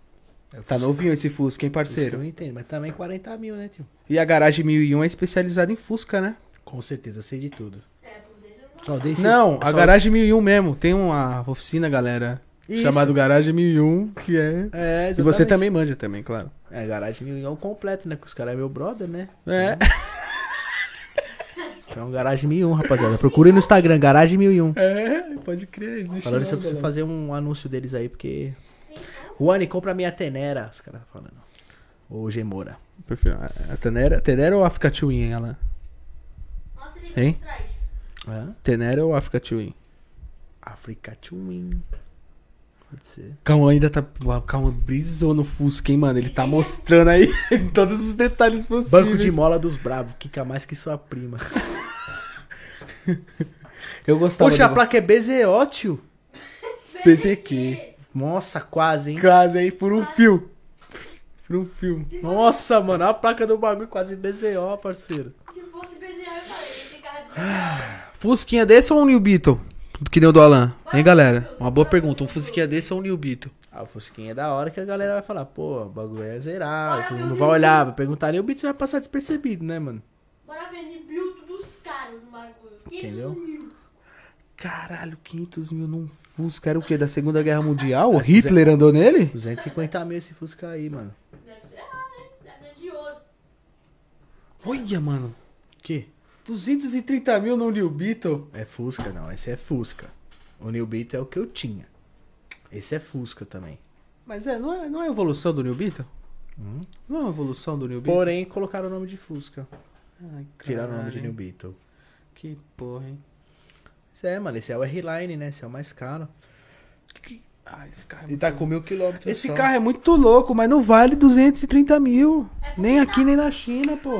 É o
Tá
Fusca-
novinho esse Fusca, hein,
Fusca Eu
parceiro?
não entendo, mas também 40 mil, né, tio?
E a garagem 1001 é especializada em Fusca, né?
Com certeza, eu sei de tudo.
É, por dentro eu não-
Só desse,
Não,
só-
a garagem 1001 mesmo. Tem uma oficina, galera,
Isso.
chamada Garagem 1001, que é.
É, exatamente.
E você também manja também, claro.
É, garagem mil e um completo, né? Porque os caras é meu brother, né?
É.
Então, garagem mil e um, rapaziada. Procure no Instagram, garagem mil e um.
É, pode crer, existe.
Falando isso, eu
não,
preciso
galera.
fazer um anúncio deles aí, porque. Juane, compra minha Tenera. Os caras falando. Ou Gemora.
Prefiro a- A Tenera, Tenera ou a Africa Twin, ela?
Nossa, ele
Hein?
aqui atrás.
Hã?
Tenera ou Africa Twin?
Africa Twin. Pode ser.
Calma, ainda tá. o Calma, brisou no Fusca, hein, mano? Ele tá mostrando aí todos os detalhes possíveis.
Banco de mola dos bravos, quica mais que sua prima.
Eu gostava.
Poxa, a
do-
placa é BZO, tio.
PZQ.
Nossa, quase, hein?
Quase aí por um fio. Por um fio.
Nossa, mano, a placa do bagulho quase BZO, parceiro.
Se fosse BZA, eu falei, esse carro de ah,
Fusquinha desse ou um New Beetle? Que nem o do Alan. Hein, galera? Uma boa pergunta. Um Fusquinha desse ou um New Beetle?
Ah, o Fusquinha é da hora que a galera vai falar, pô, o bagulho é zerado.
Olha,
todo
meu
mundo
Deus.
vai olhar, vai perguntar ali, o beat vai passar despercebido, né, mano?
Bora ver de build dos caras no bagulho. 500
Entendeu?
mil.
Caralho, 500 mil num Fusca. Era o quê? Da Segunda Guerra Mundial? O Hitler andou nele?
250 mil esse Fusca aí, mano.
Deve ser errado, né? Deve ser de ouro.
Olha, mano.
Que?
230 mil num New Beetle.
É Fusca, não, esse é Fusca. O New Beat é o que eu tinha. Esse é Fusca também.
Mas é, não é, não é evolução do New Beetle?
Hum?
Não é uma evolução do New Beetle?
Porém, colocaram o nome de Fusca.
Ai,
Tiraram o nome
caralho,
de
hein?
New Beetle.
Que porra, hein?
Isso é, mano, esse é o R-Line, né? Esse é o mais caro.
Ah, esse carro é
E
muito...
tá com mil quilômetros.
Esse é
só.
carro é muito louco, mas não vale 230 mil.
É porque
Nem aqui, nem na China, porra.